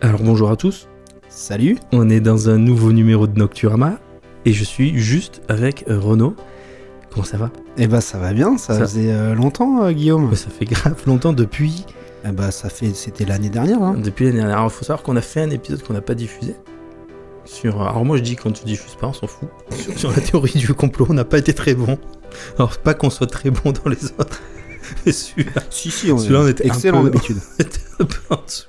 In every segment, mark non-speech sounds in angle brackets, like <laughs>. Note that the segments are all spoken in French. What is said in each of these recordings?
Alors bonjour à tous, Salut on est dans un nouveau numéro de Nocturama et je suis juste avec euh, Renaud. Comment ça va Eh bah ça va bien, ça, Ça- faisait euh, longtemps euh, Guillaume. Bah, Ça fait grave longtemps depuis, Eh bah ça fait, c'était l'année dernière. Hein. depuis l'année dernière. Alors faut savoir qu'on a fait un épisode qu'on n'a pas diffusé. Sur, euh, alors moi je dis quand tu diffuses pas, on s'en fout. Sur, sur la théorie du complot, on n'a pas été très bon. Alors pas qu'on soit très bon dans les autres, <laughs> mais celui-là, Si si, on Celui-là, on était un excellent peu- d'habitude. était un peu en dessous.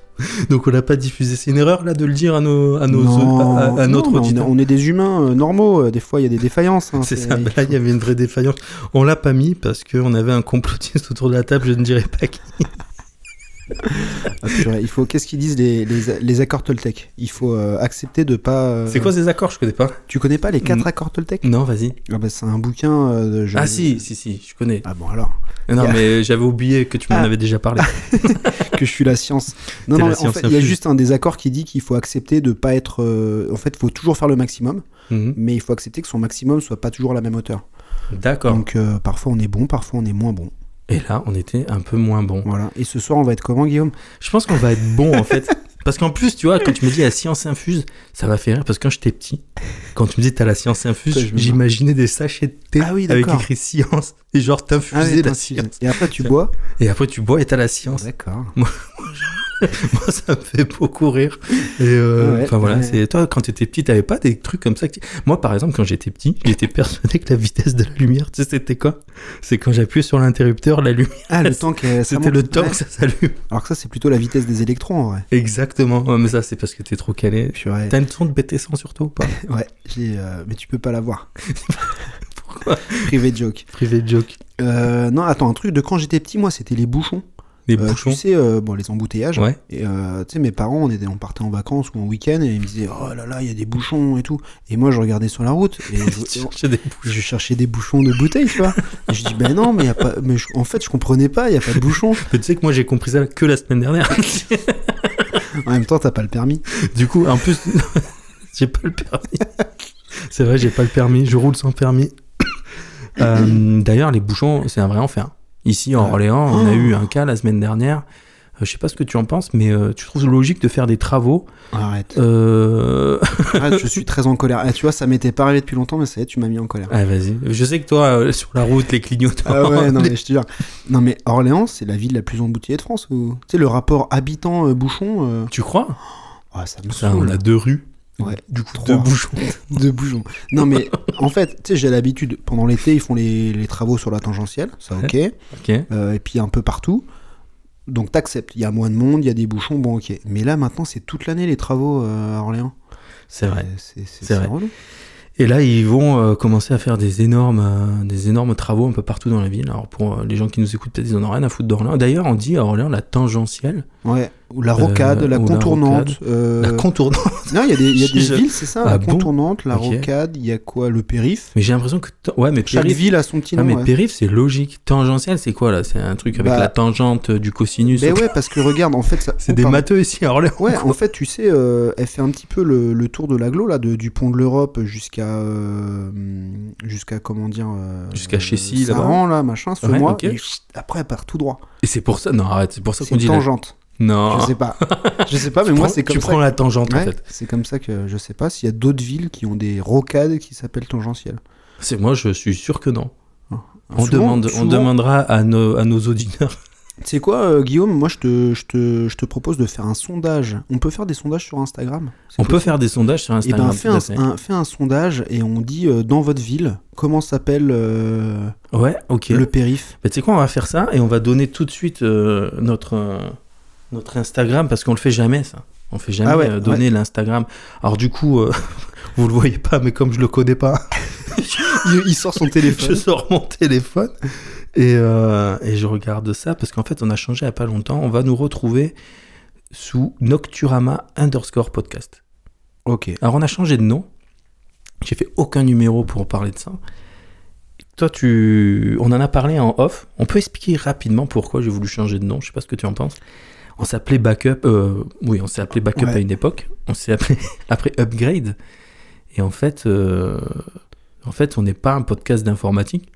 Donc on n'a pas diffusé. C'est une erreur là de le dire à nos, à nos, à, à- à notre non, mais on, est- auditeur. on est des humains euh, normaux, euh, des fois il y a des défaillances. hein, C'est ça, mais là il y avait une vraie défaillance. On l'a pas mis parce qu'on avait un complotiste autour de la table, je ne dirais pas qui. Ah, purée, il faut qu'est-ce qu'ils disent les, les, les accords Toltec Il faut euh, accepter de pas. euh, C'est quoi ces accords Je connais pas. Tu connais pas les quatre Mm. accords Toltec Non, vas-y. ah bah, c'est un bouquin. euh, de, je- Ah si, si, si, je connais. Ah bon alors Non, Yeah. mais euh, j'avais oublié que tu m'en Ah. avais déjà parlé. que je suis la science. Non, T'es la non, mais en science fait, il y a infuse. juste un désaccord qui dit qu'il faut accepter de pas être. euh, en fait, il faut toujours faire le maximum. <laughs> Mhm. mais il faut accepter que son maximum soit pas toujours à la même hauteur. D'accord. Donc euh, parfois on est bon, parfois on est moins bon. Et là, on était un peu moins bon. Voilà. Et ce soir on va être comment Guillaume Je pense qu'on va être bon en <laughs> fait. Parce qu'en plus, tu vois, quand tu me dis la science infuse, ça m'a fait rire parce que quand j'étais petit, quand tu me dis t'as la science Putain, je infuse, me marre. j'imaginais des sachets de thé Ah oui, avec d'accord. écrit science et genre t'infusais Ah ouais, la t'infuses. science. <laughs> Et après tu bois Et après tu bois et t'as la science. D'accord. Moi, <laughs> ça me fait beaucoup rire. Et euh, Ouais, enfin voilà, ouais. c'est toi quand t'étais petit, t'avais pas des trucs comme ça. que tu- Moi, par exemple, quand j'étais petit, j'étais persuadé que la vitesse de la lumière, tu sais, c'était quoi C'est quand j'appuyais sur l'interrupteur, la lumière, Ah le temps que ça c'était monte. le temps Ouais. que ça s'allume. <laughs> Alors que ça c'est plutôt la vitesse des électrons en vrai. Exactement. Ouais, mais ça, c'est parce que t'es trop calé. Purée. T'as une son de BT100 sur toi ou <laughs> pas Ouais, j'ai, euh, mais tu peux pas l'avoir. <laughs> Pourquoi Privé de joke. Privé de joke. Euh, non, attends, un truc de quand j'étais petit, moi c'était les bouchons. Des Euh, bouchons. Tu sais, euh, bon, les embouteillages. Ouais. Et euh, tu sais, mes parents, on, était, on partait en vacances ou en week-end et ils me disaient Oh là là, il y a des bouchons et tout. Et moi je regardais sur la route <laughs> et Tu je, cherchais des Puis je cherchais des bouchons de bouteilles, tu vois. Et je dis, ben non, mais, y a pas... mais je- en fait, je comprenais pas, il n'y a pas de bouchons. Mais tu sais que moi, j'ai compris ça que la semaine <laughs> dernière. En même temps, t'as pas le permis. du coup, en plus, <laughs> j'ai pas le permis. c'est vrai, j'ai pas le permis. Je roule sans permis. <coughs> Euh, D'ailleurs, les bouchons, c'est un vrai enfer. Ici, en Ouais. Orléans, on a Oh. eu un cas la semaine dernière. Euh, je sais pas ce que tu en penses, mais euh, tu trouves logique de faire des travaux Arrête. euh, Arrête, je suis très en colère. Ah, tu vois, ça m'était pas arrivé depuis longtemps, mais ça y est, tu m'as mis en colère. Ah, vas-y. Je sais que toi, euh, sur la route, les clignotants. Ah ouais, <laughs> non, mais je te jure. Non, mais Orléans, c'est la ville la plus embouteillée de France. ou- Tu sais, le rapport euh, habitant-bouchon, Tu crois ah, ça me Ça, On saoule. a deux rues. Ouais, Du coup, trois. deux bouchons. <laughs> de bouchons. Non, mais en fait, tu sais, j'ai l'habitude, pendant l'été, ils font les, les travaux sur la tangentielle, ça ok. Ok. Euh, et puis un peu partout. Donc t'acceptes, il y a moins de monde, il y a des bouchons, bon ok. Mais là maintenant c'est toute l'année les travaux euh, à Orléans. Euh, C'est vrai. C'est c'est- C'est c'est vrai. relou. Et là, ils vont euh, commencer à faire des énormes, euh, des énormes travaux un peu partout dans la ville. Alors, pour euh, les gens qui nous écoutent, peut-être ils en ont rien à foutre d'Orléans. D'ailleurs, on dit à Orléans la tangentielle, Ouais. Ou la rocade, Euh, la ou la contournante. euh, la contournante. Non, il y a des, il y a <laughs> des Je- villes, c'est ça, Ah la bon contournante, la Ok. rocade, il y a quoi, le périph. Mais j'ai l'impression que. ta- Ouais, mais Chaque périph. ville a son petit Ah, nom. mais ouais. périph, c'est logique. Tangentielle, c'est quoi là C'est un truc avec Bah, la tangente euh, du cosinus. Mais Ben ouais, parce que regarde, en fait, ça. <laughs> C'est oh, des pardon. matheux ici à Orléans. Ouais, en fait, tu sais, euh, elle fait un petit peu le, le tour de l'aglo, là, de- du pont de l'Europe jusqu'à. euh, jusqu'à, comment dire. euh, Jusqu'à Chessy, là-bas. Saran, là, machin, ce Ouais, mois. ok. Et chut, après, elle part tout droit. Et c'est pour ça. Non, arrête, c'est pour ça C'est qu'on une dit. tangente. La... Non. Je sais pas. <laughs> Je sais pas, mais Tu moi, prends- c'est comme Tu ça. prends la tangente en Ouais, fait. C'est comme ça que je sais pas s'il y a d'autres villes qui ont des rocades qui s'appellent tangentielles. C'est moi, je suis sûr que non. On, Souvent- demande, on souvent- demandera à nos, à nos auditeurs. Tu sais quoi, euh, Guillaume Moi, je te, je, te, je te propose de faire un sondage. On peut faire des sondages sur Instagram On peut faire des sondages sur Et Instagram. ben, fais tout un, à fait. un- fais un sondage et on dit euh, dans votre ville comment s'appelle euh, Ouais, ok. le périph. Bah, tu sais quoi, on va faire ça et on va donner tout de suite euh, notre, euh, notre Instagram parce qu'on le fait jamais, ça. On fait jamais Ah ouais, euh, donner l'Instagram. Alors, du coup, euh, <laughs> vous le voyez pas, mais comme je le connais pas, <laughs> Il, il sort son je téléphone. sors mon téléphone et, euh, et je regarde ça parce qu'en fait, on a changé il y a pas longtemps. On va nous retrouver sous Nocturama underscore podcast. ok. Alors, on a changé de nom. J'ai fait aucun numéro pour parler de ça. Toi, tu... on en a parlé en off. On peut expliquer rapidement pourquoi j'ai voulu changer de nom. Je sais pas ce que tu en penses. On s'appelait Backup. euh, Oui, on s'est appelé Backup Ouais. à une époque. On s'est appelé <laughs> après Upgrade. Et en fait, euh, en fait, on n'est pas un podcast d'informatique.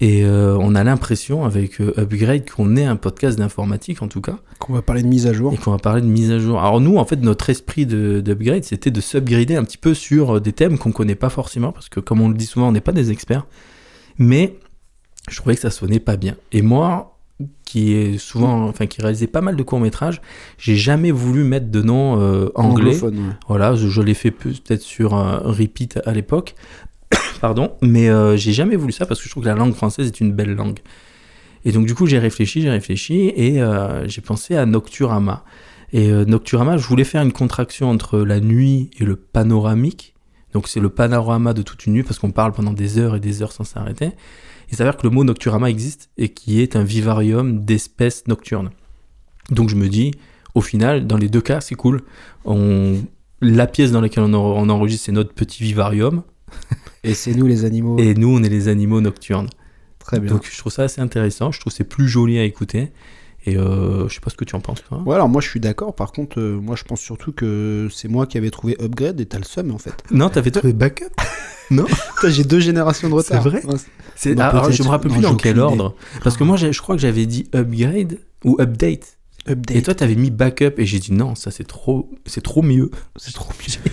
Et euh, on a l'impression avec euh, Upgrade qu'on est un podcast d'informatique en tout cas, Qu'on va parler de mise à jour. et qu'on va parler de mise à jour. Alors nous, en fait, notre esprit de- d'Upgrade, c'était de s'upgrader un petit peu sur euh, des thèmes qu'on connaît pas forcément, parce que comme on le dit souvent, on n'est pas des experts, mais je trouvais que ça sonnait pas bien. Et moi, qui est souvent, enfin qui réalisait pas mal de courts métrages, j'ai jamais voulu mettre de nom euh, anglais. Anglophone, ouais. Voilà, je, je l'ai fait peu- peut-être sur euh, repeat à l'époque, <coughs> pardon, mais euh, j'ai jamais voulu ça parce que je trouve que la langue française est une belle langue. Et donc du coup j'ai réfléchi, j'ai réfléchi et euh, j'ai pensé à Nocturama. Et euh, Nocturama, je voulais faire une contraction entre la nuit et le panoramique. Donc c'est le panorama de toute une nuit parce qu'on parle pendant des heures et des heures sans s'arrêter. Il s'avère que le mot Nocturama existe et qui est un vivarium d'espèces nocturnes. Donc je me dis, au final, dans les deux cas, c'est cool. On, la pièce dans laquelle on, en- on enregistre, c'est notre petit vivarium. Et c'est nous les animaux. Et nous, on est les animaux nocturnes. Très bien. Donc, je trouve ça assez intéressant. Je trouve que c'est plus joli à écouter. Et euh, je sais pas ce que tu en penses, toi. Ouais, alors moi je suis d'accord, par contre, euh, moi je pense surtout que c'est moi qui avais trouvé upgrade et t'as le seum en fait. Non, t'avais trouvé backup <laughs> Putain, j'ai deux générations de C'est retard. vrai Ouais, C'est- Non, ah, alors, Je Bah, peut-être. me rappelle Non, plus j'ai dans quel aucune ordre. Parce que moi, j'ai- je crois que j'avais dit upgrade ou update. c'est- Update. Et toi, t'avais mis backup. Et j'ai dit non, ça, c'est trop, c'est trop mieux. c'est trop mieux.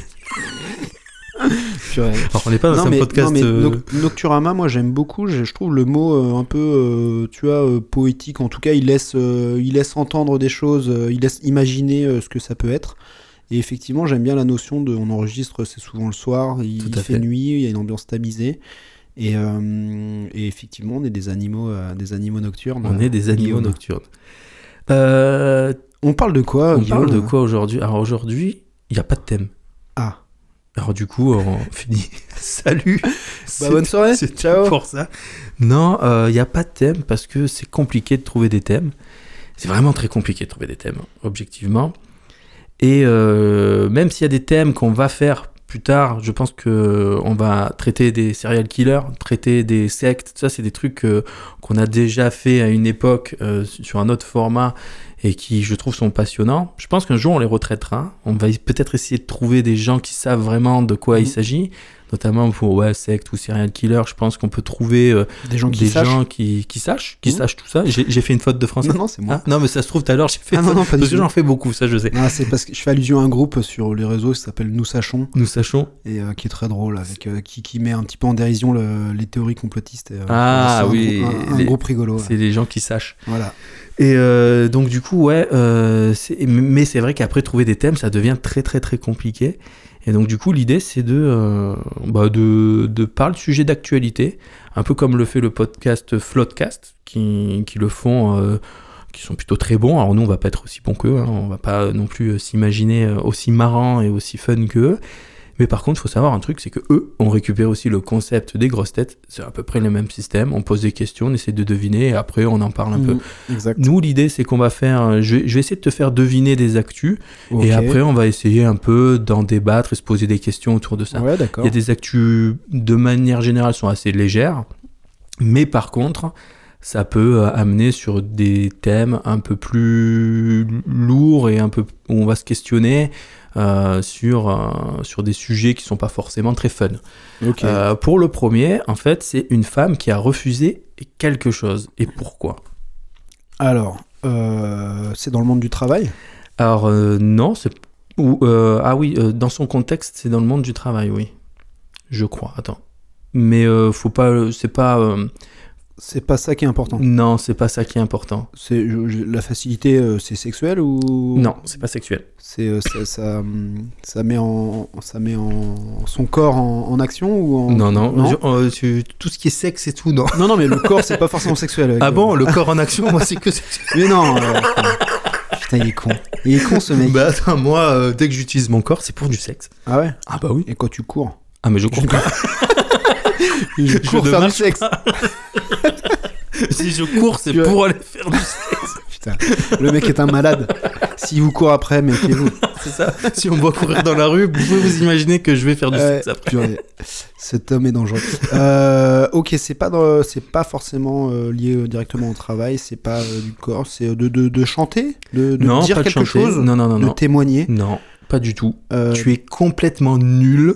<laughs> Purée. Alors, on n'est pas dans Non un mais, podcast. non, mais euh, Noc- Nocturama, moi j'aime beaucoup. Je, je trouve le mot euh, un peu, euh, tu vois, euh, poétique. En tout cas, il laisse, euh, il laisse entendre des choses, euh, il laisse imaginer euh, ce que ça peut être. Et effectivement, j'aime bien la notion de. On enregistre, c'est souvent le soir, il, Tout à il fait fait. nuit, il y a une ambiance stabilisée. Et, euh, et effectivement, on est des animaux, euh, des animaux nocturnes. On est des animaux Guillaume. nocturnes. Euh, On parle de quoi on Ah, Guillaume parle de quoi aujourd'hui Alors, aujourd'hui, il n'y a pas de thème. Ah. Alors du coup, on <laughs> finit. Salut. Bah, bonne soirée. C'est tout Ciao. pour ça. Non, il n'y a pas de thème parce que c'est compliqué de trouver des thèmes. C'est vraiment très compliqué de trouver des thèmes, hein, objectivement. Et euh, même s'il y a des thèmes qu'on va faire plus tard, je pense que on va traiter des serial killers, traiter des sectes. Ça, c'est des trucs euh, qu'on a déjà fait à une époque euh, sur un autre format et qui, je trouve, sont passionnants. Je pense qu'un jour, on les retraitera. On va y- peut-être essayer de trouver des gens qui savent vraiment de quoi il Mhm. s'agit, notamment pour ouais, secte ou serial killer. Je pense qu'on peut trouver euh, Des gens qui des sachent. gens qui, qui sachent, qui Mhm. sachent tout ça. J'ai j'ai fait une faute de français. Non, non, c'est moi. Ah, non, mais ça se trouve, tout à l'heure, j'ai fait Ah une non, faute- non, pas du Parce que tout. j'en fais beaucoup, ça, je sais. Ah, c'est parce que je fais allusion à un groupe sur les réseaux qui s'appelle Nous Sachons. Nous sachons. et euh, qui est très drôle, avec, euh, qui, qui met un petit peu en dérision le- les théories complotistes. et, euh, Ah, c'est un oui, groupe- un, un les- groupe rigolo. ouais. C'est les gens qui sachent. Voilà. Et euh, donc, du coup, ouais, euh, c'est- mais c'est vrai qu'après trouver des thèmes, ça devient très, très, très compliqué. Et donc, du coup, l'idée, c'est de, euh, bah, de, de parler de sujets d'actualité, un peu comme le fait le podcast Floodcast, qui, qui le font, euh, qui sont plutôt très bons. Alors, nous, on va pas être aussi bons qu'eux, hein, on va pas non plus euh, s'imaginer euh, aussi marrant et aussi fun qu'eux. Mais par contre, il faut savoir un truc, c'est que eux ont récupéré aussi le concept des grosses têtes. C'est à peu près le même système. On pose des questions, on essaie de deviner, et après, on en parle un peu. Mmh, Exact. Nous, l'idée, c'est qu'on va faire. euh, Je vais, je vais essayer de te faire deviner des actus. Ok. Et après, on va essayer un peu d'en débattre et se poser des questions autour de ça. Ouais, Il d'accord. y a des actus, de manière générale, sont assez légères. Mais par contre, ça peut euh, amener sur des thèmes un peu plus lourds et un peu. où on va se questionner. euh, sur, euh, sur des sujets qui sont pas forcément très fun. Ok. Euh, pour le premier, en fait, c'est une femme qui a refusé quelque chose. Et pourquoi Alors, euh, c'est dans le monde du travail. Alors euh, non, c'est ou euh, ah oui, euh, dans son contexte, c'est dans le monde du travail, oui, je crois. Attends, mais euh, faut pas, c'est pas euh, C'est pas ça qui est important. non, c'est pas ça qui est important. C'est je- je- la facilité, euh, c'est sexuel ou Non, c'est pas sexuel. C'est euh, ça, ça, hum, ça met en ça met en son corps en, en action ou en Non, non, non. je- euh, tu- tout ce qui est sexe et tout, <laughs> non. Non, non, mais le corps c'est pas forcément sexuel. avec, Ah euh, bon, le corps en action, moi c'est que <laughs> sexuel. Mais non. euh, putain, il est con. Il est con ce mec. Bah attends, moi, euh, dès que j'utilise mon corps, c'est pour du sexe. Ah ouais. Ah bah oui. Et quand tu cours Ah mais je cours Je- <laughs> pas. Je Je cours ne faire du marche sexe. si je cours, c'est Tu- pour aller faire du sexe. <laughs> Putain, le mec est un malade. Si vous court après, mettez-vous. C'est ça. Si on me voit courir dans la rue, vous pouvez <laughs> vous imaginer que je vais faire du Euh, sexe après. purée, cet homme est dangereux. Euh, ok, c'est pas dans- c'est pas forcément euh, lié euh, directement au travail, c'est pas euh, du corps, c'est euh, de, de, de chanter, de, de non, dire pas de quelque chanter. chose, Non, non, non, de non. témoigner. Non, pas du tout. Euh, Tu es complètement nul.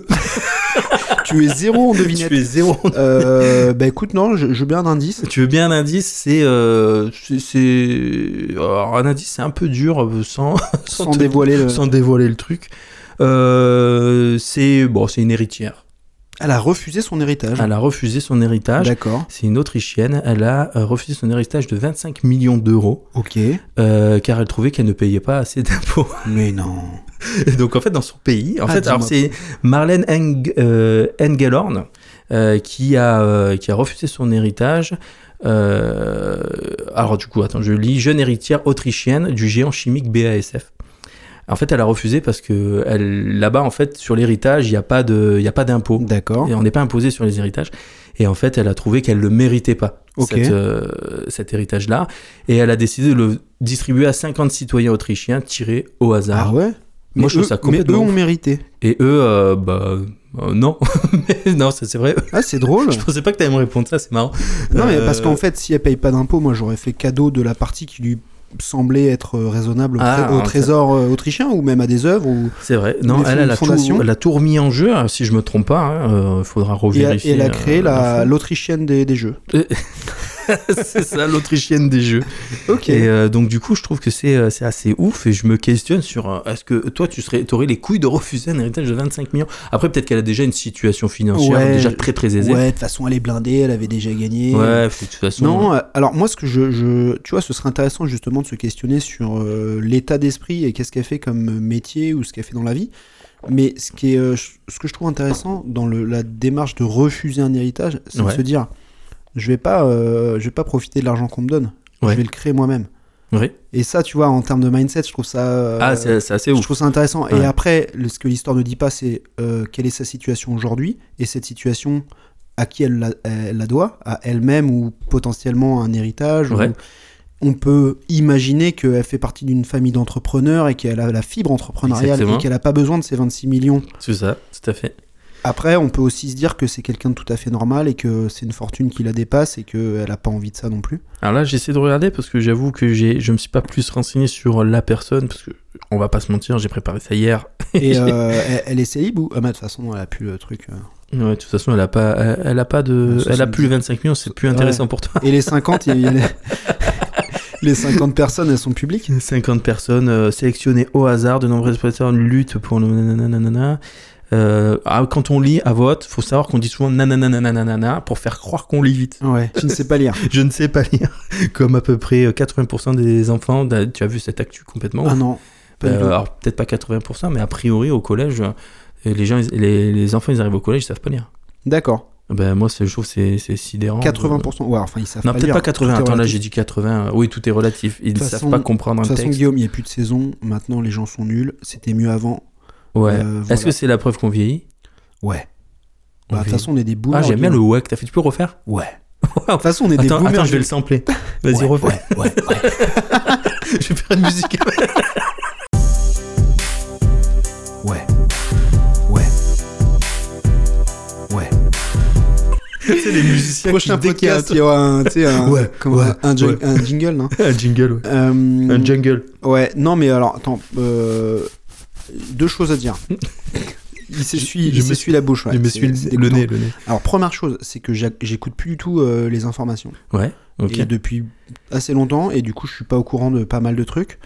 tu es zéro en <laughs> <laughs> devinette. Tu es zéro. Euh, bah écoute, non, je, je veux bien un indice. Tu veux bien un indice C'est. euh, c'est- c'est- alors, un indice, c'est un peu dur euh, <laughs> sans, <laughs> Sans, te- dévoiler le. sans dévoiler le truc. Euh, c'est bon, c'est une héritière. Elle a refusé son héritage. Elle a refusé son héritage. D'accord. C'est une Autrichienne. Elle a euh, refusé son héritage de 25 millions d'euros Ok. euh, car elle trouvait qu'elle ne payait pas assez d'impôts. Mais non. Et donc en fait dans son pays, en Ah, fait, alors c'est dis-moi. Marlène Eng- euh, Engelhorn euh, qui a euh, qui a refusé son héritage. Euh, alors du coup, attends, je lis jeune héritière autrichienne du géant chimique BASF. En fait, elle a refusé parce que elle- là-bas, en fait, sur l'héritage, il n'y a pas de, il y a pas d'impôt. D'accord. Et on n'est pas imposé sur les héritages. Et en fait, elle a trouvé qu'elle le méritait pas, Ok. cette, euh, cet héritage-là. Et elle a décidé de le distribuer à 50 citoyens autrichiens tirés au hasard. Ah ouais Moi, Mais je trouve eux- ça complètement Mais eux ouf. ont mérité. Et eux, euh, bah euh, non, <laughs> Mais non, ça, c'est <laughs> vrai. Ah, c'est <laughs> drôle. Je pensais pas que t'allais me répondre ça, c'est marrant. Non, mais parce Euh, qu'en fait, si elle paye pas d'impôts, moi j'aurais fait cadeau de la partie qui lui semblait être euh, raisonnable au, Ah, tré- au en fait. trésor euh, autrichien ou même à des œuvres. Ou... C'est vrai. Non, Les elle, elle a fondations. tout, elle a tout remis en jeu, hein, si je me trompe pas. hein. Euh, faudra Et, elle- revérifier. et elle a euh, créé la- l'autrichienne des, des jeux. <laughs> c'est ça, l'Autrichienne des jeux. Ok. Et euh, donc du coup, je trouve que c'est euh, c'est assez ouf et je me questionne sur euh, est-ce que toi tu serais aurais les couilles de refuser un héritage de 25 millions Après peut-être qu'elle a déjà une situation financière Ouais. déjà très très aisée. Ouais, de toute façon, elle est blindée, elle avait déjà gagné. Ouais, puis de toute façon. Non, euh, alors moi, ce que je, je- tu vois, ce serait intéressant justement de se questionner sur euh, l'état d'esprit et qu'est-ce qu'elle fait comme euh, métier ou ce qu'elle fait dans la vie. Mais ce, qui est, euh, ch- ce que je trouve intéressant dans le- la démarche de refuser un héritage, c'est Ouais. de se dire, je vais pas, euh, je vais pas profiter de l'argent qu'on me donne, Ouais. je vais le créer moi-même. Ouais. Et ça, tu vois, en termes de mindset, je trouve ça, euh, Ah, c'est c'est assez je ouf. trouve ça intéressant. Ouais. Et après, le- ce que l'histoire ne dit pas, c'est euh, quelle est sa situation aujourd'hui et cette situation à qui elle la, elle la doit, à elle-même ou potentiellement à un héritage. ou- Ouais. on peut imaginer qu'elle fait partie d'une famille d'entrepreneurs et qu'elle a la fibre entrepreneuriale Exactement. et qu'elle n'a pas besoin de ses 26 millions. C'est ça, tout à fait. Après, on peut aussi se dire que c'est quelqu'un de tout à fait normal et que c'est une fortune qui la dépasse et qu'elle n'a pas envie de ça non plus. Alors là, j'essaie de regarder parce que j'avoue que j'ai, je me suis pas plus renseigné sur la personne parce que on va pas se mentir, j'ai préparé ça hier. <laughs> Et euh, elle, elle est célib ou Ah, bah, de toute façon, elle a plus le truc. euh. Ouais, de toute façon, elle a pas, elle, elle a pas de, elle a 70. plus les 25 millions, c'est plus intéressant pour <laughs> toi. Et les 50, il y a les... <laughs> les 50 personnes, elles sont publiques. 50 personnes euh, sélectionnées au hasard, de nombreuses personnes luttent pour le nananananana. Euh, ah, quand on lit à vote, faut savoir qu'on dit souvent nananananana pour faire croire qu'on lit vite. <laughs> Ouais. Tu ne sais pas lire. Je ne sais pas lire, comme à peu près euh, 80% des enfants. Tu as vu cette actu complètement Ah non. Pas du Euh, tout. alors peut-être pas 80%, mais a priori au collège, euh, les, gens, ils- les, les enfants ils arrivent au collège, ils savent pas lire. D'accord. Ben, moi c'est- je trouve que c'est c'est sidérant. 80%. Ouais, enfin, ils savent Non pas peut-être lire. pas 80, Tout est attends là relatif. j'ai dit 80, oui tout est relatif, ils ne toute savent façon- pas comprendre De un toute façon, texte. Guillaume, il n'y a plus de saison. Maintenant, les gens sont nuls. C'était mieux avant. Ouais. Euh, Est-ce voilà. que c'est la preuve qu'on vieillit On Ouais. Bah, De vieillit. toute façon, on est des boomers. Ah j'aime bien le wack, t'as fait, tu peux refaire Guillaume. Ouais. De toute façon, on est des Attends, boomers. attends je vais le <laughs> sampler. Vas-y Ouais, refais, ouais, ouais, ouais. <laughs> je vais faire une musique. <laughs> Ouais. Ouais. Ouais. <laughs> c'est les musiciens Prochain qui, dès qu'il y a un podcast, il y aura un, tu sais, un, Ouais, comment- ouais, un, jing- ouais. un jingle, non truc- Un jingle, ouais. Euh, Un jungle. Ouais, non, mais alors, attends. euh, deux choses à dire. <laughs> Il s'essuie Je il me s'essuie la bouche. ouais, je me c'est- suis c'est le, le dégoûtant. nez, le nez. Alors, première chose, c'est que j'ac- j'écoute plus du tout euh, les informations. Ouais, ok. Et depuis assez longtemps, et du coup, je suis pas au courant de pas mal de trucs.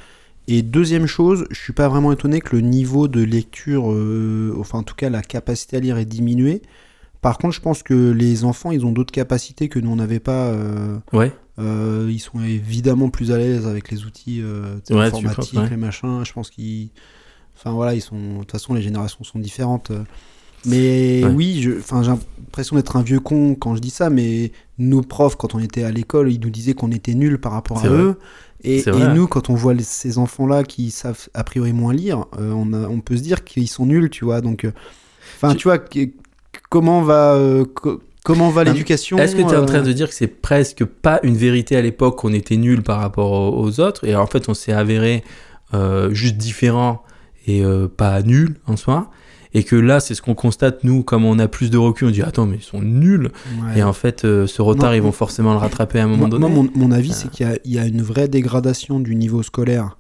Et deuxième chose, je suis pas vraiment étonné que le niveau de lecture, euh, enfin, en tout cas, la capacité à lire est diminuée. Par contre, je pense que les enfants, ils ont d'autres capacités que nous, on n'avait pas. euh, Ouais. euh, ils sont évidemment plus à l'aise avec les outils euh, tu sais, Ouais, tu penses, informatiques, ouais. les machins. Je pense qu'ils. Enfin voilà, ils sont. De toute façon, les générations sont différentes. euh. Mais Ouais. oui, je- enfin, j'ai l'impression d'être un vieux con quand je dis ça, mais nos profs, quand on était à l'école, ils nous disaient qu'on était nuls par rapport à C'est vrai. eux. Et, C'est et vrai. nous, quand on voit les- ces enfants-là qui savent a priori moins lire, euh, on, a- on peut se dire qu'ils sont nuls, tu vois. Donc, euh, enfin, Tu- tu... vois, que- comment va, euh, co- comment va Non, l'éducation Est-ce que tu es en train euh, de dire que c'est presque pas une vérité à l'époque qu'on était nul par rapport au- aux autres et en fait on s'est avéré euh, juste différent et euh, pas nul en soi et que là c'est ce qu'on constate nous comme on a plus de recul on dit attends mais ils sont nuls ouais. et en fait euh, ce retard Non. ils vont forcément le rattraper à un moment Moi, donné. euh, moi, mon, mon avis, c'est qu'il y a- il y, a une vraie dégradation du niveau scolaire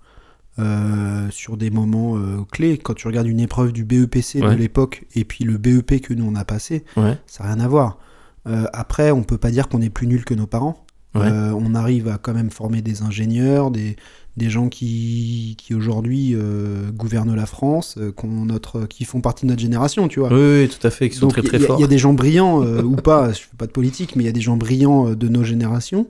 euh, sur des moments euh, clés. Quand tu regardes une épreuve du BEPC Ouais. de l'époque et puis le BEP que nous on a passé, Ouais. ça n'a rien à voir. Euh, après, on peut pas dire qu'on est plus nul que nos parents. Ouais. Euh, on arrive à quand même former des ingénieurs, des, des gens qui, qui aujourd'hui euh, gouvernent la France, euh, qu'on- notre, qui font partie de notre génération, tu vois. Oui, oui, tout à fait, qui sont Donc, très il y a- très il y a- forts. Il y a des gens brillants, euh, ou pas, je fais pas de politique, mais il y a des gens brillants euh, de nos générations.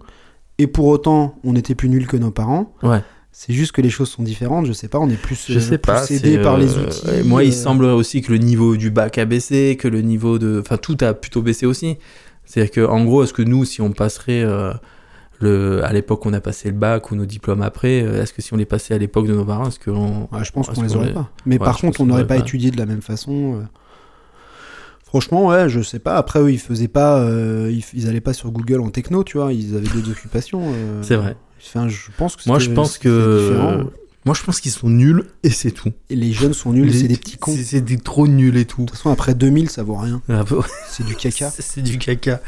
Et pour autant, on était plus nuls que nos parents. Ouais. C'est juste que les choses sont différentes, je sais pas, on est plus, Je euh, sais plus pas. c'est, aidé par euh, les outils. ouais, moi, euh, il semblerait aussi que le niveau du bac a baissé, que le niveau de. Enfin, tout a plutôt baissé aussi. C'est-à-dire que, en gros, est-ce que nous, si on passerait. euh, le... À l'époque, on a passé le bac ou nos diplômes après. euh, Est-ce que si on les passait à l'époque de nos parents, est-ce qu'on. ouais, je pense est-ce qu'on les aurait pas. Mais Ah, Ouais, par je contre, pense on qu'on n'aurait aurait pas pas. étudié de la même façon. euh. Franchement, ouais, je sais pas. Après, eux, ils faisaient pas, euh, ils, ils allaient pas sur Google en techno, tu vois. Ils avaient d'autres occupations. euh. C'est vrai. Enfin, je pense que Moi, je c'était- pense c'était différent. que. Moi, je pense qu'ils sont nuls et c'est tout. Et les jeunes sont nuls, Les- c'est des petits cons. c'est- De C'est des trop nuls et tout. toute façon, après 2000, ça vaut rien. Ah, bah, C'est du caca. C'est c'est du caca.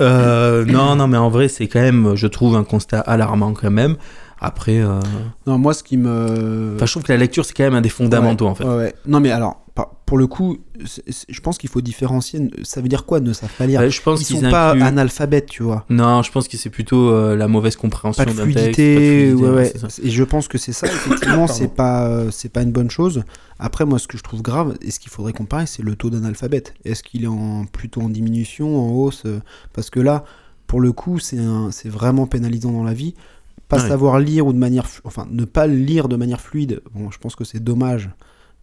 Euh, non, non, mais en vrai, c'est quand même, je trouve, un constat alarmant quand même. Après, euh, Non, moi, ce qui me. enfin, je trouve que la lecture, c'est quand même un des fondamentaux, en fait. Ouais, ouais. Non, mais alors, par- pour le coup, c'est- c'est- je pense qu'il faut différencier. Ça veut dire quoi, ne savent pas lire Ouais, Bah, je pense Ils qu'ils sont pas incluent- analphabètes, tu vois. Non, je pense que c'est plutôt euh, la mauvaise compréhension Pas de d'un texte. pas de fluidité, fluidité, ouais, ouais. c'est ça. Et je pense que <coughs> c'est ça, effectivement, c'est pas, euh, c'est pas une bonne chose. Après, moi, ce que je trouve grave, et ce qu'il faudrait comparer, c'est le taux d'analphabète. Est-ce qu'il est en, plutôt en diminution, en hausse euh, Parce que là, pour le coup, c'est un- c'est vraiment pénalisant dans la vie. Pas Ouais. savoir lire ou de manière, flu- enfin, ne pas lire de manière fluide. Bon, je pense que c'est dommage,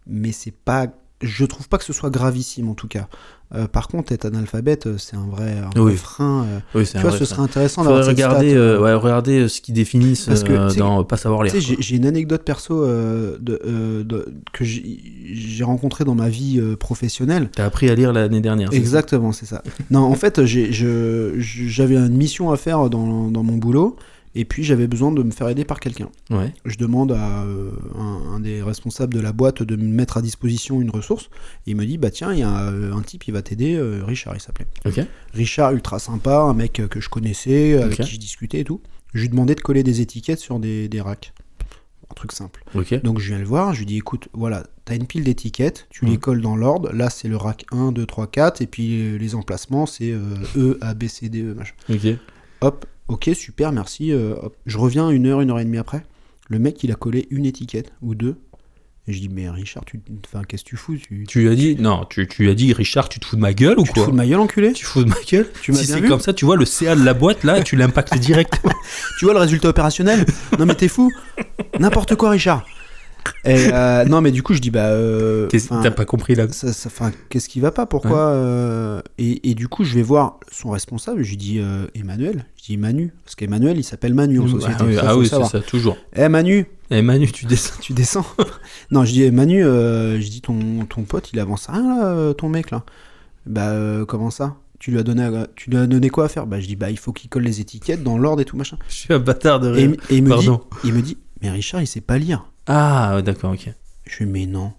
mais c'est pas, je trouve pas que ce soit gravissime en tout cas. Euh, par contre, être analphabète, euh, c'est un vrai, un vrai Oui. frein. euh. Oui, c'est Tu vois, vrai, ce ça. serait intéressant Faudrait d'avoir cette regarder, stat, euh, euh, ouais, regarder euh, ce qu'ils définissent Parce que, euh, tu sais, dans euh, Pas savoir lire. tu sais, quoi. j'ai- j'ai une anecdote perso euh, de, euh, de- que j'ai j'ai rencontrée dans ma vie euh, professionnelle. T'as appris à lire l'année dernière. Ah, c'est Exactement, c'est ça. non, en fait, j'ai- je- j'avais une mission à faire dans, dans mon boulot, et puis j'avais besoin de me faire aider par quelqu'un. ça Ouais. Je demande à euh, un, un des responsables de la boîte de me mettre à disposition une ressource, et il me dit, bah tiens, il y a euh, un type, il va t'aider, euh, Richard, il s'appelait. Ok. Richard, ultra sympa, un mec euh, que je connaissais, avec Ok. qui je discutais et tout. Je lui demandais de coller des étiquettes sur des, des racks. Un truc simple. Ok. Donc je viens le voir, je lui dis écoute, voilà, t'as une pile d'étiquettes, tu les Mhm. colles dans l'ordre, là c'est le rack 1, 2, 3, 4, et puis euh, les emplacements c'est euh, E, A, B, C, D, E, machin. Ok. Hop, ok, super, merci. euh, hop. Je reviens une heure, une heure et demie après. Le mec il a collé une étiquette ou deux. Et je dis mais Richard, tu... enfin, qu'est-ce que tu fous Tu, Tu lui as dit, non, tu, tu lui as dit, Richard, tu te fous de ma gueule ou tu te quoi fous de ma gueule enculé Tu te fous de ma gueule Tu m'as Si bien c'est vu comme ça, tu vois, le CA de la boîte, là, tu l'impactes <laughs> direct. Tu vois le résultat opérationnel Non mais t'es fou N'importe quoi Richard Et, euh, Non mais du coup je dis bah... euh, T'es- enfin, T'as pas compris là. ça, ça- enfin, qu'est-ce qui va pas Pourquoi euh, et, et du coup, je vais voir son responsable. Je lui dis euh, Emmanuel. Je dis Manu. Parce qu'Emmanuel, il s'appelle Manu en société. Ah oui, ça, ah faut oui, le c'est savoir. ça, toujours. Eh, Manu, <laughs> Et Manu, tu descends. <laughs> tu descends. <laughs> non, je dis eh, Manu, euh, je dis ton, ton pote, il avance rien là, euh, ton mec là. Bah, euh, comment ça tu lui, as donné, à- tu lui as donné quoi à faire Bah, je dis, bah, il faut qu'il colle les étiquettes dans l'ordre et tout machin. Je suis un bâtard de Et, rire. il- et il, me dit, Pardon. il me dit, mais Richard, il sait pas lire. Ah, ouais, d'accord, ok. Je lui mais non.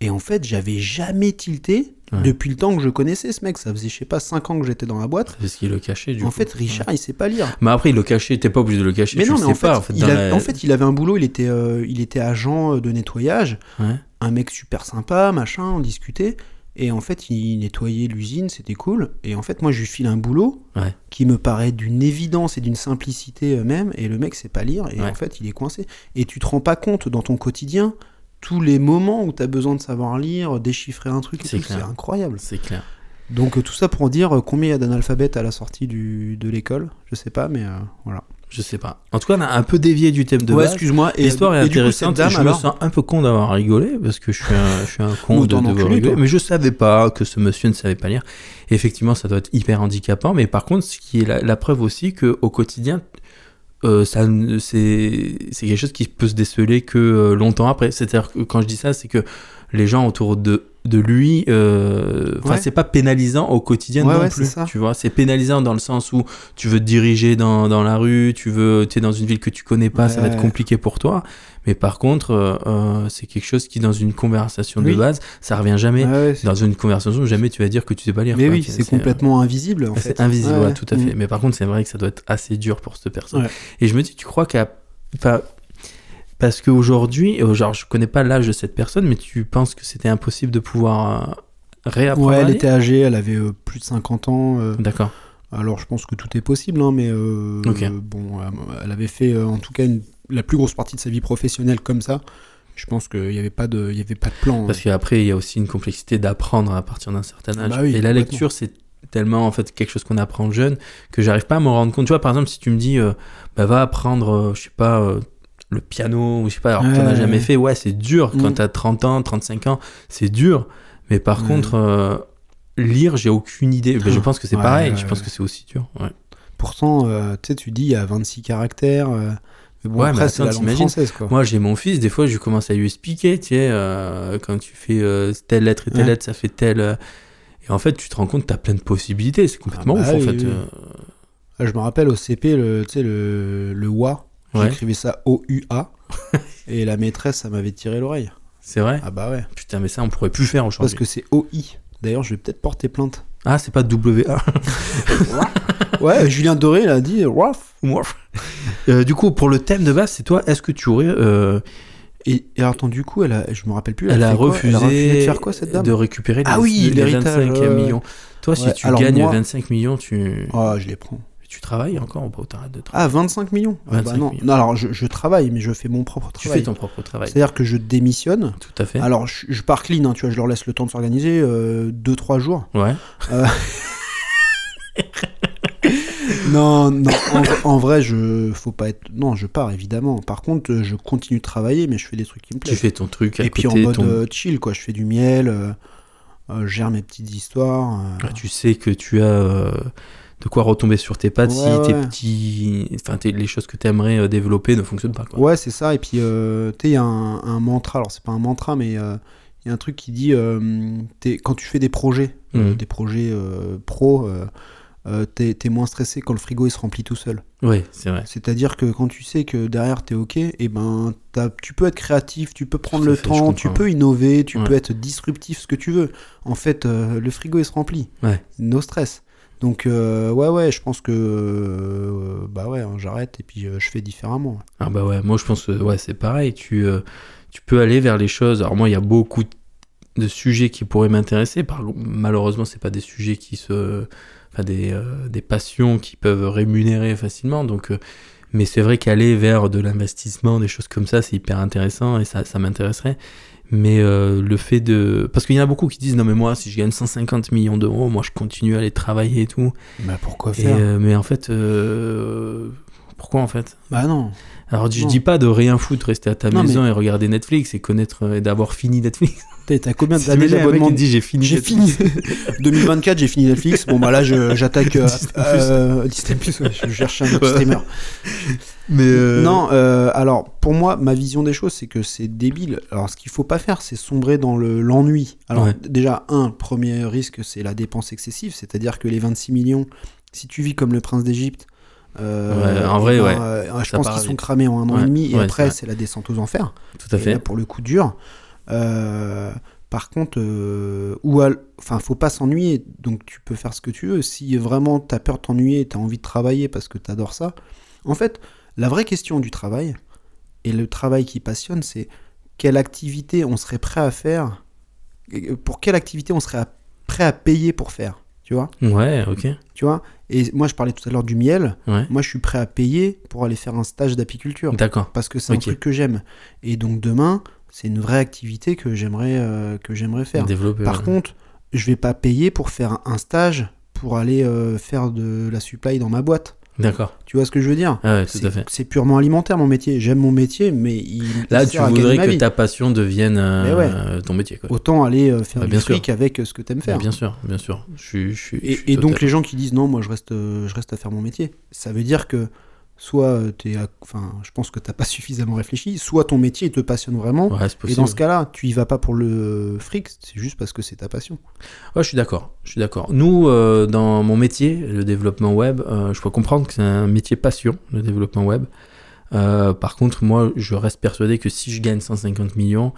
Et en fait, j'avais jamais tilté Ouais. depuis le temps que je connaissais ce mec. Ça faisait, je sais pas, 5 ans que j'étais dans la boîte. Parce qu'il le cachait, du en coup. fait, Richard, il sait pas lire. Mais après, il le cachait, t'es pas obligé de le cacher. mais tu non, le mais sais en fait, pas, en fait. il dans a- la- en fait, il avait un boulot, il était, euh, il était agent euh, de nettoyage, Ouais. un mec super sympa, machin, on discutait. Et en fait, il nettoyait l'usine, c'était cool. Et en fait, moi, je lui file un boulot Ouais. qui me paraît d'une évidence et d'une simplicité euh, même. Et le mec sait pas lire. Et Ouais. en fait, il est coincé. Et tu te rends pas compte dans ton quotidien tous les moments où tu as besoin de savoir lire, déchiffrer un truc. et C'est tout, C'est clair. incroyable. C'est clair. Donc euh, tout ça pour dire euh, combien il y a d'analphabètes à la sortie du, de l'école, je sais pas, mais euh, voilà. Je sais pas. En tout cas, on a un peu dévié du thème de ouais, base. excuse-moi. et- L'histoire est et du coup, intéressante. cette je dame, alors, me sens un peu con d'avoir rigolé parce que je suis un, je suis un con Ou de t'en devoir enculer, rigoler. toi. Mais je savais pas que ce monsieur ne savait pas lire. Effectivement, ça doit être hyper handicapant. Mais par contre, ce qui est la, la preuve aussi que au quotidien, euh, ça ne- c'est c'est quelque chose qui peut se déceler que euh, longtemps après. C'est-à-dire que quand je dis ça, c'est que les gens autour de de lui, euh, enfin Ouais. c'est pas pénalisant au quotidien Ouais, non ouais, plus. c'est ça. Tu vois, c'est pénalisant dans le sens où tu veux te diriger dans, dans la rue, tu veux, es dans une ville que tu connais pas, ça va être Ouais. compliqué pour toi. Mais par contre, euh, euh, c'est quelque chose qui, dans une conversation de Oui. base, ça revient jamais. ouais, ouais, c'est- Dans une conversation, jamais tu vas dire que tu sais pas lire. mais quoi. oui, c'est complètement invisible en fait. C'est invisible, Ouais, ouais, ouais. tout à fait. Mm. Mais par contre, c'est vrai que ça doit être assez dur pour cette personne. Ouais. Et je me dis, tu crois qu'à. Enfin, Parce qu'aujourd'hui, euh, genre, je connais pas l'âge de cette personne, mais tu penses que c'était impossible de pouvoir euh, réapprendre Ouais, à elle lire était âgée, elle avait euh, plus de 50 ans. euh, D'accord. alors je pense que tout est possible, hein, mais euh, Ok. bon, euh, elle avait fait euh, en tout cas une- la plus grosse partie de sa vie professionnelle comme ça. Je pense qu'il n'y avait, pas de- il y avait pas de plan. hein. Parce qu'après, il y a aussi une complexité d'apprendre à partir d'un certain âge. Bah oui, et la complètement. lecture, c'est tellement en fait quelque chose qu'on apprend jeune que j'arrive pas à me rendre compte. Tu vois, par exemple, si tu me dis, euh, bah, va apprendre, euh, je sais pas, euh, le piano, ou je sais pas, alors que t'en Ouais, as ouais, jamais ouais. fait, ouais, c'est dur. Quand Mm. t'as 30 ans, 35 ans, c'est dur. Mais par Ouais. contre, euh, lire, j'ai aucune idée. <laughs> Bah, je pense que c'est Ouais, pareil, ouais, je pense ouais. que c'est aussi dur. Ouais. Pourtant, euh, tu sais, tu dis, il y a 26 caractères. euh, mais bon, Ouais, mais après, c'est attends, la langue t'imagines française, quoi. Moi, j'ai mon fils, des fois, je commence à lui expliquer, tu sais, euh, quand tu fais euh, telle lettre et telle Ouais. lettre, ça fait telle. euh, et en fait, tu te rends compte, t'as plein de possibilités, c'est complètement Ah bah ouf, en oui, fait. euh, oui. Ah, Je me rappelle au CP, le, tu sais, le, le WA, euh, ouais, j'écrivais ça <laughs> O-U-A, et la maîtresse, ça m'avait tiré l'oreille. c'est vrai. Ah bah ouais, Putain, mais ça, on pourrait plus faire parce aujourd'hui. que c'est O-I. D'ailleurs, je vais peut-être porter plainte. Ah, c'est pas WA. <laughs> Ouais, Julien Doré, il a dit, Raf <laughs> Ouf. Euh, du coup, pour le thème de base, c'est toi, est-ce que tu aurais. euh, Et, et alors, attends, du coup, elle a, je me rappelle plus. elle, a fait quoi refusé Elle a refusé de faire quoi, cette dame de récupérer les, Ah oui, les l'héritage, 25 ouais, ouais. millions. Toi, si Ouais, tu alors gagnes moi- 25 millions, tu, Ah, je les prends. tu travailles encore ou pas Ou t'arrêtes de travailler Ah, 25 millions Ah 25 bah non. millions. non, alors je, je travaille, mais je fais mon propre Tu travail. fais ton propre travail. C'est-à-dire que je démissionne. Tout à fait. Alors, je, je pars clean, hein, tu vois, je leur laisse le temps de s'organiser, 2-3 jours. Ouais. <laughs> Non, non, en, en vrai, je faut pas être. Non, je pars évidemment. Par contre, euh, je continue de travailler, mais je fais des trucs qui me Tu plaisent. fais ton truc à Et puis en côté, mode ton- euh, chill, quoi. Je fais du miel, euh, euh, je gère mes petites histoires. euh. Ah, tu sais que tu as euh, de quoi retomber sur tes pattes si Ouais, tes ouais. petits, enfin tes- les choses que tu aimerais développer ne fonctionnent pas. Quoi. Ouais, c'est ça. Et puis, euh, tu sais, il y a un, un mantra. Alors, c'est pas un mantra, mais euh, il y a un truc qui dit euh, t'es- quand tu fais des projets, euh, Mhm. des projets euh, pro, euh, euh, t'es t'es moins stressé quand le frigo il se remplit tout seul. Ouais, c'est vrai. C'est-à-dire que quand tu sais que derrière t'es ok, et ben t'as- tu peux être créatif, tu peux prendre à le fait, je temps, tu comprends. peux innover, tu Ouais. peux être disruptif, ce que tu veux. En fait, euh, le frigo il se remplit. Ouais. No stress. Donc euh, ouais ouais, je pense que euh, bah ouais, hein, j'arrête et puis euh, je fais différemment. Ah bah ouais, moi je pense que ouais, c'est pareil. Tu, euh, tu peux aller vers les choses. Alors moi, il y a beaucoup de- de sujets qui pourraient m'intéresser. Par... Malheureusement, c'est pas des sujets qui se. Enfin, des, euh, des passions qui peuvent rémunérer facilement. Donc, euh, Mais c'est vrai qu'aller vers de l'investissement, des choses comme ça, c'est hyper intéressant et ça, ça m'intéresserait. Mais euh, le fait de. Parce qu'il y en a beaucoup qui disent non, mais moi, si je gagne 150 millions d'euros, moi je continue à aller travailler et tout. Bah pourquoi Et, euh, mais en fait. euh, Pourquoi en fait Bah non. alors je Non. dis pas de rien foutre, rester à ta Non, maison et regarder Netflix et connaître euh, et d'avoir fini <laughs> Netflix. T'as t'as combien C'est d'années le mec d'abonnement qui dit j'ai fini. J'ai Netflix. fini <laughs> 2024, j'ai fini Netflix. Bon bah là, je- j'attaque euh, Disney+. euh, Disney+, ouais, je cherche un autre Ouais. streamer. <laughs> Mais euh, Non, euh, alors pour moi, ma vision des choses, c'est que c'est débile. Alors ce qu'il faut pas faire, c'est sombrer dans le- l'ennui. alors Ouais. déjà, un premier risque, c'est la dépense excessive, c'est-à-dire que les 26 millions, si tu vis comme le prince d'Égypte, euh, Ouais, en vrai, eh ben, ouais. euh, je Ça pense part qu'ils sont vite. cramés en un an Ouais, et demi, et ouais, c'est après vrai. c'est la descente aux enfers. tout à Et fait. là, pour le coup dur. Euh, par contre, euh, ou al- enfin, faut pas s'ennuyer. Donc, tu peux faire ce que tu veux. Si vraiment t'as peur de t'ennuyer, et t'as envie de travailler parce que t'adores ça. En fait, la vraie question du travail et le travail qui passionne, c'est quelle activité on serait prêt à faire, et pour quelle activité on serait à- prêt à payer pour faire. Tu vois Ouais, ok. Tu vois Et moi, je parlais tout à l'heure du miel. Ouais. Moi, je suis prêt à payer pour aller faire un stage d'apiculture D'accord. parce que c'est Ok. un truc que j'aime. Et donc demain, c'est une vraie activité que j'aimerais euh, que j'aimerais faire. Développer. Par ouais. contre, je vais pas payer pour faire un stage pour aller euh, faire de la supply dans ma boîte. D'accord. Tu vois ce que je veux dire Ah ouais, tout C'est- à fait. C'est purement alimentaire mon métier. J'aime mon métier, mais il il Là, sert tu à gagner voudrais ma que vie. ta passion devienne euh, Mais ouais. euh, ton métier, quoi. autant aller euh, faire Bah, du bien sûr. fric avec euh, ce que t'aimes faire. Bien sûr, bien sûr. Je suis. je suis- je suis Et, et donc total- les gens qui disent non, moi je reste, euh, je reste à faire mon métier, ça veut dire que soit euh, t'es, à- enfin, je pense que t'as pas <laughs> suffisamment réfléchi, soit ton métier il te passionne vraiment, Ouais, c'est Et possible. dans ce cas-là, tu y vas pas pour le fric, c'est juste parce que c'est ta passion. Ouais, je suis d'accord. Je suis d'accord. Nous, euh, dans mon métier, le développement web, euh, je peux comprendre que c'est un métier passion, le développement web. Euh, par contre, moi, je reste persuadé que si je gagne 150 millions,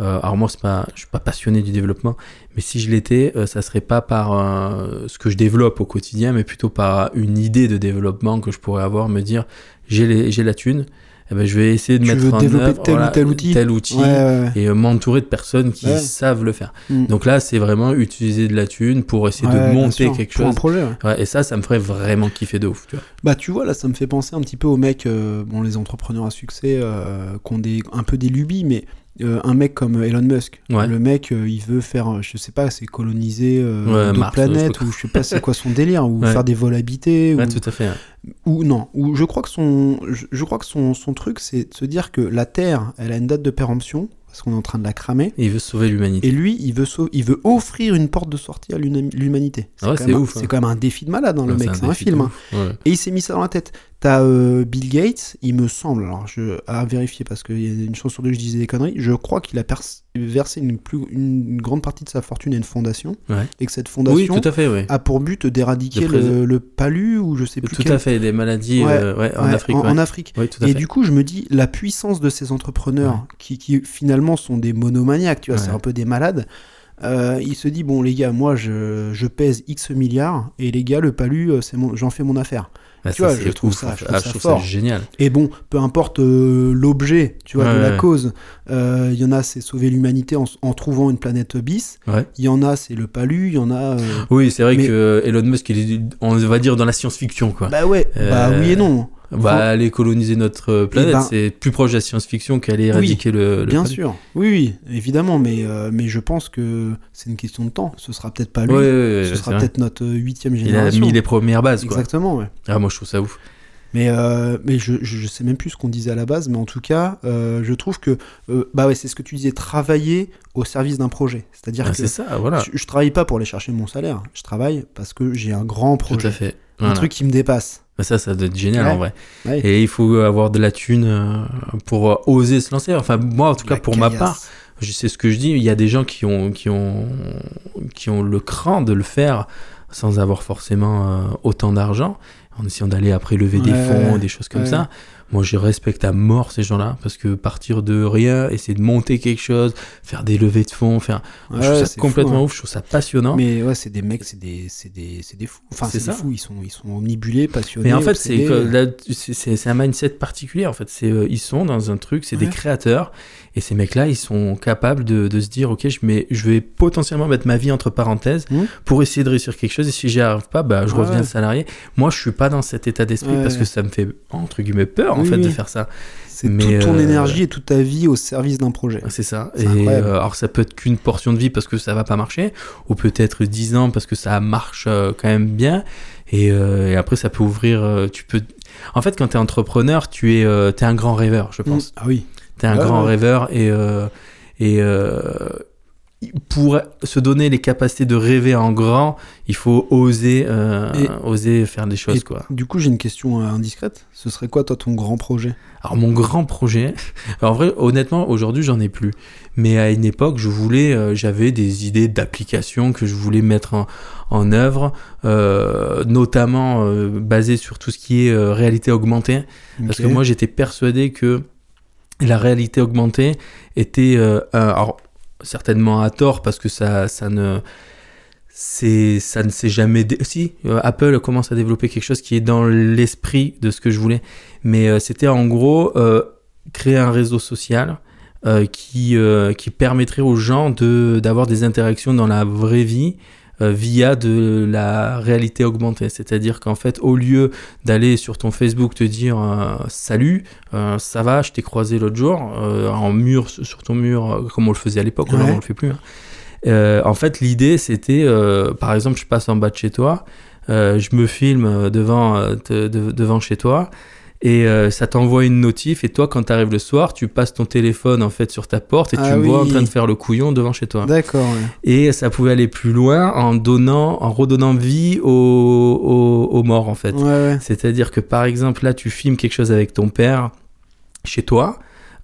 euh, alors moi, c'est pas, je suis pas passionné du développement, mais si je l'étais, euh, ça serait pas par euh, ce que je développe au quotidien, mais plutôt par une idée de développement que je pourrais avoir, me dire, j'ai les- j'ai la thune, eh ben, je vais essayer de Tu mettre veux en développer œuvre, tel ou voilà, tel outil. tel outil, Ouais, ouais, ouais. et euh, m'entourer de personnes qui Ouais. savent le faire. Mm. Donc là, c'est vraiment utiliser de la thune pour essayer Ouais, de bien monter sûr, quelque pour un chose. projet. ouais. Ouais, et ça, ça me ferait vraiment kiffer de ouf. Tu vois. Bah tu vois là, ça me fait penser un petit peu aux mecs, euh, bon les entrepreneurs à succès euh, qui ont des, un peu des lubies, mais euh, un mec comme Elon Musk, Ouais. le mec euh, il veut faire, euh, je sais pas, c'est coloniser euh, Ouais, d'autres Mars, planètes euh, ou je sais pas c'est quoi son délire, ou <laughs> Ouais. faire des vols habités, Ouais, ou, tout à fait. hein. ouais. ou non, ou je crois que son, je, je crois que son, son truc c'est de se dire que la Terre, elle a une date de péremption parce qu'on est en train de la cramer. Et il veut sauver l'humanité. Et lui, il veut, sau- il veut offrir une porte de sortie à l'una- l'humanité. Ah ouais, quand c'est même un- ouf, hein. C'est quand même un défi de malade, hein, le Ouais, mec. C'est un, défi de film. hein. ouf. Ouais. Et il s'est mis ça dans la tête. T'as euh, Bill Gates, il me semble, alors je, à vérifier parce qu'il y a une chose sur deux que je disais des conneries, je crois qu'il a pers- versé une, plus, une grande partie de sa fortune à une fondation. Ouais. Et que cette Oui, fondation tout à fait. Ouais. a pour but d'éradiquer De prés- le, le palu ou je sais plus Tout quel- à fait. Des maladies Ouais, euh, ouais, en Ouais, Afrique. en- ouais. en Afrique. Oui, tout à Et fait. du coup, je me dis, la puissance de ces entrepreneurs qui, qui, finalement sont des monomaniaques, tu vois, c'est Ouais. un peu des malades. euh, il se dit, bon, les gars, moi je, je pèse X milliards et les gars, le palu, euh, c'est mon- j'en fais mon affaire. Ah, tu ça, vois, c'est je trouve ouf. ça- je Ah, trouve ça je trouve fort. ça génial. Et bon, peu importe euh, l'objet, tu vois, Ouais, de la ouais. cause, euh, il y en a, c'est sauver l'humanité en, s- en trouvant une planète bis, Ouais. il y en a, c'est le palu, il y en a. euh, Oui, c'est vrai Mais- que Elon Musk, il est, on va dire, dans la science-fiction, quoi. Bah, Bah ouais, Euh, bah oui et non. Enfin, aller coloniser notre euh, planète, ben- c'est plus proche de la science-fiction qu'aller éradiquer le, le Bien palu. sûr, oui, oui, évidemment, mais, euh, mais je pense que c'est une question de temps. Ce sera peut-être pas Bah, lui, Ouais, ouais, ouais, ce c'est sera vrai. peut-être notre euh, huitième Il a génération. mis les premières bases, quoi. Exactement, ouais. Ah, moi, je trouve ça ouf. Mais, euh, mais je, je, je sais même plus ce qu'on disait à la base, mais en tout cas, euh, je trouve que, euh, bah ouais, c'est ce que tu disais, travailler au service d'un projet. C'est-à-dire Ah, que c'est ça, voilà. je, je travaille pas pour aller chercher mon salaire, je travaille parce que j'ai un grand Tout projet, à fait. un Voilà. truc qui me dépasse. Bah, Ça, ça doit être génial, Ouais. en vrai. Ouais. Et il faut avoir de la thune euh, pour euh, oser se lancer. Enfin, moi, en tout cas, La pour ma caillasse. part, je sais ce que je dis, il y a des gens qui ont, qui ont, qui ont le cran de le faire sans avoir forcément euh, autant d'argent, en essayant d'aller après lever des Ouais, fonds, des choses comme ouais. ça. Moi, je respecte à mort ces gens-là, parce que partir de rien, essayer de monter quelque chose, faire des levées de fonds, faire... Ouais, je trouve c'est ça fou, complètement hein. ouf, je trouve ça passionnant. Mais, Mais ouais, c'est des mecs, c'est des, c'est des, c'est des fous. Enfin, C'est c'est des ça. fous, ils sont, ils sont omnibulés, passionnés. en fait, c'est obsédés. que là, c'est- c'est c'est un mindset particulier, en fait. C'est, euh, ils sont dans un truc, c'est des Ouais. créateurs, et ces mecs-là, ils sont capables de, de se dire, OK, je, mets, je vais potentiellement mettre ma vie entre parenthèses, Mhm. pour essayer de réussir quelque chose. Et si j'y arrive pas, bah, je Ouais, reviens ouais. salarié. Moi, je suis pas dans cet état d'esprit Ouais. parce que ça me fait entre guillemets peur en Oui, fait de oui. faire ça. C'est mais, toute ton euh, énergie et toute ta vie au service d'un projet. C'est ça. C'est Et incroyable. euh, alors, ça peut être qu'une portion de vie parce que ça va pas marcher, ou peut-être 10 ans parce que ça marche euh, quand même bien. Et, euh, et après, ça peut ouvrir. euh, tu peux. En fait, quand t'es entrepreneur, tu es, euh, t'es un grand rêveur, je pense. Ah oui. T'es un Ouais, grand ouais. rêveur et, euh, et euh, pour se donner les capacités de rêver en grand, il faut oser, euh, Et- oser faire des choses. et- quoi. Du coup, j'ai une question euh, indiscrète. Ce serait quoi, toi, ton grand projet Alors mon grand projet, <laughs> en vrai honnêtement aujourd'hui j'en ai plus, mais à une époque je voulais, euh, j'avais des idées d'applications que je voulais mettre en, en œuvre, euh, notamment euh, basées sur tout ce qui est euh, réalité augmentée, parce Ok. que moi j'étais persuadé que la réalité augmentée était, euh, un- alors certainement à tort parce que ça, ça ne c'est ça ne s'est jamais dé- si euh, Apple commence à développer quelque chose qui est dans l'esprit de ce que je voulais mais euh, c'était en gros euh, créer un réseau social euh, qui euh, qui permettrait aux gens de d'avoir des interactions dans la vraie vie euh, via de la réalité augmentée c'est-à-dire qu'en fait au lieu d'aller sur ton Facebook te dire euh, salut euh, ça va je t'ai croisé l'autre jour euh, en mur sur ton mur euh, comme on le faisait à l'époque aujourd'hui Ouais. on le fait plus hein. Euh, en fait, l'idée, c'était, euh, par exemple, je passe en bas de chez toi, euh, je me filme euh, devant, euh, te- de- devant chez toi, et euh, ça t'envoie une notif, et toi, quand t'arrives le soir, tu passes ton téléphone, en fait, sur ta porte, et tu Ah me vois en oui. train de faire le couillon devant chez toi. D'accord. ouais. Et ça pouvait aller plus loin en donnant, en redonnant vie aux, aux- aux morts, en fait. Ouais, ouais. C'est-à-dire que, par exemple, là, tu filmes quelque chose avec ton père, chez toi,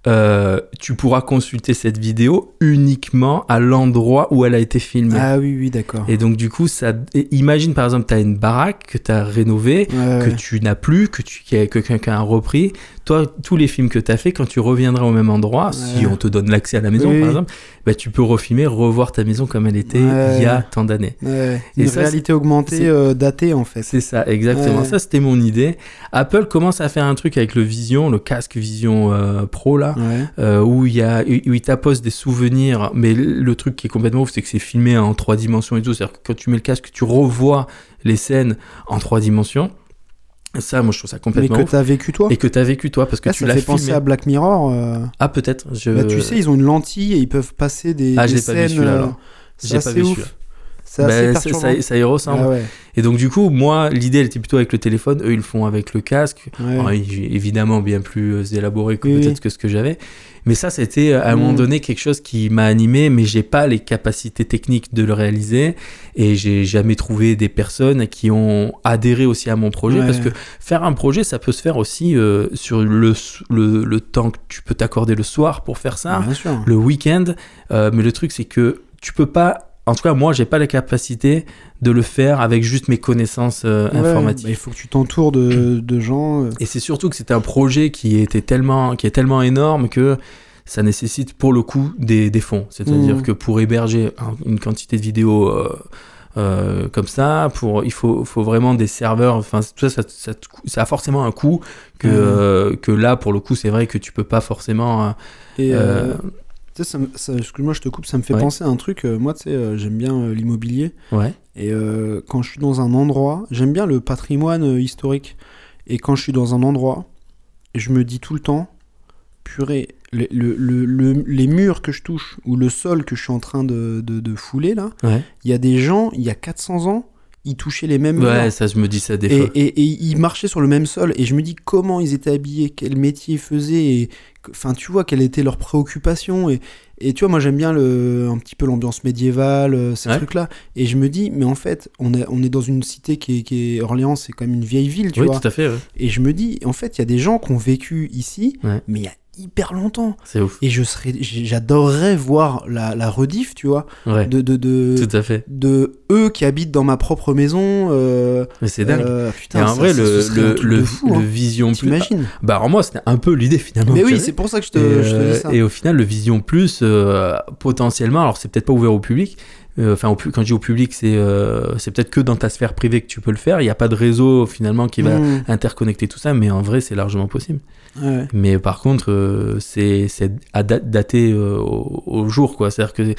euh, tu pourras consulter cette vidéo uniquement à l'endroit où elle a été filmée. Ah oui, oui, d'accord. Et donc, du coup, ça. et Imagine par exemple, tu as une baraque que tu as rénovée, Ouais, que ouais. tu n'as plus, que, tu, que que quelqu'un a repris. Toi, tous les films que tu as fait, quand tu reviendras au même endroit, si Ouais. on te donne l'accès à la maison, Oui, oui. par exemple, bah, tu peux refilmer, revoir ta maison comme elle était il y a Ouais. tant d'années. Ouais, Et une ça, réalité augmentée c'est- euh, datée en fait. C'est ça, exactement. Ouais. Ça, c'était mon idée. Apple commence à faire un truc avec le Vision, le casque Vision euh, Pro, là, Ouais. euh, où il y a, où il t'appose des souvenirs. Mais le truc qui est complètement ouf, c'est que c'est filmé en trois dimensions et tout. C'est-à-dire que quand tu mets le casque, tu revois les scènes en trois dimensions. Ça, moi, je trouve ça Mais complètement que ouf. t'as vécu toi Et que t'as vécu, toi, parce que Ah, tu Ça l'as fait filmé. penser à Black Mirror. euh. Ah, peut-être. Je... Bah, tu sais, ils ont une lentille et ils peuvent passer des, Ah, je des l'ai pas vu scènes. celui-là, euh, alors. c'est J'ai pas assez vu ouf. celui-là. C'est Bah, assez ça- perturbant. ça, ça y ressemble. Ah ouais, Et donc, du coup, moi, l'idée, elle était plutôt avec le téléphone. Eux, ils le font avec le casque. ouais. Alors, il est évidemment bien plus euh, élaboré que Oui, peut-être oui. que ce que j'avais. Mais ça, c'était euh, à un Mm. moment donné quelque chose qui m'a animé, mais j'ai pas les capacités techniques de le réaliser. Et j'ai jamais trouvé des personnes qui ont adhéré aussi à mon projet. Ouais. Parce que faire un projet, ça peut se faire aussi euh, sur le, s- le, le temps que tu peux t'accorder le soir pour faire ça, Ah, Bien sûr. le week-end. Euh, mais le truc, c'est que tu peux pas. En tout cas, moi, j'ai pas la capacité de le faire avec juste mes connaissances euh, Ouais, informatiques. bah, il faut que tu t'entoures de, de gens. euh. Et c'est surtout que c'était un projet qui était tellement, qui est tellement énorme que ça nécessite pour le coup des, des fonds. C'est-à-dire Mhm. que pour héberger un- une quantité de vidéos euh, euh, comme ça, pour, il faut, faut vraiment des serveurs. Enfin, tout ça, ça, ça te cou- ça a forcément un coût que, Mhm. euh, que là, pour le coup, c'est vrai que tu peux pas forcément. euh, Et, euh, euh, tu sais, ça me- ça- excuse-moi, je te coupe, ça me fait Ouais. penser à un truc. euh, moi, tu sais, euh, j'aime bien euh, l'immobilier. ouais. Et euh, quand je suis dans un endroit, j'aime bien le patrimoine euh, historique. Et quand je suis dans un endroit, je me dis tout le temps, purée, le- le- le- le- les murs que je touche ou le sol que je suis en train de, de- de fouler là, Ouais. il y a des gens, il y a 400 ans, ils touchaient les mêmes murs. Ouais, ça, je me dis ça des Et, fois. et- et ils marchaient sur le même sol. Et je me dis comment ils étaient habillés, quel métier ils faisaient. et que- Enfin, tu vois, quelles étaient leurs préoccupations. Et, et tu vois, moi, j'aime bien le, un petit peu l'ambiance médiévale, euh, ces Ouais. trucs-là. Et je me dis, mais en fait, on est, on est dans une cité qui est, qui est- Orléans, c'est quand même une vieille ville, tu Oui, vois. tout à fait. ouais. Et je me dis, en fait, il y a des gens qui ont vécu ici, Ouais. mais il y a hyper longtemps. C'est ouf. Et je serais, j'ai- j'adorerais voir la, la rediff, tu vois, Ouais. de, de, de, Tout à fait. de eux qui habitent dans ma propre maison. euh, Mais c'est dingue. euh, et putain, en ça- vrai, ça- le, ce serait un le, truc le, de fou, le hein. vision plus. T'imagines Bah, en moi, c'était un peu l'idée finalement. Mais que oui, j'avais. c'est pour ça que je et, te, je te euh, dis ça. et au final, le Vision Plus, euh, potentiellement, alors c'est peut-être pas ouvert au public, euh, enfin au pu- quand je dis au public, c'est euh, c'est peut-être que dans ta sphère privée que tu peux le faire, il n'y a pas de réseau finalement qui va Mm. interconnecter tout ça, mais en vrai c'est largement possible. Ouais. Mais par contre, euh, c'est c'est à da- daté euh, au, au jour, quoi. C'est-à-dire que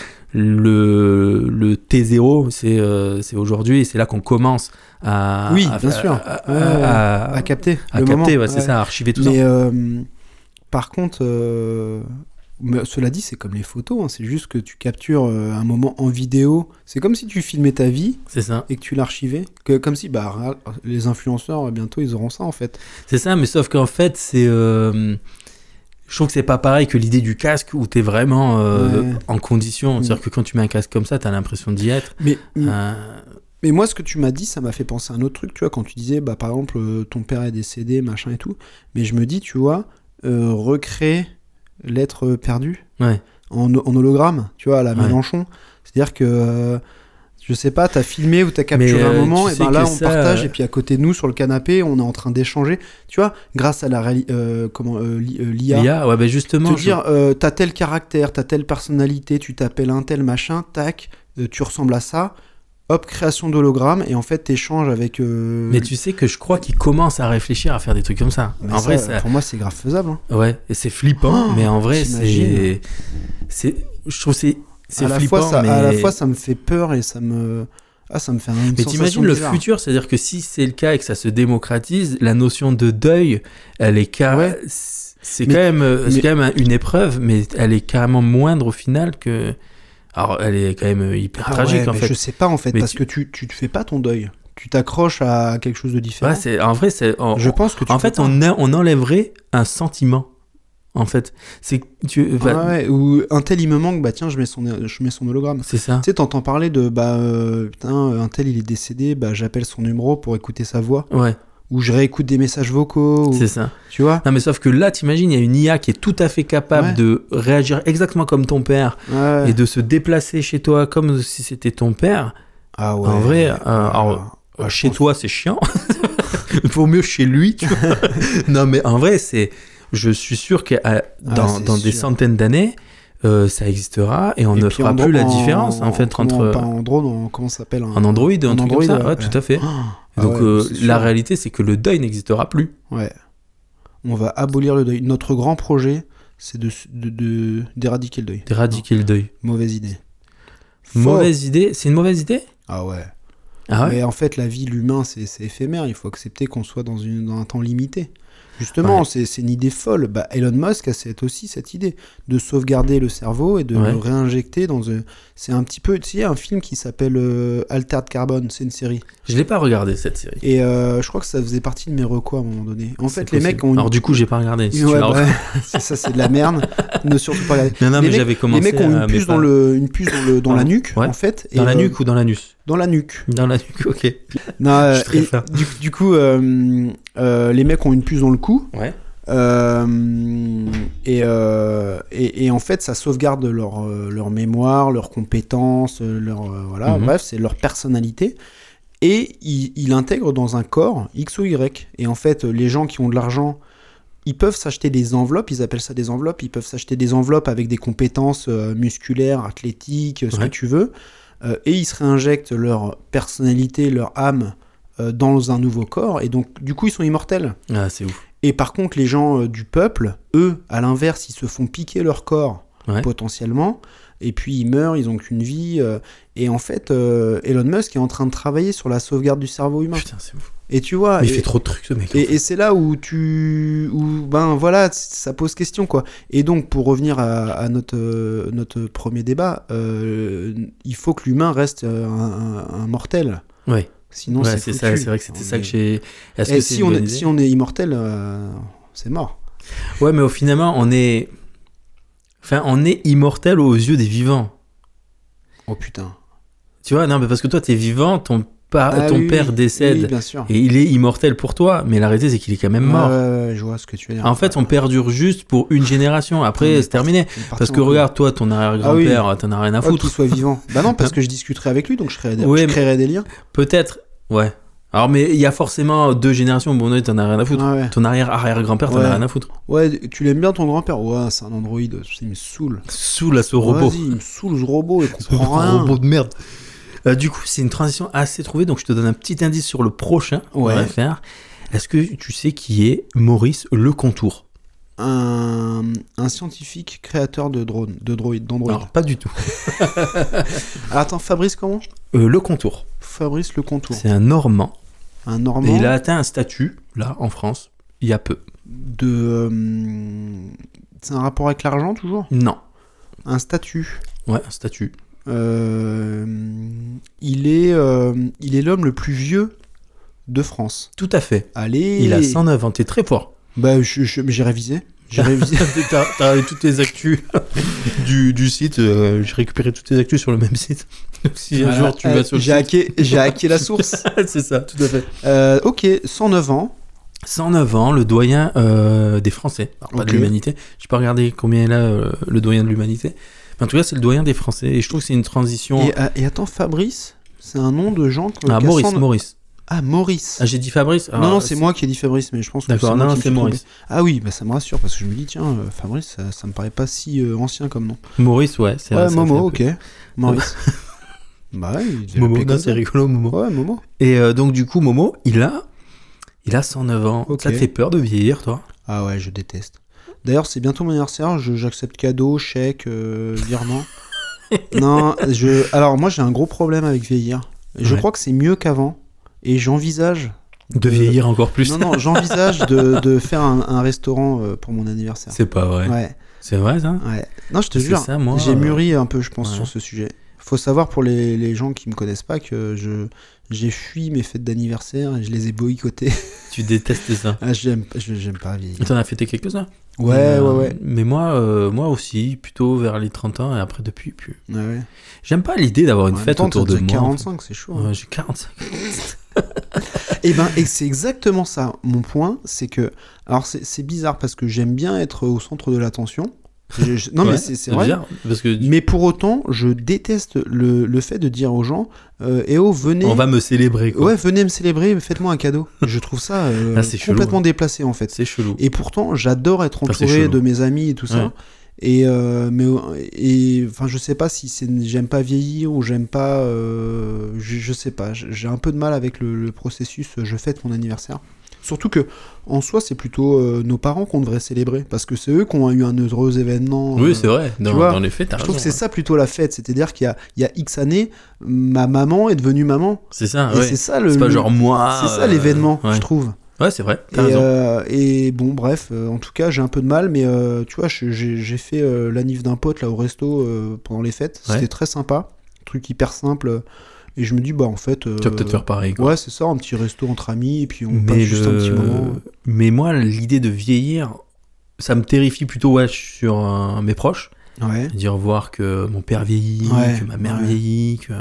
le, le T0, c'est euh, c'est aujourd'hui, et c'est là qu'on commence à... Oui, à- bien à- sûr. à- à- Ouais. à- Bah, À capter. à le capter, moment. ouais, c'est ça, à archiver tout ça. Mais euh, par contre, euh, mais cela dit, c'est comme les photos. hein, c'est juste que tu captures euh, un moment en vidéo. C'est comme si tu filmais ta vie C'est ça. et que tu l'archivais. Que, comme si bah, les influenceurs, euh, bientôt, ils auront ça en fait. C'est ça, mais sauf qu'en fait, c'est. euh, je trouve que c'est pas pareil que l'idée du casque où t'es vraiment euh, Ouais. en condition. Mm. C'est-à-dire que quand tu mets un casque comme ça, t'as l'impression d'y être. Mais, Euh, mais moi, ce que tu m'as dit, ça m'a fait penser à un autre truc. Tu vois, quand tu disais, bah, par exemple, euh, ton père est décédé, machin et tout. Mais je me dis, tu vois, euh, recréer l'être perdu. ouais. en, en hologramme, tu vois, à la Ouais. Mélenchon. C'est-à-dire que, euh, je sais pas, t'as filmé ou t'as capturé Mais, euh, un moment, tu et sais ben là, que on ça, partage, euh, et puis à côté de nous, sur le canapé, on est en train d'échanger. Tu vois, grâce à la réali- euh, comment euh, li- euh, l'IA, L'IA, ouais, bah justement. te je- dire, euh, t'as tel caractère, t'as telle personnalité, tu t'appelles un tel machin, tac, euh, tu ressembles à ça. Hop, création d'hologramme, et en fait, t'échanges avec. euh, Mais tu sais que je crois qu'ils commencent à réfléchir à faire des trucs comme ça. mais en ça, vrai, ça. pour moi, c'est grave faisable. hein. Ouais, et c'est flippant, Oh, mais en vrai, t'imagines. c'est. c'est- Je trouve que c'est. C'est à, la flippant, fois, ça, mais... à la fois, ça me fait peur et ça me. Ah, ça me fait un. Mais t'imagines le futur, c'est-à-dire que si c'est le cas et que ça se démocratise, la notion de deuil, elle est car... Ouais. c'est Mais- quand même, euh, c'est mais- quand même une épreuve, mais elle est carrément moindre au final que. Alors, elle est quand même euh, hyper Ah tragique ouais, en mais fait. Je sais pas en fait, Mais parce tu- que tu, tu te fais pas ton deuil. Tu t'accroches à quelque chose de différent. Ouais, c'est en vrai, c'est en, je pense que tu en peux fait, pas. on, a- on enlèverait un sentiment. En fait, c'est que tu, enfin, Ah ouais, ou un tel il me manque, bah tiens, je mets son, je mets son hologramme. c'est ça. Tu sais, t'entends euh, parler de bah euh, putain, un tel il est décédé, bah j'appelle son numéro pour écouter sa voix. Ouais, où je réécoute des messages vocaux, ou- C'est ça. tu vois Non, mais sauf que là, t'imagines, il y a une IA qui est tout à fait capable Ouais. de réagir exactement comme ton père Ouais. et de se déplacer chez toi comme si c'était ton père. Ah ouais. En vrai, euh, Ah, alors, euh, ah, je chez pense- toi, c'est chiant. <laughs> Vaut mieux chez lui, tu <laughs> vois. non, mais en vrai, c'est. Je suis sûr que euh, dans, Ah, c'est dans des sûr. centaines d'années, euh, ça existera et on Et ne puis fera en plus la dro- en- différence, en fait, comment- entre. pas en drone, en- comment ça s'appelle En Android, un En truc Android, comme ça. ouais. Ouais, tout à fait. <gasps> Ah, Et Donc ouais, euh, c'est sûr. la réalité, c'est que le deuil n'existera plus. Ouais. On va abolir le deuil. Notre grand projet, c'est de, de, de- d'éradiquer le deuil. D'éradiquer le deuil. Non, mauvaise idée. Mauvaise idée. C'est une mauvaise idée Fort. Ah ouais. Ah ouais Mais en fait, la vie, l'humain, c'est, c'est éphémère. Il faut accepter qu'on soit dans, une, dans un temps limité. Justement, Ouais. c'est, c'est une idée folle. Bah, Elon Musk a cette- aussi cette idée de sauvegarder le cerveau et de Ouais. le réinjecter dans un. C'est un petit peu. Tu sais, il y a un film qui s'appelle euh, Altered Carbon, c'est une série. Je l'ai pas regardé cette série. Et euh, je crois que ça faisait partie de mes recos à un moment donné. En fait, C'est les possible. mecs ont une. Alors du coup, j'ai pas regardé. si tu Ouais, l'as bah, refait. <laughs> c'est ça, c'est de la merde. ne surtout pas regarder. Non, non, les mais mecs- j'avais Les commencé. mecs à- ont une mais puce, pas- dans le, une puce dans, le, dans la nuque, Ouais. en fait. Dans et, la euh, nuque ou dans l'anus Dans la nuque. Dans la nuque, <laughs> ok. Non, euh, Je serais et ça. du, du coup, euh, euh, les mecs ont une puce dans le cou. Ouais. euh, et, euh, et, et en fait, ça sauvegarde leur, euh, leur mémoire, leurs compétences, euh, leur, euh, voilà, Mhm. bref, c'est leur personnalité. Et il, il intègre dans un corps X ou Y. Et en fait, les gens qui ont de l'argent, ils peuvent s'acheter des enveloppes, ils appellent ça des enveloppes, ils peuvent s'acheter des enveloppes avec des compétences euh, musculaires, athlétiques, ce Ouais. que tu veux, euh, et ils se réinjectent leur personnalité, leur âme euh, dans un nouveau corps, et donc du coup ils sont immortels. Ah, c'est ouf. Et par contre les gens euh, du peuple, eux, à l'inverse, ils se font piquer leur corps Ouais. potentiellement, et puis ils meurent, ils ont qu'une vie, euh, et en fait euh, Elon Musk est en train de travailler sur la sauvegarde du cerveau humain. Putain, c'est ouf. Et tu Mais vois, Ah, et- il fait trop de trucs, ce mec. hein. en fait. et, et c'est là où tu. Où, ben voilà, c- ça pose question quoi. Et donc, pour revenir à, à notre, euh, notre premier débat, euh, il faut que l'humain reste euh, un, un- un mortel. Ouais. Sinon, Ouais, c'est. c'est foutu. ça. C'est vrai que c'était On ça est- que j'ai. Est-ce Eh, que c'est si, une on bonne est, idée si on est immortel, euh, c'est mort. Ouais, mais au finalement, on est. Enfin, on est immortel aux yeux des vivants. Oh putain. Tu vois, non, mais parce que toi, t'es vivant, ton, pa- Ah, ton oui, père oui, décède Oui, bien sûr. et il est immortel pour toi, mais la réalité, c'est qu'il est quand même mort. Ouais, ouais, ouais, je vois ce que tu veux dire. En fait, on perdure juste pour une génération. On Après, est c'est terminé. On est parti Parce en que couille. regarde, toi, ton arrière-grand-père, t'en as rien à Oh, foutre. Hein qu'il soit vivant. bah non, parce que je discuterai avec lui, donc je créerai des, Ouais, je mais- créerai des liens. Peut-être, ouais. Alors, mais il y a forcément deux générations. Bon, non, t'en as rien à foutre. Ah ouais. Ton arrière-arrière-grand-père, t'en Ouais. as rien à foutre. ouais, tu l'aimes bien ton grand-père Ouais, c'est un androïde, il me saoule. Sous la ce robot. Vas-y, il me saoule ce robot et Ce comprend rien. <laughs> robot de merde. Euh, du coup, c'est une transition assez trouvée, donc je te donne un petit indice sur le prochain qu'on Ouais. va faire. Est-ce que tu sais qui est Maurice Le Contour Un, un scientifique créateur de drones, de droïdes, d'androïdes. Ah, Alors, pas du tout. Attends, Fabrice comment Euh, le Contour, Fabrice le contour. c'est un Normand. Un Et normand il a atteint un statut, là, en France, il y a peu. de. euh, c'est un rapport avec l'argent toujours Non. Un statut. Ouais, un statut. Euh, il est euh, il est l'homme le plus vieux de France. Tout à fait. Allez. Il a 109 ans, t'es très fort. Bah, je- je- j'ai révisé. J'ai révisé. <laughs> T'as t'as toutes les actus <laughs> du, du site, euh, j'ai récupéré toutes les actus sur le même site. <laughs> Donc <laughs> si un Voilà. jour tu Euh, vas sur le J'ai site, hacké, j'ai hacké la source. c'est ça, <laughs> tout à fait. Euh, ok, 109 ans. 109 ans, le doyen euh, des Français. Alors, pas Ok. de l'humanité. J'ai pas regardé combien il a euh, le doyen de l'humanité. Mais en tout cas, c'est le doyen des Français. Et je trouve que c'est une transition. Et, euh, et attends, Fabrice, c'est un nom de gens que. Ah, qu'a Maurice, cent- Maurice. Ah, Maurice. Ah, j'ai dit Fabrice non, Alors, non, c'est moi qui ai dit Fabrice, mais je pense que D'accord, moi non, non, qui me c'est suis trompé. Maurice. Ah oui, bah ça me rassure parce que je me dis, tiens, euh, Fabrice, ça, ça me paraît pas si euh, ancien comme nom. Maurice, ouais. c'est Ouais, ça Momo, fait ok. <laughs> Maurice. bah ouais, un il peu- devait Momo, l'appeler non, comme c'est ça. rigolo, Momo. Ouais, Momo. Et euh, donc, du coup, Momo, il a. Il a 109 ans. Ok. Ça te fait peur de vieillir, toi Ah ouais, je déteste. D'ailleurs, c'est bientôt mon anniversaire, je- j'accepte cadeau, chèque, euh, <laughs> virement. non, je. Alors, moi, j'ai un gros problème avec vieillir. Je Ouais. crois que c'est mieux qu'avant et j'envisage De Euh, vieillir encore plus Non, non, j'envisage de, de faire un, un restaurant euh, pour mon anniversaire. <laughs> C'est pas vrai. Ouais, C'est vrai, ça ouais. Non, je Parce te que jure, ça, moi, j'ai euh, mûri un peu, je pense, ouais. sur ce sujet. Faut savoir pour les, les gens qui me connaissent pas que je j'ai fui mes fêtes d'anniversaire et je les ai boycottées. <laughs> Tu détestes ça. Ah, j'aime je- j'aime pas Et vieillir. T'en as fêté quelques-uns Mais, Ouais, euh, ouais, ouais, Mais moi, euh, moi aussi, plutôt vers les 30 ans et après depuis. Plus. ouais, ouais. J'aime pas l'idée d'avoir une En même fête temps, autour t'as de déjà moi. en fait. 45, c'est chaud. hein. Ouais, J'ai 45. Et ben, et c'est exactement ça. Mon point, c'est que. Alors, c'est c'est bizarre parce que j'aime bien être au centre de l'attention. Je- je- Non, Ouais, mais c'est c'est vrai. bizarre, parce que Mais pour autant, je déteste le, le fait de dire aux gens euh, Eh oh, venez. on va me célébrer. Quoi. Ouais, venez me célébrer, faites-moi un cadeau. Je trouve ça euh, Ah, c'est chelou, complètement déplacé en fait. C'est chelou. Et pourtant, j'adore être Ah, c'est entouré chelou. de mes amis et tout ça. Ouais. Et euh, mais et enfin, je sais pas si c'est j'aime pas vieillir ou j'aime pas, euh, je, je sais pas. J'ai un peu de mal avec le, le processus. euh, Je fête mon anniversaire. Surtout que en soi, c'est plutôt euh, nos parents qu'on devrait célébrer parce que c'est eux qui ont eu un heureux événement. euh, Oui, c'est vrai. Dans, vois, dans les faits, t'as je trouve raison, que c'est ouais. ça plutôt la fête, c'est-à-dire qu'il y a, il y a X années, ma maman est devenue maman. hein. C'est ça, et Ah ouais. c'est ça le. C'est pas le- genre moi. c'est ça euh, l'événement, Ouais, je trouve. Ouais, c'est vrai. Et, T'as raison. euh, et bon, bref, euh, en tout cas, j'ai un peu de mal, mais euh, tu vois, je- j'ai j'ai fait euh, la nif d'un pote là au resto euh, pendant les fêtes. Ouais. C'était très sympa, truc hyper simple. Et je me dis, bah en fait. Tu vas euh, peut-être faire pareil. Quoi. Ouais, c'est ça, un petit resto entre amis, et puis on passe mais, juste un le- petit moment. mais moi, l'idée de vieillir, ça me terrifie plutôt ouais, sur euh, mes proches. Ouais. Dire voir que mon père vieillit, Ouais, que ma mère ouais. vieillit, que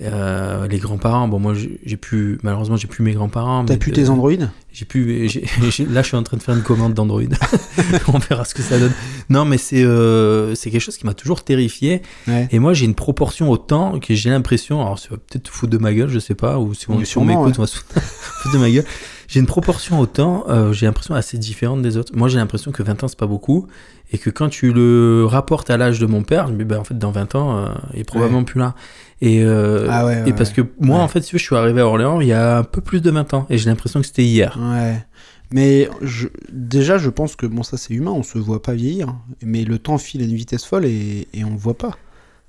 euh, les grands-parents. Bon, moi, j'ai j'ai plus. Malheureusement, j'ai plus mes grands-parents. T'as mais pu de- tes androïdes J'ai pu. j'ai- <laughs> j'ai- Là, je suis en train de faire une commande d'Android. <laughs> On verra ce que ça donne. Non, mais c'est euh, c'est quelque chose qui m'a toujours terrifié. Ouais. Et moi, j'ai une proportion au temps que j'ai l'impression. Alors, ça va peut-être te foutre de ma gueule, je sais pas, ou si on, Mais si on sûrement, m'écoute, on va se foutre <laughs> foutre de ma gueule. J'ai une proportion au temps, euh, j'ai l'impression assez différente des autres. Moi, j'ai l'impression que 20 ans, c'est pas beaucoup. Et que quand tu le rapportes à l'âge de mon père, je me dis, ben, en fait, dans 20 ans, euh, il est probablement plus là. Et, euh, Ah ouais, et ouais, parce que moi, en fait, si tu veux, je suis arrivé à Orléans il y a un peu plus de 20 ans. Et j'ai l'impression que c'était hier. Ouais. Mais je- déjà, je pense que bon, ça c'est humain, on se voit pas vieillir, mais le temps file à une vitesse folle et, et on voit pas.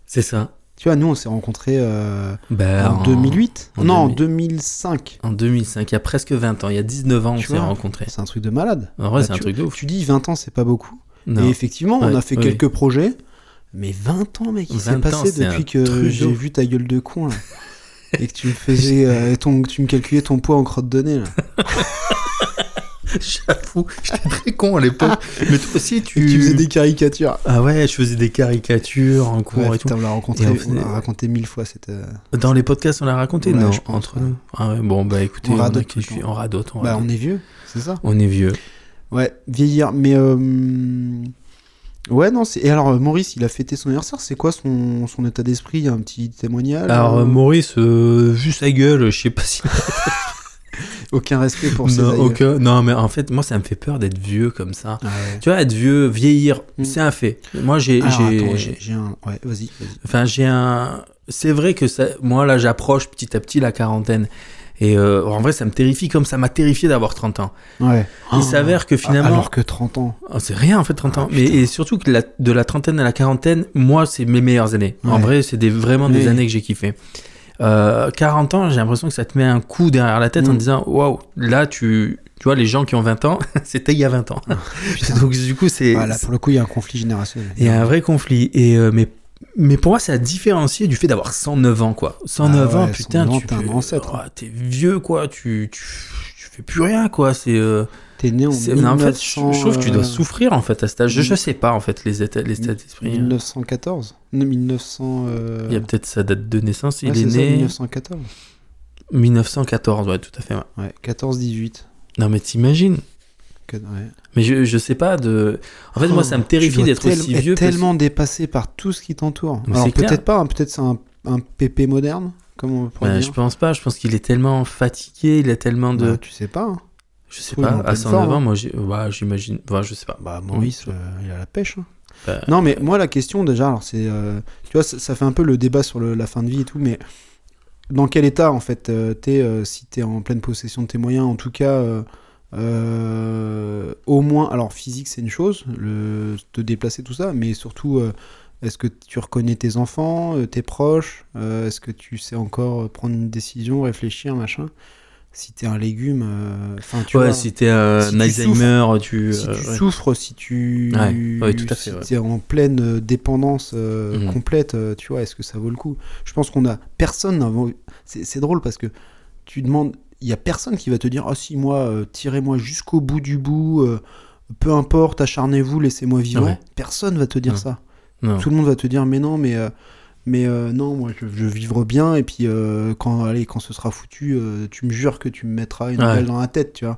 C'est ça. Tu vois, nous on s'est rencontrés euh, Ben, en 2008, en non, en 2000. 2005. En 2005, il y a presque 20 ans, il y a 19 ans, on Tu s'est vois rencontrés. Eh, C'est un truc de malade. En vrai, Bah, c'est un truc de ouf. Tu dis 20 ans, c'est pas beaucoup. Non. Et effectivement, on Ouais, a fait oui. quelques projets, mais 20 ans, mec, il 20 s'est ans, passé c'est un depuis que truc de j'ai ouf. vu ta gueule de <laughs> con là. Et que tu me faisais, euh, ton, que tu me calculais ton poids en crotte de <laughs> nez là. <laughs> J'avoue, j'étais très con à <laughs> l'époque. mais toi aussi, Et tu... que tu faisais des caricatures. Ah ouais, je faisais des caricatures en cours Ouais, et tout. putain, on l'a rencontré, Et en fait- on l'a raconté mille fois cette. euh, Dans les podcasts, on l'a raconté, Ouais, non je pense, Entre ouais. nous. Ah ouais, bon, bah écoutez, On on, a radote qui- tout le temps. on radote, on Bah, radote. on est vieux, c'est ça. on... est vieux. Ouais, vieillir. Mais euh, ouais, non. c'est- Et alors, euh, Maurice, il a fêté son anniversaire. C'est quoi son, son état d'esprit Il y a Un petit témoignage Alors, euh, euh, Maurice, euh, vu sa gueule, je sais pas si. aucun respect pour <laughs> ses non, aïeux. aucun- non, mais en fait, moi, ça me fait peur d'être vieux comme ça. Ah ouais. Tu vois, être vieux, vieillir, Mm. c'est un fait. Moi, j'ai. Alors, j'ai- attends, j'ai j'ai un. Ouais, vas-y. vas-y. Enfin, j'ai un. C'est vrai que ça... moi, là, j'approche petit à petit la quarantaine. Et euh, en vrai, ça me terrifie comme ça m'a terrifié d'avoir 30 ans. Ouais. Il s'avère que finalement. Ah. Alors que 30 <laughs> ans. Oh, c'est rien en fait 30 ans. Ah, Mais putain. et surtout que la- de la trentaine à la quarantaine, moi, c'est mes meilleures années. En Ouais. vrai, c'est des, vraiment des Oui. années que j'ai kiffé. Euh, 40 ans, j'ai l'impression que ça te met un coup derrière la tête en Mm. disant Waouh, là, tu. Tu vois, les gens qui ont 20 ans, <laughs> c'était il y a 20 ans. Putain. Donc, du coup, c'est. Ah, là, pour le coup, il y a un conflit générationnel. Il y a un vrai conflit. Et, euh, mais, mais pour moi, ça a différencié du fait d'avoir 109 ans, quoi. 109 Ah ouais, ans, putain, 109, tu t'es un peux- ancêtre. oh, t'es vieux, quoi. Tu, tu, tu fais plus rien, quoi. C'est. euh, T'es né en. c'est- mais en fait, je, 1900, je trouve que tu euh, dois souffrir, en fait, à cet âge. Je, je sais pas, en fait, les états, les états euh, d'esprit. hein. 1914 Non, 1900. euh, Il y a peut-être sa date de naissance. ouais, Il c'est est ça, né 1914. 1914, ouais, tout à fait. ouais. Ouais, 14-18. Non, mais t'imagines. Ouais. Mais je, je sais pas de. En fait, moi, ça me Oh, terrifie tu dois d'être tel- aussi être vieux. parce- tellement dépassé par tout ce qui t'entoure. Mais Alors c'est clair. peut-être pas, hein, peut-être c'est un, un PP moderne, comme on pourrait Ben, dire. je pense pas. Je pense qu'il est tellement fatigué. Il a tellement de. Bah, tu sais pas. hein. Je Je sais trouve pas, qu'il est en à pleine 109 ans, forme. moi j'ai- ouais, j'imagine. Ouais, je sais pas. Bah Maurice, euh, il a la pêche. hein. Bah, non mais moi la question déjà, alors c'est, euh, tu vois, ça, ça fait un peu le débat sur le- la fin de vie et tout, mais dans quel état en fait euh, t'es euh, si t'es en pleine possession de tes moyens, en tout cas. euh, euh, au moins, alors physique c'est une chose, le, te déplacer tout ça, mais surtout, euh, est-ce que tu reconnais tes enfants, euh, tes proches, euh, est-ce que tu sais encore prendre une décision, réfléchir, machin. Si t'es un légume, euh, enfin tu ouais, vois. si t'es un si tu Alzheimer, tu. Si euh, tu ouais. souffres, si tu Ouais, ouais, tout à si fait, ouais. t'es en pleine euh, dépendance euh, Mhm. complète, euh, tu vois, est-ce que ça vaut le coup Je pense qu'on a personne. n'a- C'est c'est drôle parce que tu demandes, il y a personne qui va te dire, ah si moi, euh, tirez-moi jusqu'au bout du bout, euh, peu importe, acharnez-vous, laissez-moi vivant. Ouais. Personne va te dire Non. ça. Non. Tout le monde va te dire, mais non, mais euh, Mais euh, non, moi, je, je vivre bien. Et puis, euh, quand, allez, quand ce sera foutu, euh, tu me jures que tu me mettras une Ouais. nouvelle dans la tête, tu vois.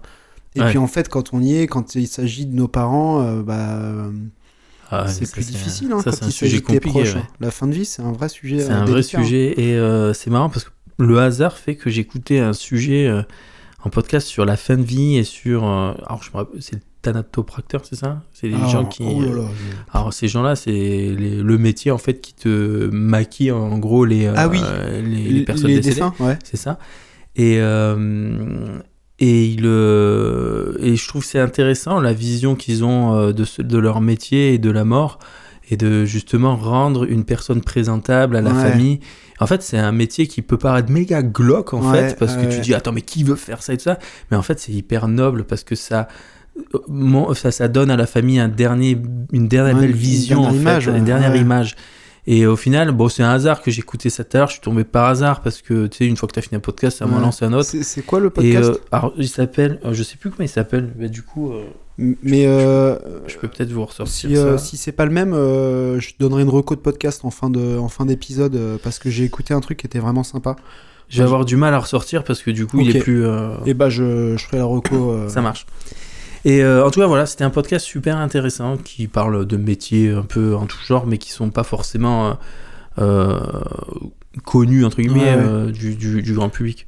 Et Ouais. puis, en fait, quand on y est, quand il s'agit de nos parents, euh, bah, Ah, c'est ça, plus difficile. hein, ça, quand c'est un il sujet s'agit de tes compliqué. proches. ouais. hein. La fin de vie, c'est un vrai sujet. C'est euh, un vrai délicat, hein. sujet et euh, c'est marrant parce que le hasard fait que j'écoutais un sujet euh, en podcast sur la fin de vie et sur euh, alors je me rappelle c'est le thanatopracteur c'est ça c'est les Ah, gens qui euh, oh là là, je- alors ces gens là c'est les- le métier en fait qui te maquille en gros les euh, Ah oui. les, les les, personnes les décédées défunts, ouais. c'est ça et euh, et il euh, et je trouve que c'est intéressant la vision qu'ils ont euh, de ce- de leur métier et de la mort et de justement rendre une personne présentable à la Ouais. famille. En fait, c'est un métier qui peut paraître méga glauque en Ouais, fait parce que ouais. tu dis attends mais qui veut faire ça et tout ça mais en fait c'est hyper noble parce que ça euh, mon- ça, ça donne à la famille un dernier, une dernière Ouais, belle une vision, dernière en fait, image, ouais, une dernière ouais. image. Et au final, bon, c'est un hasard que j'écoutais ça tout à l'heure. Je suis tombé par hasard parce que, tu sais, une fois que t'as fini un podcast, ça m'en Ouais. lance un autre. C'est c'est quoi le Et podcast euh, alors, il s'appelle, euh, je sais plus comment il s'appelle, mais du coup, euh, Mais euh, je peux peut-être vous ressortir Si, ça. euh, si c'est pas le même, euh, je donnerai une reco de podcast en fin de en fin d'épisode euh, parce que j'ai écouté un truc qui était vraiment sympa. Je vais avoir du mal à ressortir parce que du coup, il Ok. est plus. euh, Et bah je, je ferai la reco. euh, Ça marche. Et euh, en tout cas, voilà, c'était un podcast super intéressant qui parle de métiers un peu en tout genre, mais qui sont pas forcément euh, euh, connus, entre guillemets, Ouais, ouais. euh, du, du- du grand public.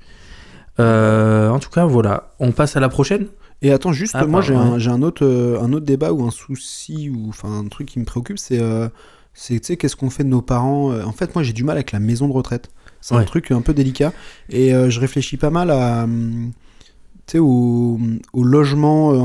Euh, en tout cas, voilà. On passe à la prochaine Et attends juste, Ah, moi pardon, j'ai un, ouais. j'ai un autre euh, un autre débat ou un souci ou enfin un truc qui me préoccupe, c'est euh, c'est tu sais qu'est-ce qu'on fait de nos parents. euh, En fait, moi j'ai du mal avec la maison de retraite. C'est un Ouais. truc un peu délicat et euh, je réfléchis pas mal à hum, tu sais, au, au logement euh,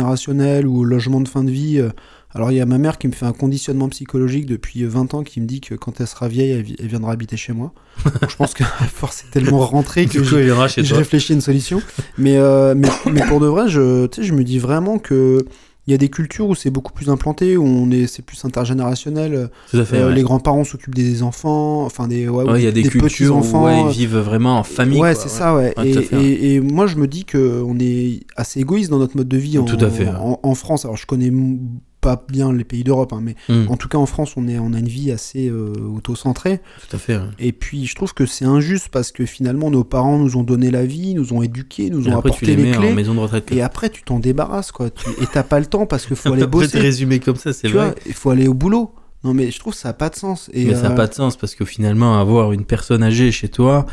intergénérationnel ou au logement de fin de vie. euh, Alors, il y a ma mère qui me fait un conditionnement psychologique depuis 20 ans qui me dit que quand elle sera vieille, elle, vi- elle viendra habiter chez moi. Donc, je pense que <laughs> la force est tellement rentrée que j'ai- il viendra chez je réfléchis à une solution. Mais, euh, mais, mais pour de vrai, je, tu sais, je me dis vraiment que. Il y a des cultures où c'est beaucoup plus implanté, où on est, c'est plus intergénérationnel. Tout à fait. Euh, ouais. Les grands-parents s'occupent des enfants, enfin des, ouais, ou Ouais, il y a des, cultures petits-enfants, où ouais, euh, ils vivent vraiment en famille. Ouais, quoi, c'est ça, ouais. Ouais, et, tout à fait, ouais. et- et moi, je me dis que on est assez égoïste dans notre mode de vie en, Tout à fait, ouais. en, en France. Alors, je connais m- pas bien les pays d'Europe, hein, mais Mm, en tout cas, en France, on, est, on a une vie assez euh, auto-centrée. tout à fait. ouais. Et puis, je trouve que c'est injuste parce que finalement, nos parents nous ont donné la vie, nous ont éduqués, nous Et ont après, tu apporté les les mets en clés. maison de retraite. quoi. Et après, tu t'en débarrasses, quoi. Tu, et t'as pas le temps parce qu'il faut aller <laughs> Après, te bosser. résumer comme ça, c'est Tu vrai. vois, il faut aller au boulot. Non, mais je trouve que ça n'a pas de sens. Et, Mais ça n'a euh, pas de sens parce que finalement, avoir une personne âgée chez toi,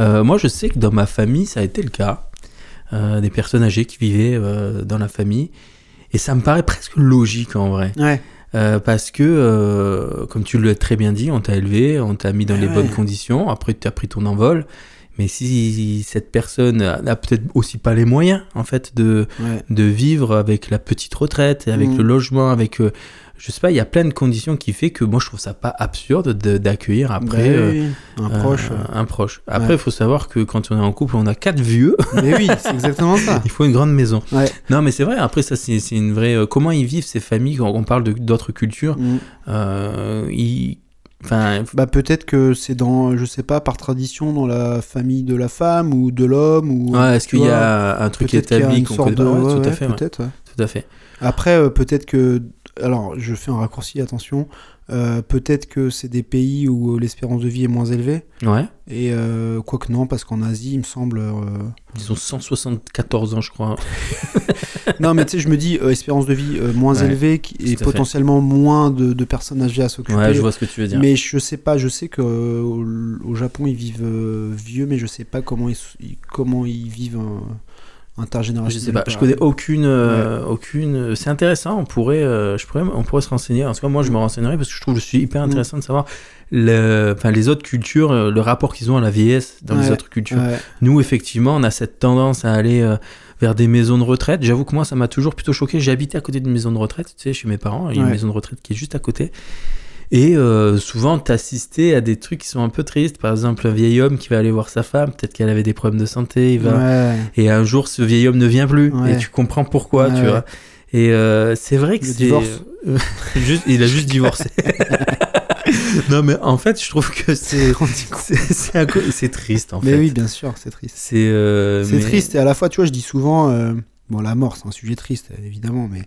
euh, moi je sais que dans ma famille, ça a été le cas. Euh, des personnes âgées qui vivaient euh, dans la famille. Et ça me paraît presque logique en vrai. Ouais, Euh, parce que, euh, comme tu l'as très bien dit, on t'a élevé, on t'a mis dans Eh les ouais. bonnes conditions, après tu as pris ton envol. Mais si cette personne a- n'a peut-être aussi pas les moyens, en fait, de, ouais. de vivre avec la petite retraite, avec Mm. le logement, avec euh, je sais pas, il y a plein de conditions qui fait que moi je trouve ça pas absurde de- d'accueillir après Bah euh, oui, un euh, <laughs> proche. un proche. Après, il Ouais. faut savoir que quand on est en couple, on a quatre vieux, Mais oui, c'est exactement ça. <laughs> il faut une grande maison. Ah. Ouais. Non, mais c'est vrai. Après, ça c'est c'est une vraie. euh, comment ils vivent ces familles quand on parle de- d'autres cultures Mm. euh, ils- Enfin, Bah peut-être que c'est dans, je sais pas, par tradition dans la famille de la femme ou de l'homme ou. ouais, est-ce tu qu'il y vois, a un truc peut-être qu'il y a établi une qu'on sorte connaît pas de- Ouais, ouais, Tout à ouais, fait. ouais, peut-être, ouais. Tout à fait. Après euh, peut-être que, alors je fais un raccourci, attention. Euh, peut-être que c'est des pays où euh, l'espérance de vie est moins élevée Ouais. et euh, quoique non parce qu'en Asie il me semble. euh, Ils ont 174 ans, je crois. non mais tu sais je me dis euh, espérance de vie euh, moins Ouais, élevée qui- et à fait. potentiellement moins de, de personnes âgées à s'occuper. Ouais, je vois ce que tu veux dire. Mais je sais pas, je sais que euh, au, au Japon ils vivent euh, vieux, mais je sais pas comment ils, s- ils- comment ils vivent euh, Je intergénérationnel. sais pas, je connais aucune, euh, aucune. C'est intéressant, on pourrait, euh, je pourrais, on pourrait se renseigner. En tout cas, moi, je me renseignerai parce que je trouve que c'est hyper Mm. intéressant de savoir le, enfin, les autres cultures, euh, le rapport qu'ils ont à la vieillesse dans les Ouais, autres cultures. Ouais. Nous, effectivement, on a cette tendance à aller euh, vers des maisons de retraite. J'avoue que moi, ça m'a toujours plutôt choqué. J'ai habité à côté d'une maison de retraite, tu sais, chez mes parents. Il y a une Ouais. maison de retraite qui est juste à côté. Et euh, souvent, t'assistais à des trucs qui sont un peu tristes. Par exemple, un vieil homme qui va aller voir sa femme, peut-être qu'elle avait des problèmes de santé, il va Ouais. et un jour ce vieil homme ne vient plus Ouais. et tu comprends pourquoi Ouais, tu ouais. vois et euh, c'est vrai que Le c'est divorce. <laughs> juste il a juste <laughs> divorcé non mais en fait je trouve que <laughs> c'est c'est c'est un co- c'est triste en Mais fait oui, bien sûr, c'est triste. c'est euh, C'est mais- triste et à la fois, tu vois, je dis souvent, euh, bon, la mort, c'est un sujet triste, évidemment, mais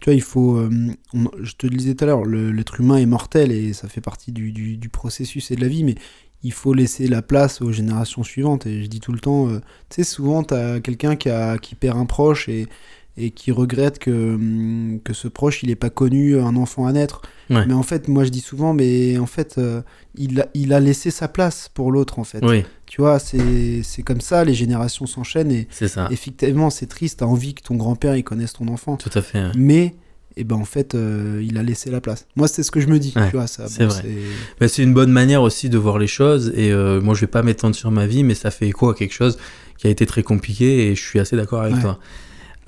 Tu vois, il faut. euh, on- je te le disais tout à l'heure, le- l'être humain est mortel et ça fait partie du, du- du processus et de la vie, mais il faut laisser la place aux générations suivantes. Et je dis tout le temps, euh, tu sais, souvent, t'as quelqu'un qui, a- qui perd un proche et, et qui regrette que, hum, que ce proche, il n'ait pas connu un enfant à naître. Ouais. Mais en fait, moi, je dis souvent, mais en fait, euh, il, a, il a laissé sa place pour l'autre, en fait. Oui, Tu vois, c'est c'est comme ça, les générations s'enchaînent et c'est ça. effectivement, c'est triste, t'as envie que ton grand-père, il connaisse ton enfant Tout à fait. ouais. mais eh ben en fait euh, il a laissé la place moi c'est ce que je me dis Ouais, tu vois ça c'est vrai. c'est- Mais c'est une bonne manière aussi de voir les choses. Et euh, moi, je vais pas m'étendre sur ma vie, mais ça fait écho à quelque chose qui a été très compliqué et je suis assez d'accord avec Ouais. toi.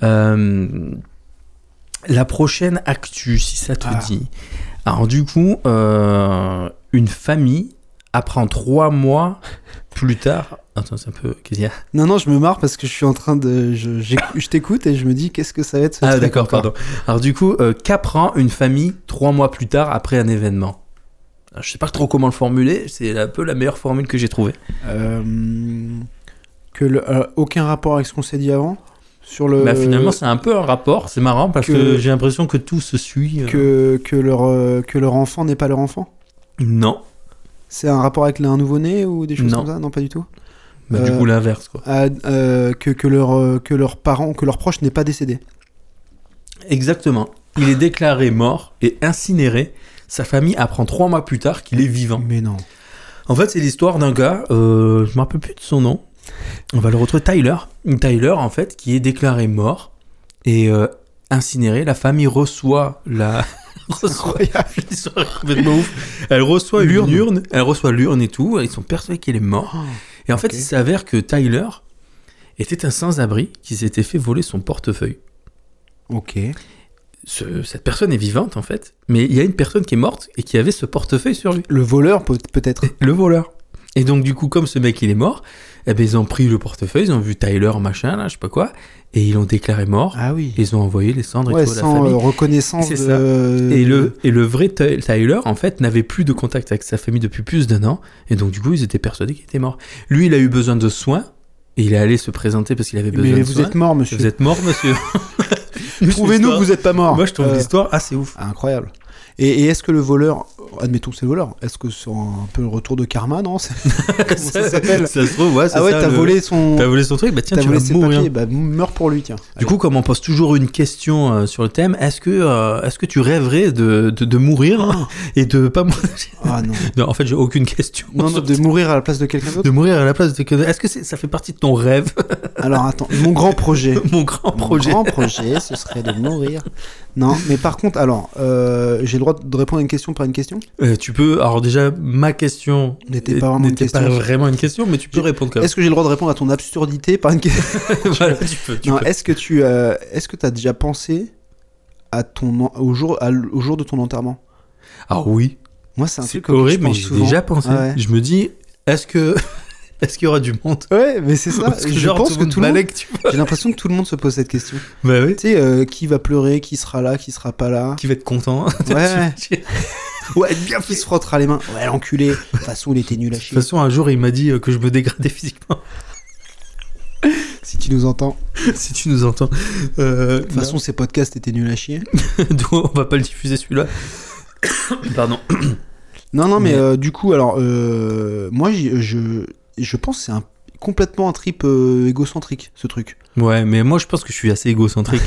Euh, la prochaine actu, si ça te Ah. dit. Alors, du coup, euh, une famille apprend trois mois plus tard. Attends, c'est un peu. Qu'est-ce qu'il y a non non je me marre parce que je suis en train de je, j'écou- je t'écoute et je me dis qu'est-ce que ça va être ce Ah, truc d'accord, encore. pardon. Alors, du coup, euh, qu'apprend une famille trois mois plus tard après un événement Alors, Je sais pas trop comment le formuler, c'est un peu la meilleure formule que j'ai trouvée. Euh, que le- euh, aucun rapport avec ce qu'on s'est dit avant sur le Bah, finalement, c'est un peu un rapport, c'est marrant parce que, Euh, que- j'ai l'impression que tout se suit. euh. que que leur euh, que leur enfant n'est pas leur enfant Non, c'est un rapport avec un nouveau-né ou des choses Non. comme ça non pas du tout bah, du Euh, coup, l'inverse quoi. Ah, euh, que que leur euh, que leurs parents que leur proche n'est pas décédé Exactement. Il est déclaré mort et incinéré. Sa famille apprend trois mois plus tard qu'il est vivant. mais non En fait, c'est l'histoire d'un gars, euh, je me rappelle plus de son nom. On va le retrouver, Tyler. Tyler, en fait, qui est déclaré mort et euh, incinéré. La famille reçoit la. <laughs> reçoit <laughs> L'histoire est complètement ouf. Elle reçoit L'urne. une urne, elle reçoit l'urne et tout. Ils sont persuadés qu'il est mort. Et en fait, Ok. il s'avère que Tyler était un sans-abri qui s'était fait voler son portefeuille. ok Ce- cette personne est vivante, en fait, mais il y a une personne qui est morte et qui avait ce portefeuille sur lui. le voleur peut- peut-être Le voleur. Et donc, du coup, comme ce mec, il est mort, eh ben, ils ont pris le portefeuille, ils ont vu Tyler, machin, là, je sais pas quoi, et ils l'ont déclaré mort. ah oui Ils ont envoyé les cendres et Ouais, tout à la sans famille. euh, reconnaissance C'est de- ça. Et le, et le vrai Ty- Tyler, en fait, n'avait plus de contact avec sa famille depuis plus d'un an. Et donc, du coup, ils étaient persuadés qu'il était mort. Lui, il a eu besoin de soins. Et il est allé se présenter parce qu'il avait besoin Mais de vous soins. êtes mort, monsieur. Vous êtes mort, <laughs> monsieur Prouvez-nous que vous n'êtes pas mort. Moi, je trouve Euh, l'histoire assez ouf. incroyable. Et, et est-ce que le voleur, admettons que c'est le voleur, est-ce que c'est un peu le retour de karma, non C'est- <laughs> Comment ça s'appelle Ça se trouve, ouais, c'est Ah ouais, ça, t'as le- volé son, T'as volé son truc, bah tiens, t'as tu volé vas ses mourir. papiers, bah meurs pour lui, tiens. Du coup, comme on pose toujours une question euh, sur le thème, est-ce que, euh, est-ce que tu rêverais de, de, de mourir et de pas mourir ah non, <laughs> Non, en fait, j'ai aucune question. non, non, sur- de mourir à la place de <laughs> quelqu'un de d'autre. mourir à la place de. Est-ce que c'est- ça fait partie de ton rêve, Alors attends, mon grand projet. <laughs> mon grand Mon projet grand projet, ce serait de mourir. Non, mais par contre, alors, euh, j'ai le droit de répondre à une question par une question Euh, Tu peux. Alors, déjà, ma question N'était pas vraiment une n'était pas question. vraiment une question, mais tu peux J'ai- répondre quand même. Est-ce que j'ai le droit de répondre à ton absurdité par une question Voilà, tu peux. <laughs> tu Non, peux. est-ce que tu euh, est-ce que t'as déjà pensé à ton en- au jour à l- au jour de ton enterrement Ah oui. Moi c'est un C'est truc auquel horrible, je mais pense j'ai souvent. déjà pensé. Ah ouais. Je me dis, est-ce que <laughs> est-ce qu'il y aura du monde Ouais, mais c'est ça. Parce que je genre, pense que monde tout le monde, balèque, tu vois. j'ai l'impression que tout le monde se pose cette question. Bah oui. Tu sais euh, qui va pleurer, qui sera là, qui sera <laughs> pas là, Qui va être content Ouais, ouais. <laughs> Tu- tu- ouais, bien qui se frottera les mains. Ouais, l'enculé. De toute façon, il était nul à De toute chier. façon, un jour, il m'a dit euh, que je me dégradais <laughs> physiquement. Si tu nous entends. si tu nous entends. Euh, De toute façon, ces podcasts étaient nuls à chier. <laughs> donc, on va pas le diffuser celui-là. Bah. <coughs> Pardon. Non, non, mais, Mais- euh, du coup, alors euh, moi, j'y- je je pense que c'est un complètement un trip euh, égocentrique ce truc. Ouais, mais moi, je pense que je suis assez <laughs> égocentrique.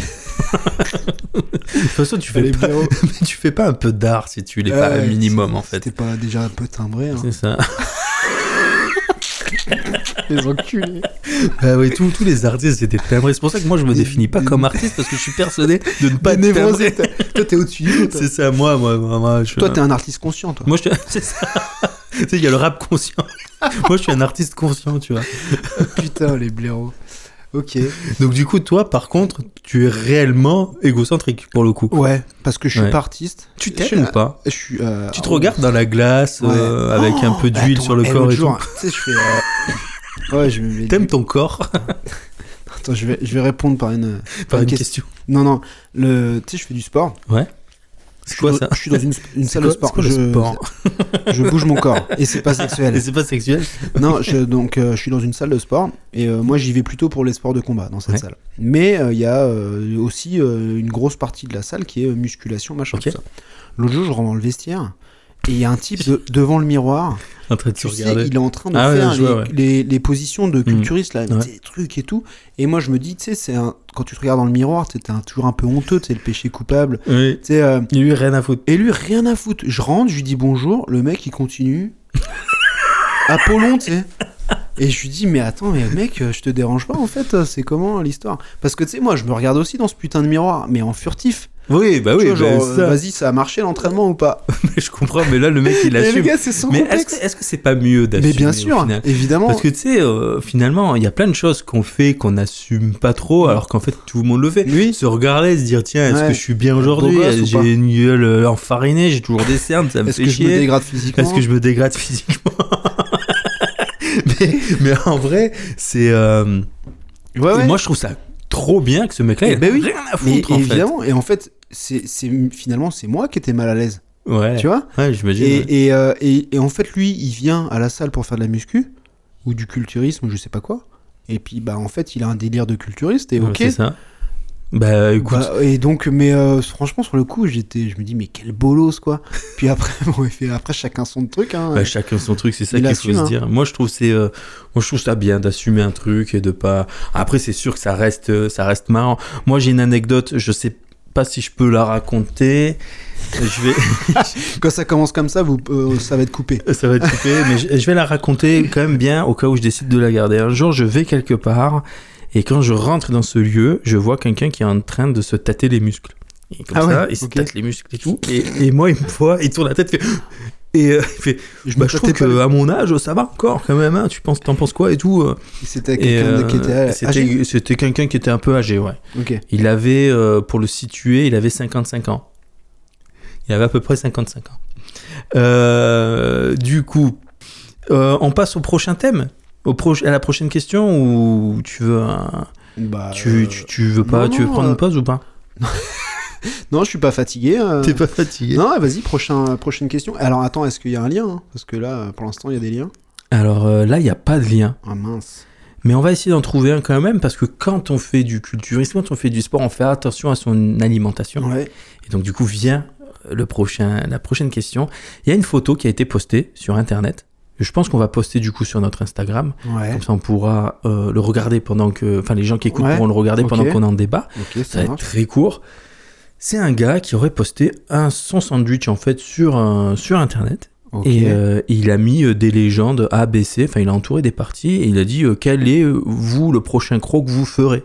De toute façon, tu fais, <laughs> Allez, pas... <laughs> Pierrot. mais tu fais pas un peu d'art si tu l'es pas Ouais, un minimum, si- en si fait. T'es pas déjà un peu timbré, hein. C'est ça. <laughs> les enculés. <laughs> Bah oui, tous, tous les artistes, c'est des timbrés. C'est pour ça que moi, je me Des- définis pas des- comme artiste parce que je suis <laughs> persuadé de ne pas Pas être timbré. Toi, t'es au-dessus du lot, toi. C'est ça, moi, moi, moi, moi, je. Toi, t'es un artiste conscient, toi. <laughs> Moi, je suis- <laughs> C'est ça. tu sais, il y a le rap conscient. <laughs> moi, je suis un artiste conscient, tu vois. <laughs> Putain, les blaireaux. Ok. Donc, du coup, toi, par contre, tu es réellement égocentrique, pour le coup. Ouais, parce que je suis Ouais. pas artiste. Tu Je t'aimes suis- ou pas Je suis. euh, Tu te regardes dans la glace, euh, Ouais. avec un Oh, peu d'huile attends, sur le eh, corps l'autre et jour, tout. Tu sais, je fais. <laughs> euh, Ouais, je me. T'aimes ton <laughs> corps Attends, je vais, je vais répondre par une. Par une Ok. question. Non, non. Le... Tu sais, je fais du sport. Ouais. C'est Je quoi suis ça dans- Je suis dans une, une salle quoi- de sport. c'est quoi le je, <laughs> sport je bouge mon corps et c'est pas Et sexuel. <laughs> c'est pas sexuel non, je, donc euh, je suis dans une salle de sport et euh, moi j'y vais plutôt pour les sports de combat dans cette Ouais. salle. Mais euh, il y a euh, aussi euh, une grosse partie de la salle qui est euh, musculation, machin. Ok. tout ça. L'autre jour, je rentre dans le vestiaire et il y a <laughs> un type de- devant le miroir. En train de se Tu sais, regarder. il est en train de Ah ouais, faire je vois, les, ouais. Mm. les- les positions de culturiste, là, Ouais. des trucs et tout. Et moi je me dis, tu sais, c'est un- quand tu te regardes dans le miroir, tu sais, t'es un- toujours un peu honteux, tu sais, le péché coupable. Oui. Tu sais, euh, Il lui rien à foutre. et lui, rien à foutre. Je rentre, je lui dis bonjour, le mec il <laughs> continue. Apollon, tu sais. Et je lui dis, mais attends, mais mec, euh, je te dérange pas en fait, euh, c'est comment l'histoire Parce que tu sais, moi je me regarde aussi dans ce putain de miroir, mais en furtif. Oui, bah oui, tu vois, bah, genre, euh, ça. vas-y, ça a marché l'entraînement ou pas je comprends, <laughs> mais là, le mec, il Et le assume. gars, c'est sans Mais est-ce que complexe. est-ce que c'est pas mieux d'assumer Mais bien au sûr, final évidemment. Parce que tu sais, euh, finalement, il y a plein de choses qu'on fait qu'on n'assume pas trop, alors qu'en fait, tout le monde le fait. Oui. Se regarder, se dire, tiens, est-ce Ouais. que je suis bien aujourd'hui Beau gosse ou pas J'ai une gueule euh, enfarinée, j'ai toujours des cernes, ça me Est-ce fait que je me chier. dégrade physiquement Est-ce que je me dégrade <laughs> physiquement mais, mais en vrai, c'est. euh, Ouais, Ah ouais. Moi, je trouve ça trop bien que ce mec-là, il a Eh ben oui. rien à mais foutre en évidemment, et en fait, c'est c'est- finalement, c'est moi qui étais mal à l'aise, fait. Ouais, tu vois ouais j'imagine. ouais. Et, et, euh, et- et en fait, lui, il vient à la salle pour faire de la muscu ou du culturisme ou je sais pas quoi. Et puis, bah, en fait, il a un délire de culturiste et Ouais, ok. C'est ça. Bah écoute, Bah, et donc, mais euh, franchement, sur le coup, j'étais, je me dis, mais quel bolos <laughs> quoi. Puis après, <laughs> bon, il fait- après chacun son truc. Hein. Bah, chacun son truc, c'est ça Il qu'il faut assume, hein. se dire. Moi, je trouve c'est, euh, moi, je trouve ça bien d'assumer un truc et de pas. Après, c'est sûr que ça reste, euh, ça reste marrant. Moi, j'ai une anecdote. Je sais pas si je peux la raconter. Je vais. <laughs> Quand ça commence comme ça, vous, euh, ça va être coupé. Ça va être coupé, mais je, je vais la raconter quand même bien au cas où je décide de la garder. Un jour, je vais quelque part et quand je rentre dans ce lieu, je vois quelqu'un qui est en train de se tâter les muscles. Et comme Ah ça, ouais, il se ok. tâte les muscles et tout. Et, et moi, il me voit, il tourne la tête, il fait. <gasps> Et euh, il fait, Je bah, me je tâtais trouve pas. qu'à mon âge, ça va encore quand même. hein. Tu penses, t'en penses quoi et tout euh. C'était Et, quelqu'un de- euh, qui était c'était- âgé C'était quelqu'un qui était un peu âgé, ouais. Ok. Il avait, euh, pour le situer, il avait 55 ans. Il avait à peu près 55 ans. Euh, du coup, euh, on passe au prochain thème au proche- à la prochaine question ou tu veux un- Bah, tu, tu, tu veux pas non, tu veux non, prendre euh, une pause ou pas Non, je suis pas fatigué. euh. pas fatigué Non, vas-y, prochain, prochaine question. Alors attends, est-ce qu'il y a un lien hein Parce que là, pour l'instant, il y a des liens. alors euh, là il n'y a pas de lien Ah mince. mais on va essayer d'en trouver un quand même parce que quand on fait du culturisme quand on fait du sport on fait attention à son alimentation Ouais. Et donc du coup vient le prochain, la prochaine question. Il y a une photo qui a été postée sur Internet. Je pense qu'on va poster du coup sur notre Instagram. Ouais. Comme ça on pourra euh, le regarder pendant que... Enfin les gens qui écoutent Ouais, pourront le regarder ok. pendant qu'on en débat. Ok, Ça ça va être marche. très court. C'est un gars qui aurait posté un, son sandwich en fait sur, un- sur Internet. Ok. Et euh, il a mis euh, des légendes A, B, C, enfin il a entouré des parties et il a dit euh, quel est euh, vous le prochain croc que vous ferez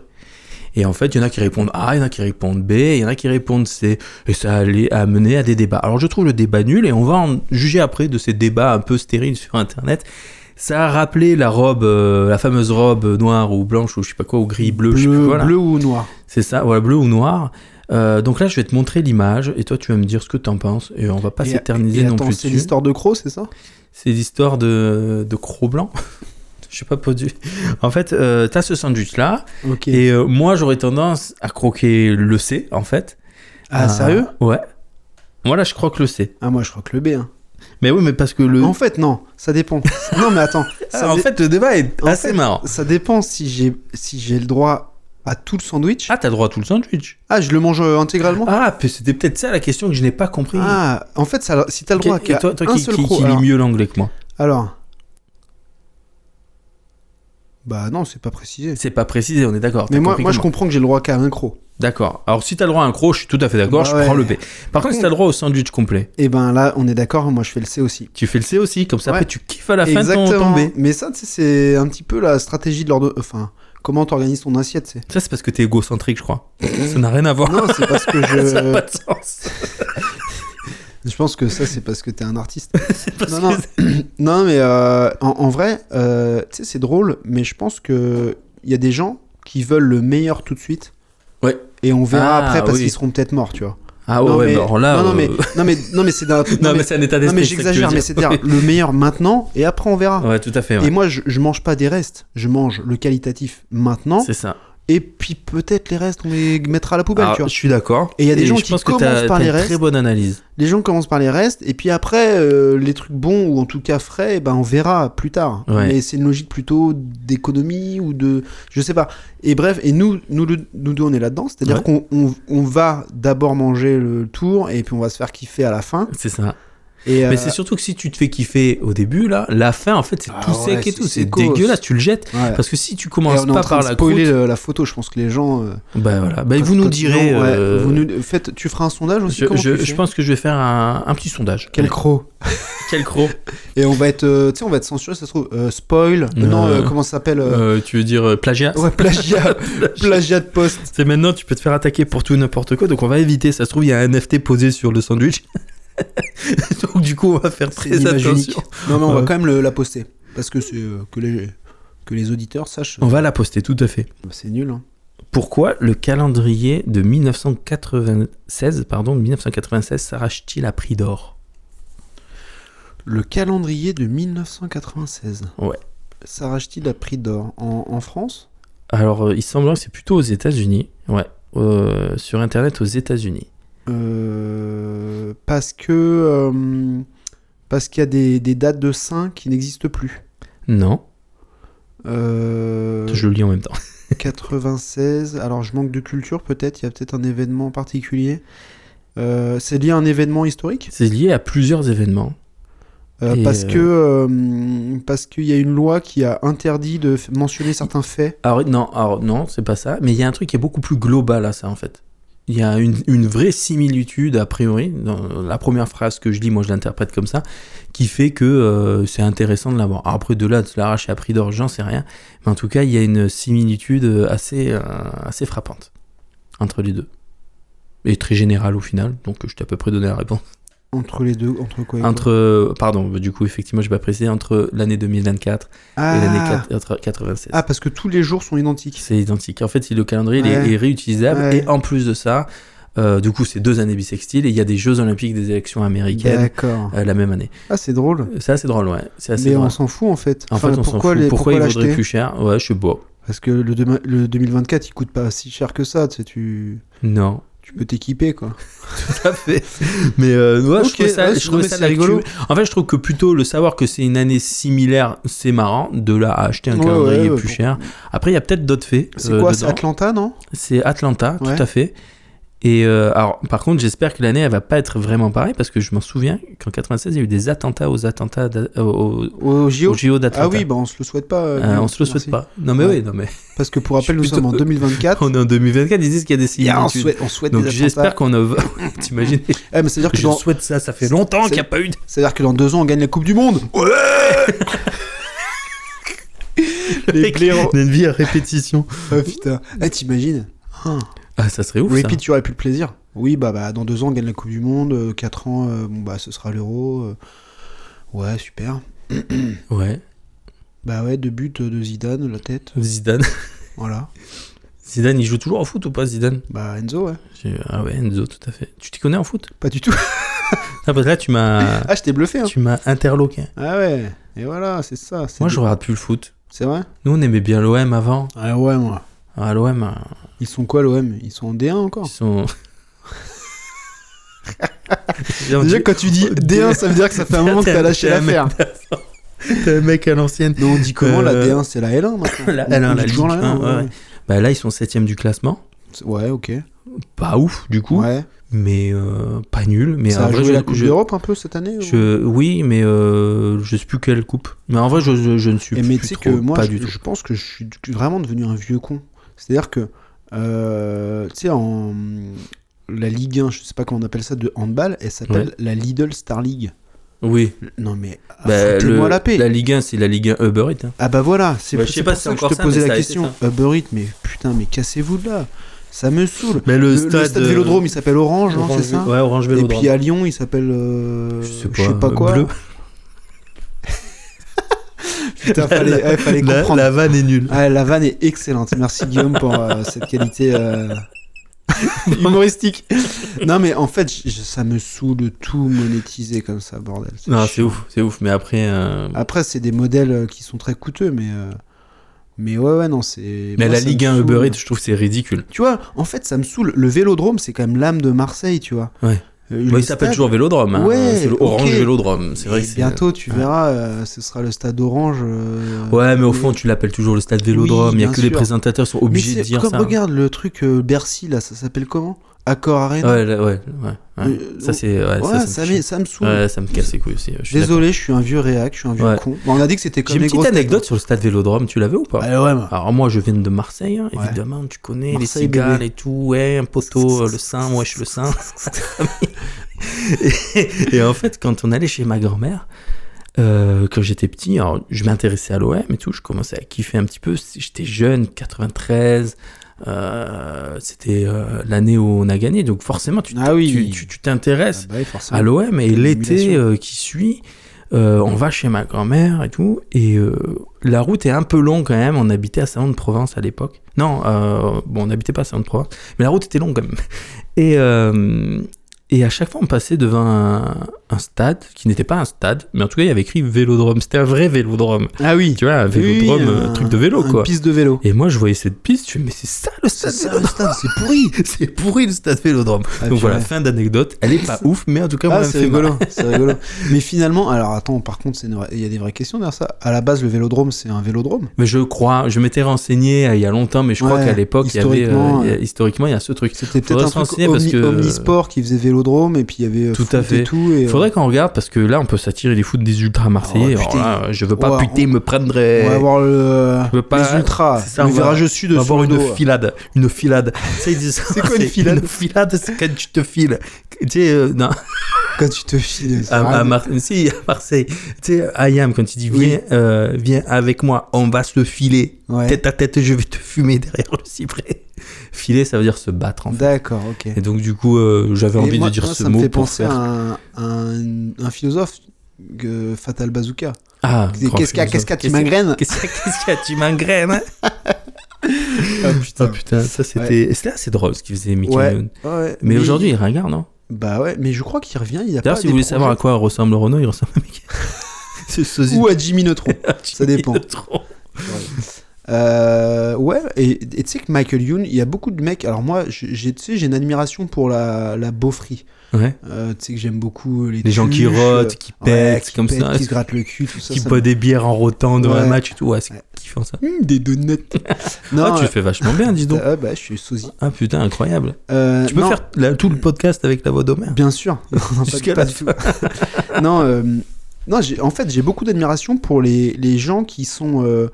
Et en fait il y en a qui répondent A, il y en a qui répondent B, il y en a qui répondent C. Et ça allait amener à des débats. Alors je trouve le débat nul et on va en juger après de ces débats un peu stériles sur Internet. Ça a rappelé la robe, euh, la fameuse robe noire ou blanche ou je sais pas quoi, ou gris, bleu, je sais plus bleu, quoi, là. bleu ou noir C'est ça, voilà, bleu ou noir. Euh, donc là, je vais te montrer l'image et toi, tu vas me dire ce que t'en penses et on va pas Et- s'éterniser et non attends, plus. C'est dessus. l'histoire de Croc, c'est ça C'est l'histoire de, de Cro-Blanc. <laughs> Je sais pas produit. En fait, euh, t'as ce sandwich-là, Ok. et euh, moi, j'aurais tendance à croquer le C, en fait. ah, Euh, <laughs> sérieux Ouais. Moi, là, je croque le C. Ah, moi je crois que le B. hein. Mais oui, mais parce que le... En fait, non, <laughs> ça dépend. non, mais attends. Euh. Ah, Ça, en dé- fait, le débat est en assez fait- marrant. ça dépend si j'ai si j'ai le droit à tout le sandwich. Ah, Ah, t'as droit à tout le sandwich. je le mange euh, intégralement Ah, puis c'était peut-être ça la question que je n'ai pas compris. Ah, en fait, ça, si t'as le Quel- droit et qu'à toi, toi un qui, seul qui- croc. qui lis alors, mieux l'anglais que moi. alors. Bah non, c'est pas précisé. C'est pas précisé, on est d'accord. Mais t'as moi, compris moi je comment. comprends que j'ai le droit qu'à un croc. D'accord. Alors, si t'as le droit à un croc, je suis tout à fait d'accord, Bah je prends ouais. le B. Par contre, si t'as le droit au sandwich complet, Et ben là, on est d'accord, moi je fais le C aussi. tu fais le C aussi, comme ça Ouais. après tu kiffes à la fin ton, hein. ton Exactement. B. Mais ça, tu sais, c'est un petit peu la stratégie de l'ordre. Enfin, comment t'organises ton <laughs> assiette, c'est. Ça, c'est parce que t'es égocentrique, je crois. Ça n'a rien à voir. Non, Euh, c'est parce que <laughs> Ça n'a je. pas de sens. Je pense que ça, c'est parce que t'es <laughs> un artiste. C'est parce Non, non. que c'est- Non, mais euh, en, en vrai, euh, tu sais, c'est drôle, mais je pense que il y a des gens qui veulent le meilleur tout de suite. Ouais. Et on verra Ah, après parce oui. qu'ils seront peut-être morts, tu vois. Ah ouais, Non, ouais, mais- bah, alors là. non, non, euh, mais, non, mais, non, mais c'est d'un- <laughs> non, mais c'est un état non, d'esprit. mais c'est ça que tu veux j'exagère, dire. <laughs> mais c'est-à-dire le meilleur maintenant et après on verra. Ouais, tout à fait, ouais. Et moi, je, je mange pas des restes, je mange le qualitatif maintenant C'est ça. Et puis peut-être les restes, on les mettra à la poubelle, Ah, tu vois. je suis d'accord. Et il y a des gens je qui pense que commencent t'as- par t'as les une restes. Très bonne analyse. Les gens commencent par les restes, et puis après, euh, les trucs bons, ou en tout cas frais, eh ben, on verra plus tard. Ouais. Mais c'est une logique plutôt d'économie, ou de... Je sais pas. Et bref, et nous, nous, le- nous deux, on est là-dedans. C'est-à-dire Ouais. qu'on on, on va d'abord manger le tour, et puis on va se faire kiffer à la fin. C'est ça. Et, euh, Mais c'est surtout que si tu te fais kiffer au début, là, la fin, en fait, c'est Ah tout ouais, sec et c'est- tout. c'est C'est gauche. dégueulasse, tu le jettes. ouais. Parce que si tu Et commences on est en pas train par de la spoiler croûte, le- la photo, je pense que les gens... euh, bah voilà. Bah, Parce vous nous que- direz. non, ouais, euh, vous nous- faites, tu feras un sondage aussi. je, comment je- tu je fais pense que je vais faire un, un petit sondage. Quel Ouais. croc Quel croc Et on va être, euh, tu sais, on va être censuré, ça se trouve. euh, spoil. Euh, non, euh, comment ça s'appelle euh, Euh, Tu veux dire euh, plagiat <laughs> Ouais, plagiat, plagiat de poste. C'est maintenant, tu peux te faire attaquer pour tout et n'importe quoi, donc on va éviter. Ça se trouve, il y a un NFT posé sur le sandwich. <laughs> donc du coup, on va faire une très image attention. unique. Non, mais on va Ouais. quand même le- la poster parce que c'est euh, que les que les auditeurs sachent. On va la poster, tout à fait. Bah, C'est nul. hein. Pourquoi le calendrier de 1996, pardon, 1996 s'arrache-t-il à prix d'or Le calendrier de 1996. Ouais. S'arrache-t-il à prix d'or en, en France Alors, euh, il semblerait que c'est plutôt aux États-Unis. Ouais, euh, sur Internet aux États-Unis. Euh, Parce que euh, parce qu'il y a des, des dates de saints qui n'existent plus. Non, Euh, je le lis en même temps. <laughs> 96. Alors, je manque de culture, peut-être. Il y a peut-être un événement en particulier. Euh, c'est lié à un événement historique C'est lié à plusieurs événements. Euh, Et, parce euh, que euh, parce qu'il y a une loi qui a interdit de f- mentionner certains faits. Alors, non, alors, non, c'est pas ça. Mais il y a un truc qui est beaucoup plus global à ça, en fait. Il y a une, une vraie similitude, a priori, dans la première phrase que je lis, moi je l'interprète comme ça, qui fait que euh, c'est intéressant de l'avoir. Alors, après, de là, de se l'arracher à prix d'or, j'en sais rien. Mais en tout cas, il y a une similitude euh, assez, euh, assez frappante entre les deux. Et très générale au final, donc je t'ai à peu près donné la réponse. Entre les deux, entre quoi et quoi Entre, euh, pardon, du coup, effectivement, je vais pas précisé, entre l'année 2024 ah, et l'année 4- 96. ah, parce que tous les jours sont identiques. C'est identique. En fait, si le calendrier il est- Ouais. est, réutilisable. Ouais. Et en plus de ça, euh, du coup, c'est deux années bissextiles et il y a des Jeux Olympiques, des élections américaines D'accord. euh, la même année. Ah, c'est drôle. C'est assez drôle, ouais. C'est assez Mais drôle. on s'en fout en fait. En Enfin, fait, on s'en pourquoi fout. les- Pourquoi il l'acheter vaudrait plus cher Ouais, je sais pas. Parce que le, dema- le 2024, il coûte pas si cher que ça. Tu, sais, tu, <laughs> Non. tu peux t'équiper quoi. Tout à fait. Mais euh, ouais, Ok, je trouve ça, ouais, je c'est- trouvais mais ça c'est rigolo. l'actu- En fait, je trouve que plutôt le savoir que c'est une année similaire, c'est marrant. De là à acheter un Ouais, calendrier ouais, plus pour- cher. Après, il y a peut-être d'autres faits. C'est euh, quoi C'est dedans. Atlanta, non C'est Atlanta, Ouais. tout à fait. Et euh, alors, par contre, j'espère que l'année, elle va pas être vraiment pareille, parce que je m'en souviens qu'en 96, il y a eu des attentats aux attentats d'a- euh, aux, Au JO aux JO d'Atlanta. Ah oui, bah on se le souhaite pas. euh, Euh, Guillaume. on se le souhaite Merci. pas. Non mais Ouais. oui, non mais <laughs> Parce que pour Je suis rappel, nous sommes en plutôt- 2024. <laughs> on est en 2024, ils disent qu'il y a des Et on similitudes. souhaite, on souhaite Donc des j'espère attentats. qu'on a... <laughs> T'imagines Eh, mais c'est-à-dire que, Je dans... souhaite ça, ça fait longtemps c'est- qu'il n'y a pas eu de... c'est-à-dire que dans deux ans, on gagne la Coupe du Monde. <laughs> Les Avec blaireaux. une vie à répétition. <laughs> Ah putain. Eh, t'imagines Ah. Ah, ça serait ouf, ça. Repeat, tu aurais plus le plaisir. Oui, bah, bah dans deux ans, on gagne la Coupe du Monde. euh, Quatre ans, euh, bon, bah, ce sera l'Euro. euh. Ouais, super. Ouais. Bah ouais, deux buts de Zidane, la tête. Zidane. <laughs> Voilà. Zidane, il joue toujours au foot ou pas, Zidane Bah Enzo, ouais. J'ai- Ah ouais, Enzo, tout à fait. Tu t'y connais en foot Pas du tout. Ah, parce que là, tu <laughs> m'as... Ah, je t'ai bluffé. Hein. tu m'as interloqué. Ah ouais. Et voilà, c'est ça. c'est Moi, des- je regarde plus le foot. C'est vrai Nous, on aimait bien l'OM avant. Ah ouais, moi. Ah, l'OM, euh, Ils sont quoi, l'OM Ils sont en D1 ils encore <laughs> sont. Viens, Déjà, tu- quand tu dis D1, ça veut dire que ça fait un moment que <laughs> t'as lâché T'es un mec- l'affaire. T'es un mec à l'ancienne. Non, on dit comment la Euh, D1 C'est la L1 maintenant. <laughs> La On- L1, on la dit toujours Ligue 1, ouais. Bah, là, ils sont 7 du classement. C'est- Ouais, ok. Pas ouf, du coup. Ouais. Mais euh, pas nul. Mais ça en a vrai, joué je- la Coupe je- d'Europe un peu cette année ou- je- Oui, mais euh, je sais plus quelle coupe. Mais en vrai, je, je- je ne suis Et plus, mais plus tu sais que trop, moi, pas je, du tout. je pense que je suis du- vraiment devenu un vieux con. C'est-à-dire que, euh, tu sais, en la Ligue 1, je sais pas comment on appelle ça, de handball, elle s'appelle la Lidl Star League. Oui. Non mais, ah, Bah, foutez-moi le- la paix. Ligue 1, c'est la Ligue 1 Uber Eats. hein. Ah bah voilà, c'est Bah, je c'est sais pour pas si ça c'est que je te encore ça, mais posais la ça a été question. Uber Eats, mais putain, mais cassez-vous de là. Ça me saoule. Mais Le, le stade, euh, Vélodrome, il s'appelle Orange, non, Orange c'est ça Vé- Ouais, Orange Et Vélodrome. puis à Lyon, il s'appelle. euh, Je sais pas, euh, quoi. bleu. <laughs> Putain, fallait, ouais, <laughs> fallait La- comprendre. la vanne est nulle. Ah, la vanne est excellente. Merci Guillaume pour euh, cette <laughs> qualité euh, humoristique. non, mais en fait, je- je- ça me saoule tout monétiser comme ça, bordel. Non, chiant. c'est ouf, c'est ouf. Mais après, euh, Après, c'est des modèles euh, qui sont très coûteux, mais. euh, Mais ouais, ouais, non, c'est. Mais moi, la ça me Ligue 1 saoule. Uber Eats, je trouve que c'est ridicule. Tu vois, en fait, ça me saoule. Le vélodrome, c'est quand même l'âme de Marseille, tu vois. Ouais. Euh, Bah, le il s'appelle stade, toujours Vélodrome. hein. Ouais, c'est le ok. Orange Vélodrome. C'est vrai et que c'est. Bientôt, tu ouais. verras, euh, ce sera le stade orange. euh, Ouais, mais au fond, tu l'appelles toujours le stade Vélodrome. Oui, Il n'y a bien que les sûr. présentateurs qui sont Mais obligés de c'est dire comme ça. hein. regarde le truc euh, Bercy là, ça s'appelle comment Accor Arena. Ouais, là, ouais, ouais, ouais. Euh, ça, c'est. Ouais, Ouais, ça, ça me ça, chie. m'est- ça me saoule. Ouais, ça me casse les couilles aussi. je suis d'accord. Désolé, je suis un vieux réac, je suis un vieux Ouais. con. Bon, on a dit que c'était comme J'ai une les petite grosses têtes, anecdote sur le stade Vélodrome. Tu l'avais ou hein. pas Ah ouais, moi. Alors moi je viens de Marseille, hein, Ouais. évidemment, tu connais Marseille, les cigales bébé. et tout, ouais, un poteau, euh, le sein, wesh le sein. et, et en fait quand on allait chez ma grand-mère, euh, quand j'étais petit, alors, je m'intéressais à l'OM et tout, je commençais à kiffer un petit peu, j'étais jeune, 93, euh, c'était euh, l'année où on a gagné, donc forcément tu Ah oui. tu- tu- tu t'intéresses Ah bah ouais, forcément. à l'OM et Quelle l'été émulation. euh, qui suit, euh, on va chez ma grand-mère et tout. Et euh, la route est un peu longue quand même. On habitait à Salon-de-Provence à l'époque. Non, euh, bon, on n'habitait pas à Salon-de-Provence, mais la route était longue quand même. <laughs> Et, euh, et à chaque fois, on passait devant un, un stade qui n'était pas un stade, mais en tout cas, il y avait écrit Vélodrome. C'était un vrai Vélodrome. Ah oui. Tu vois, un Vélodrome, Oui, euh, un truc de vélo un quoi. piste de vélo. Et moi, je voyais cette piste, je me mais c'est ça le stade C'est ça, Vélodrome. <laughs> le stade, c'est pourri. C'est pourri le stade Vélodrome. Ah, Donc voilà, purée. fin d'anecdote. Elle est pas ouf, mais en tout cas, moi, <laughs> Ah, elle me c'est fait marrer. rigolo, c'est rigolo. Mais finalement, alors attends, par contre, c'est une vraie- il y a des vraies questions derrière ça. À la base, le vélodrome, c'est un vélodrome. Mais je crois, je m'étais renseigné euh, il y a longtemps, mais je crois Ouais, qu'à l'époque, il y avait, historiquement, euh, il y a- euh, historiquement, il y a ce truc. C'était Faudrait peut-être un se renseigner truc parce omni- que- omnisport qui faisait vélodrome et puis il y avait euh, Tout foot à fait. et tout. Et, euh, Faudrait qu'on regarde parce que là, on peut s'attirer les foot des ultras marseillais. Ah ouais, Alors là, je veux pas Ouais, puter me prendre. On va voir le, Je veux pas- les ultras, c'est ça, le on va- virage sud on de va avoir son une dos. filade, une <laughs> filade. Ça, ils disent ça, C'est quoi une filade Une filade, c'est quand tu te files. Tu sais, euh, non, Quand tu te files. c'est à, à vraiment- Mar- si, à Marseille, tu sais, Ayam, quand il dit Oui. viens, euh, viens avec moi, on va se filer. Ouais. Tête à tête, je vais te fumer derrière le cyprès. Filer, ça veut dire se battre en fait. D'accord, ok. Et donc, du coup, euh, j'avais Mais envie moi- de dire moi, ce ça mot me fait pour penser faire. à un, un- un philosophe, que- Fatal Bazooka. Ah, Qu'est-ce grand qu'il y a, philosophe. qu'est-ce qu'il y a qui Qu'est-ce- m'ingraine Qu'est-ce qu'il y a- qu'est-ce qu'il y a Tu m'ingraines hein Ah Ah putain. putain, ça c'était c'était assez drôle ce qu'il faisait Mickey Ouais. Moon. Ouais, Mais aujourd'hui, il regarde, non Bah ouais, mais je crois qu'il revient. Il y a D'ailleurs, pas si des vous voulez projets. savoir à quoi ressemble Renault, il ressemble à Mickey. <laughs> C'est sosie Ou à Jimmy Neutron. <laughs> de- ça dépend. de trop. Euh, ouais, et et tu sais que Michael Youn, il y a beaucoup de mecs. Alors moi, j'ai- j'ai- tu sais, j'ai une admiration pour la, la beaufrie. Ouais. Euh, tu sais que j'aime beaucoup les. Les gens qui tuches, rotent, qui euh, ouais, pètent, qui comme pètent, ça, Qui se grattent le cul, tout ça. qui ça boivent des bières en rotant devant Ouais. un match et tout. Ouais, c'est Ouais. kiffant ça. me- Hum, <laughs> des donuts. non, ah, tu euh, le fais vachement bien, dis <laughs> donc. ah, bah, je suis sosie. Ah putain, incroyable. Euh, Tu peux non, faire la- tout le podcast avec la voix d'Omer. Bien sûr. Non, pas- Jusqu'à pas la du tout. non, euh, non j'ai- en fait, j'ai beaucoup d'admiration pour les, les gens qui sont. euh,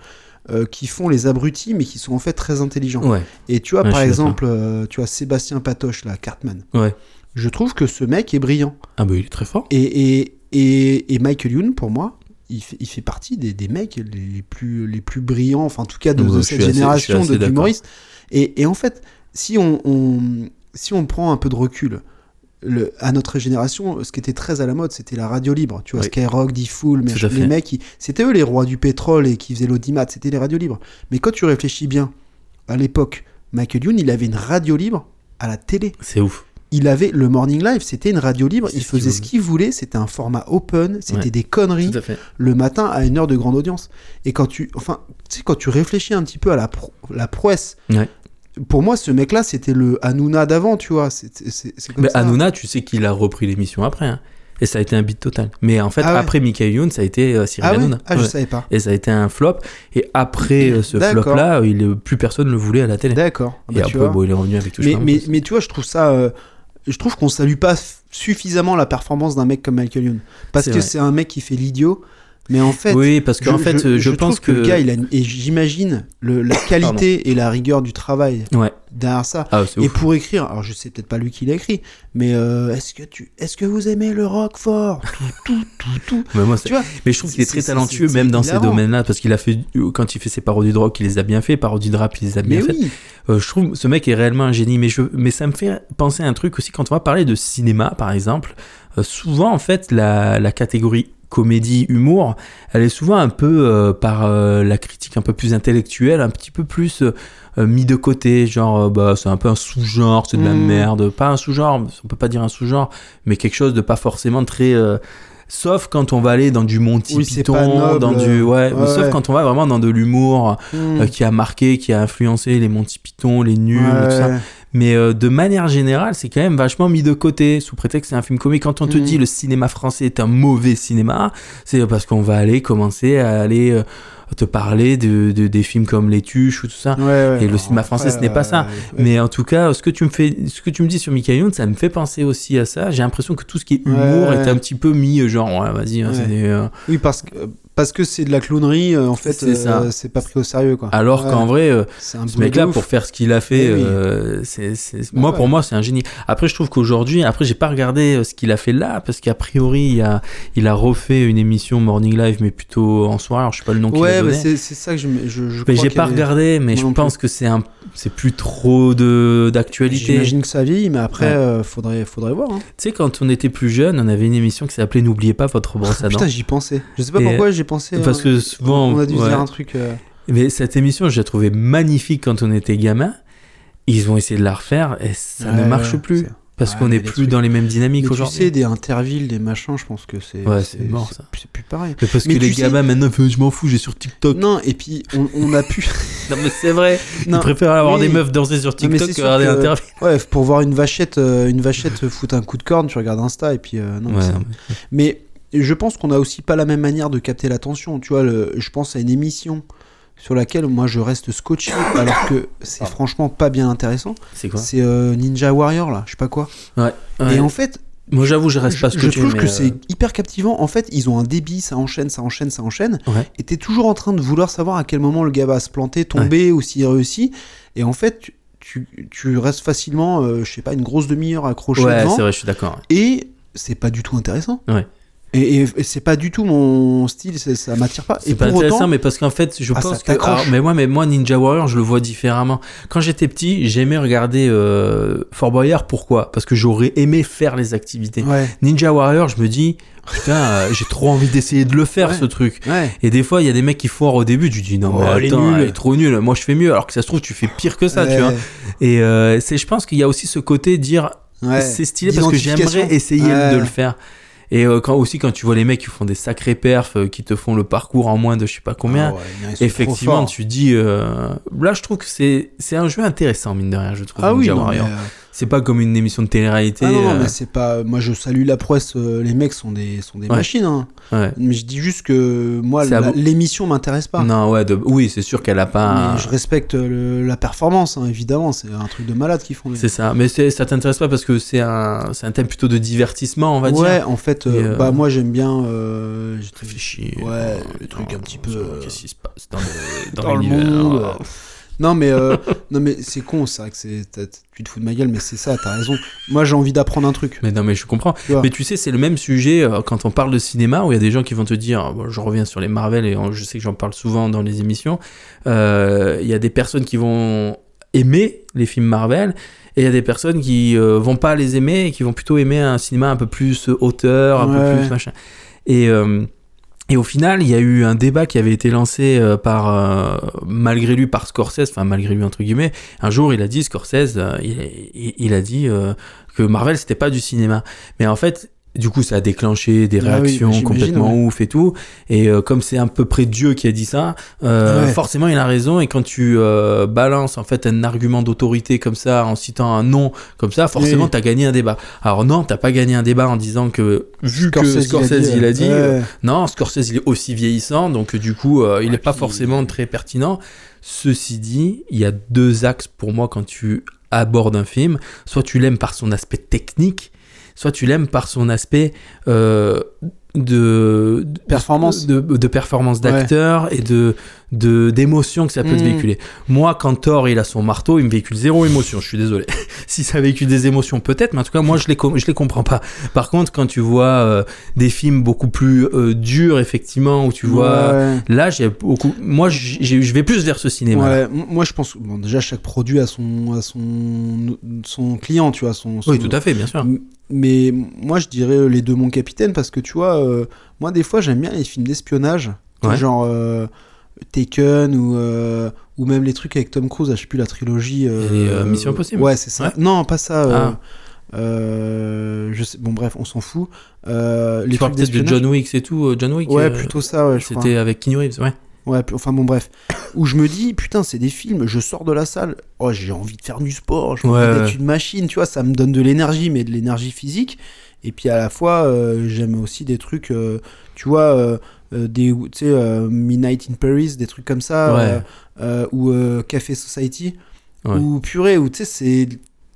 euh, qui font les abrutis, mais qui sont en fait très intelligents. Ouais. Et tu vois, Ouais, par je suis exemple, euh, tu vois, Sébastien Patoche, là, Cartman. Ouais. Je trouve que ce mec est brillant. Ah bah il est très fort. Et, et, et, et Michael Youn, pour moi, il fait, il fait partie des, des mecs les, les plus, les plus brillants, enfin, en tout cas, de, Ouais, de je suis cette assez- je suis génération assez de d'accord. d'humoristes. Et, et en fait, si on, on- si on prend un peu de recul, le, à notre génération, ce qui était très à la mode, c'était la radio libre. Tu vois, Oui. Skyrock, D-Fool, mais Tout à fait. les mecs, ils- c'était eux les rois du pétrole et qui faisaient l'audimat, c'était les radios libres. Mais quand tu réfléchis bien, à l'époque, Michael Youn, il avait une radio libre à la télé. C'est ouf. Il avait le Morning Live, c'était une radio libre, C'est il ce qu'il faisait ce voulait. qu'il voulait, c'était un format open, c'était Ouais. des conneries à fait. le matin à une heure de grande audience. Et quand tu enfin, tu sais quand tu réfléchis un petit peu à la pro- la prouesse. Ouais. Pour moi, ce mec-là, c'était le Hanouna d'avant, tu vois. C'est c'est- c'est comme Mais ça. Hanouna, tu sais qu'il a repris l'émission après. hein. Et ça a été un beat total. Mais en fait, Ah ouais. après Michael Youn, ça a été euh, Cyril Ah ouais Hanouna. Ah, je Ouais. savais pas. Et ça a été un flop. Et après euh, ce D'accord. flop-là, euh, il est- plus personne le voulait à la télé. D'accord. Ah et bah, tu après, vois. bon, il est revenu avec tout hein. mais, mais, mais tu vois, je trouve ça. euh, je trouve qu'on salue pas f- suffisamment la performance d'un mec comme Michael Youn. Parce C'est que vrai. c'est un mec qui fait l'idiot. Mais en fait. oui, parce qu'en fait, euh, je, pense trouve que. que, le gars, il a une- et j'imagine le- la qualité et la rigueur du travail Ouais. derrière ça. Ah, c'est Et ouf. pour écrire, alors je sais peut-être pas lui qui l'a écrit, mais euh, est-ce que tu, est-ce que vous aimez le <laughs> rock fort Tout, tout, tout, tout. Mais, moi, c'est- Tu vois mais je trouve qu'il est c'est- très c'est- talentueux, c'est- même c'est dans ces hilarant. domaines-là. Parce qu'il a fait. Quand il fait ses parodies de rock, il les a bien fait. Parodies de rap, il les a bien Mais fait. oui, Euh, je trouve que ce mec est réellement un génie, mais, je, mais ça me fait penser à un truc aussi quand on va parler de cinéma, par exemple. euh, souvent, en fait, la, la catégorie comédie, humour, elle est souvent un peu euh, par euh, la critique un peu plus intellectuelle, un petit peu plus euh, euh, mis de côté, genre euh, bah, c'est un peu un sous-genre, c'est de la Mm. merde, pas un sous-genre, on peut pas dire un sous-genre, mais quelque chose de pas forcément très euh, Sauf quand on va aller dans du Monty Oui, c'est pas Python, noble. dans du ouais, Ouais, sauf ouais. quand on va vraiment dans de l'humour Hmm. euh, qui a marqué, qui a influencé les Monty Python, les nuls, tout ça. Ouais. Mais euh, de manière générale, c'est quand même vachement mis de côté sous prétexte que c'est un film comique. Quand on te Mm. dit le cinéma français est un mauvais cinéma, c'est parce qu'on va aller commencer à aller euh, te parler de, de- des films comme Les Tuches ou tout ça. Ouais, ouais. euh, Et le cinéma français, ce n'est pas ça. ouais. Mais en tout cas, ce que tu me fais, ce que tu me dis sur Michael Youn, ça me fait penser aussi à ça. J'ai l'impression que tout ce qui est humour Ouais. est un petit peu mis euh, genre ouais, vas-y. hein, Ouais. c'est des, euh, Oui, parce que parce que c'est de la clownerie. euh, En fait, C'est ça. euh, c'est pas pris au sérieux, quoi. Alors Ouais. qu'en vrai, euh, c'est un Ce boulot mec-là, de ouf. pour faire ce qu'il a fait, Eh oui. Bah euh, c'est, c'est- moi, ouais. pour moi, c'est un génie. Après, je trouve qu'aujourd'hui, après, j'ai pas regardé euh, ce qu'il a fait là, parce qu'a priori, il a, il a refait une émission Morning Live, mais plutôt en soir. Alors, je sais pas le nom qu'il a Ouais, bah, donné. c'est c'est ça que je me- je, je mais crois j'ai qu'il y pas avait- regardé, mais Moi je non pense que c'est un, c'est plus trop de d'actualité. Tu J'imagine que ça vieillit, mais après, Ouais. euh, faudrait faudrait voir. hein. sais, quand on était plus jeune, on avait une émission qui s'appelait N'oubliez pas votre brosse à dents. Oh, Putain, j'y pensais. Je sais pas Et- pourquoi j'y pensais. Parce hein. que souvent, on a dû se ouais. dire un truc. euh, Mais cette émission, je la trouvais magnifique quand on était gamin. Ils ont essayé de la refaire et ça ne ouais, marche ouais, plus. c'est- Parce Ouais, qu'on mais n'est les plus trucs- dans les mêmes dynamiques Mais tu aujourd'hui. sais, des intervilles, des machins, je pense que c'est. Ouais, c'est mort, ça. C'est plus pareil. Mais parce Mais que les tu sais- gamins maintenant, font, je m'en fous, j'ai sur TikTok. Non, et puis on, on <laughs> a pu. Non, mais c'est vrai. Ils Non. préfèrent avoir Oui. des meufs danser sur Non, mais TikTok c'est que sûr regarder que- <laughs> l'interview. Ouais, pour voir une vachette, euh, une vachette foutre un coup de corne, tu regardes Insta et puis. euh, non, mais Ouais, c'est- non, Mais je pense qu'on a aussi pas la même manière de capter l'attention. Tu vois, le- je pense à une émission sur laquelle moi je <coughs> reste scotché alors que c'est Pardon. franchement pas bien intéressant. mais C'est Ah. quoi C'est euh, Ninja Warrior là, je sais pas quoi. Ouais. Et en fait, Moi, j'avoue, je reste je, pas ce que je tu trouve mais, que euh, c'est hyper captivant. En fait, ils ont un débit, ça enchaîne, ça enchaîne, ça enchaîne. Ouais. Et t'es toujours en train de vouloir savoir à quel moment le gars va se planter, tomber ou s'il réussit. Et en fait, tu, tu- tu restes facilement, euh, je sais pas, une grosse demi-heure accroché Ouais, devant c'est vrai, je suis d'accord. et c'est pas du tout intéressant. Ouais. Et, et- et c'est pas du tout mon style, c'est- ça m'attire pas. C'est Et pas pour intéressant, autant, mais parce qu'en fait, je Ah, ça pense que. t'accroche. alors, mais moi, mais moi, Ninja Warrior, je le vois différemment. Quand j'étais petit, j'aimais regarder euh, Fort Boyard. Pourquoi Parce que j'aurais aimé faire les activités. ouais, Ninja Warrior, je me dis, putain, euh, j'ai trop envie d'essayer de le faire, Ouais. ce truc. ouais. Et des fois, il y a des mecs qui foirent au début, tu dis non, Oh, mais elle est attends, nulle. elle est trop nulle, moi je fais mieux, alors que ça se trouve, tu fais pire que ça, Ouais, tu vois. Et euh, c'est, je pense qu'il y a aussi ce côté de dire ouais. c'est stylé parce que j'aimerais D'identification. essayer Ouais. de le faire. Et euh, quand, aussi, quand tu vois les mecs qui font des sacrés perfs, euh, qui te font le parcours en moins de je sais pas combien, Ah ouais, non, ils sont trop effectivement, forts. tu dis euh, là, je trouve que c'est, c'est un jeu intéressant, mine de rien, je trouve. Ah oui, Ninja non, mais, Warrior. euh, C'est pas comme une émission de télé-réalité. ah non, non, euh, mais c'est pas. Moi, je salue la presse. euh, les mecs sont des sont des Ouais. machines. hein. ouais. Mais je dis juste que moi, C'est à la- vous- l'émission m'intéresse pas. Non, Ah. ouais, de- oui, c'est sûr qu'elle a pas. un- Mais je respecte le- la performance, hein, évidemment. C'est un truc de malade qu'ils font. les- C'est ça, mais c'est- ça t'intéresse pas parce que c'est un, c'est un thème plutôt de divertissement, on va ouais, dire. en fait, Et, euh, euh, bah moi j'aime bien. euh, j'étais- Réfléchis. Ouais, Oh, le truc non, un petit peu, non, euh, Qu'est-ce qui se passe dans le, dans <laughs> dans le l'univers, monde, euh, euh, Non mais euh, <laughs> non mais c'est con, c'est vrai que c'est t'as- t'as- tu te fous de ma gueule, mais c'est ça, t'as raison. Moi j'ai envie d'apprendre un truc. Mais non, mais je comprends. Tu vois. Mais tu sais, c'est le même sujet euh, quand on parle de cinéma où il y a des gens qui vont te dire, ah, bon, je reviens sur les Marvel et on- je sais que j'en parle souvent dans les émissions, euh, il y a des personnes qui vont aimer les films Marvel et il y a des personnes qui euh, vont pas les aimer et qui vont plutôt aimer un cinéma un peu plus euh, auteur, un Ouais. peu plus machin. Et. euh, et au final, il y a eu un débat qui avait été lancé euh, par, euh, malgré lui, par Scorsese, enfin malgré lui entre guillemets. Un jour, il a dit Scorsese, euh, il, il- il a dit euh, que Marvel c'était pas du cinéma. Mais en fait, du coup, ça a déclenché des Ah oui, réactions j'imagine, complètement ouf et tout. Et euh, comme c'est à peu près Dieu qui a dit ça, euh, Ah Ouais. forcément, il a raison. Et quand tu euh, balances en fait un argument d'autorité comme ça, en citant un nom comme ça, forcément, Oui. t'as gagné un débat. Alors non, t'as pas gagné un débat en disant que vu que Scorsese il a dit. ouais. euh, non, Scorsese, il est aussi vieillissant, donc euh, du coup, euh, il Ouais, n'est pas puis- forcément très pertinent. Ceci dit, il y a deux axes pour moi quand tu abordes un film. Soit tu l'aimes par son aspect technique, soit tu l'aimes par son aspect euh, de, de- Performance. de, de performance Ouais. d'acteur et de de- d'émotion que ça peut te Mm. véhiculer. Moi, quand Thor il a son marteau, il me véhicule zéro émotion. Je suis désolé. <laughs> si ça véhicule des émotions, peut-être, mais en tout cas, moi je les com- je les comprends pas. Par contre, quand tu vois euh, des films beaucoup plus euh, durs, effectivement, où tu vois. Ouais. Là, j'ai beaucoup. Moi, j'ai- j'ai- je vais plus vers ce cinéma. Ouais, m- moi je pense bon déjà chaque produit a son a son son client, tu vois, son, Oui, tout à fait, bien sûr. Mais moi je dirais euh, les deux mon capitaine parce que tu vois euh, moi des fois j'aime bien les films d'espionnage, tu sais, Ouais. genre euh, Taken ou euh, ou même les trucs avec Tom Cruise, là, je sais plus la trilogie euh, Les, euh, Mission Impossible. Ouais, c'est ça. Ouais. Non, pas ça. euh, Ah. Euh, je sais, bon, bref, on s'en fout. Euh, les Tu parles trucs peut-être de d'espionnage- John Wick, c'est tout. euh, John Wick. Ouais, euh, plutôt ça, ouais, je crois. C'était avec Keanu Reeves, ouais. Ouais, puis- enfin bon, bref. Où je me dis, putain, c'est des films, je sors de la salle, oh, j'ai envie de faire du sport, j'ai Ouais, envie d'être ouais. une machine, tu vois, ça me donne de l'énergie, mais de l'énergie physique. Et puis à la fois, euh, j'aime aussi des trucs, euh, tu vois, euh, euh, des, tu sais, euh, Midnight in Paris, des trucs comme ça, Ouais. euh, euh, ou euh, Café Society, Ouais. ou Purée, ou tu sais, c'est.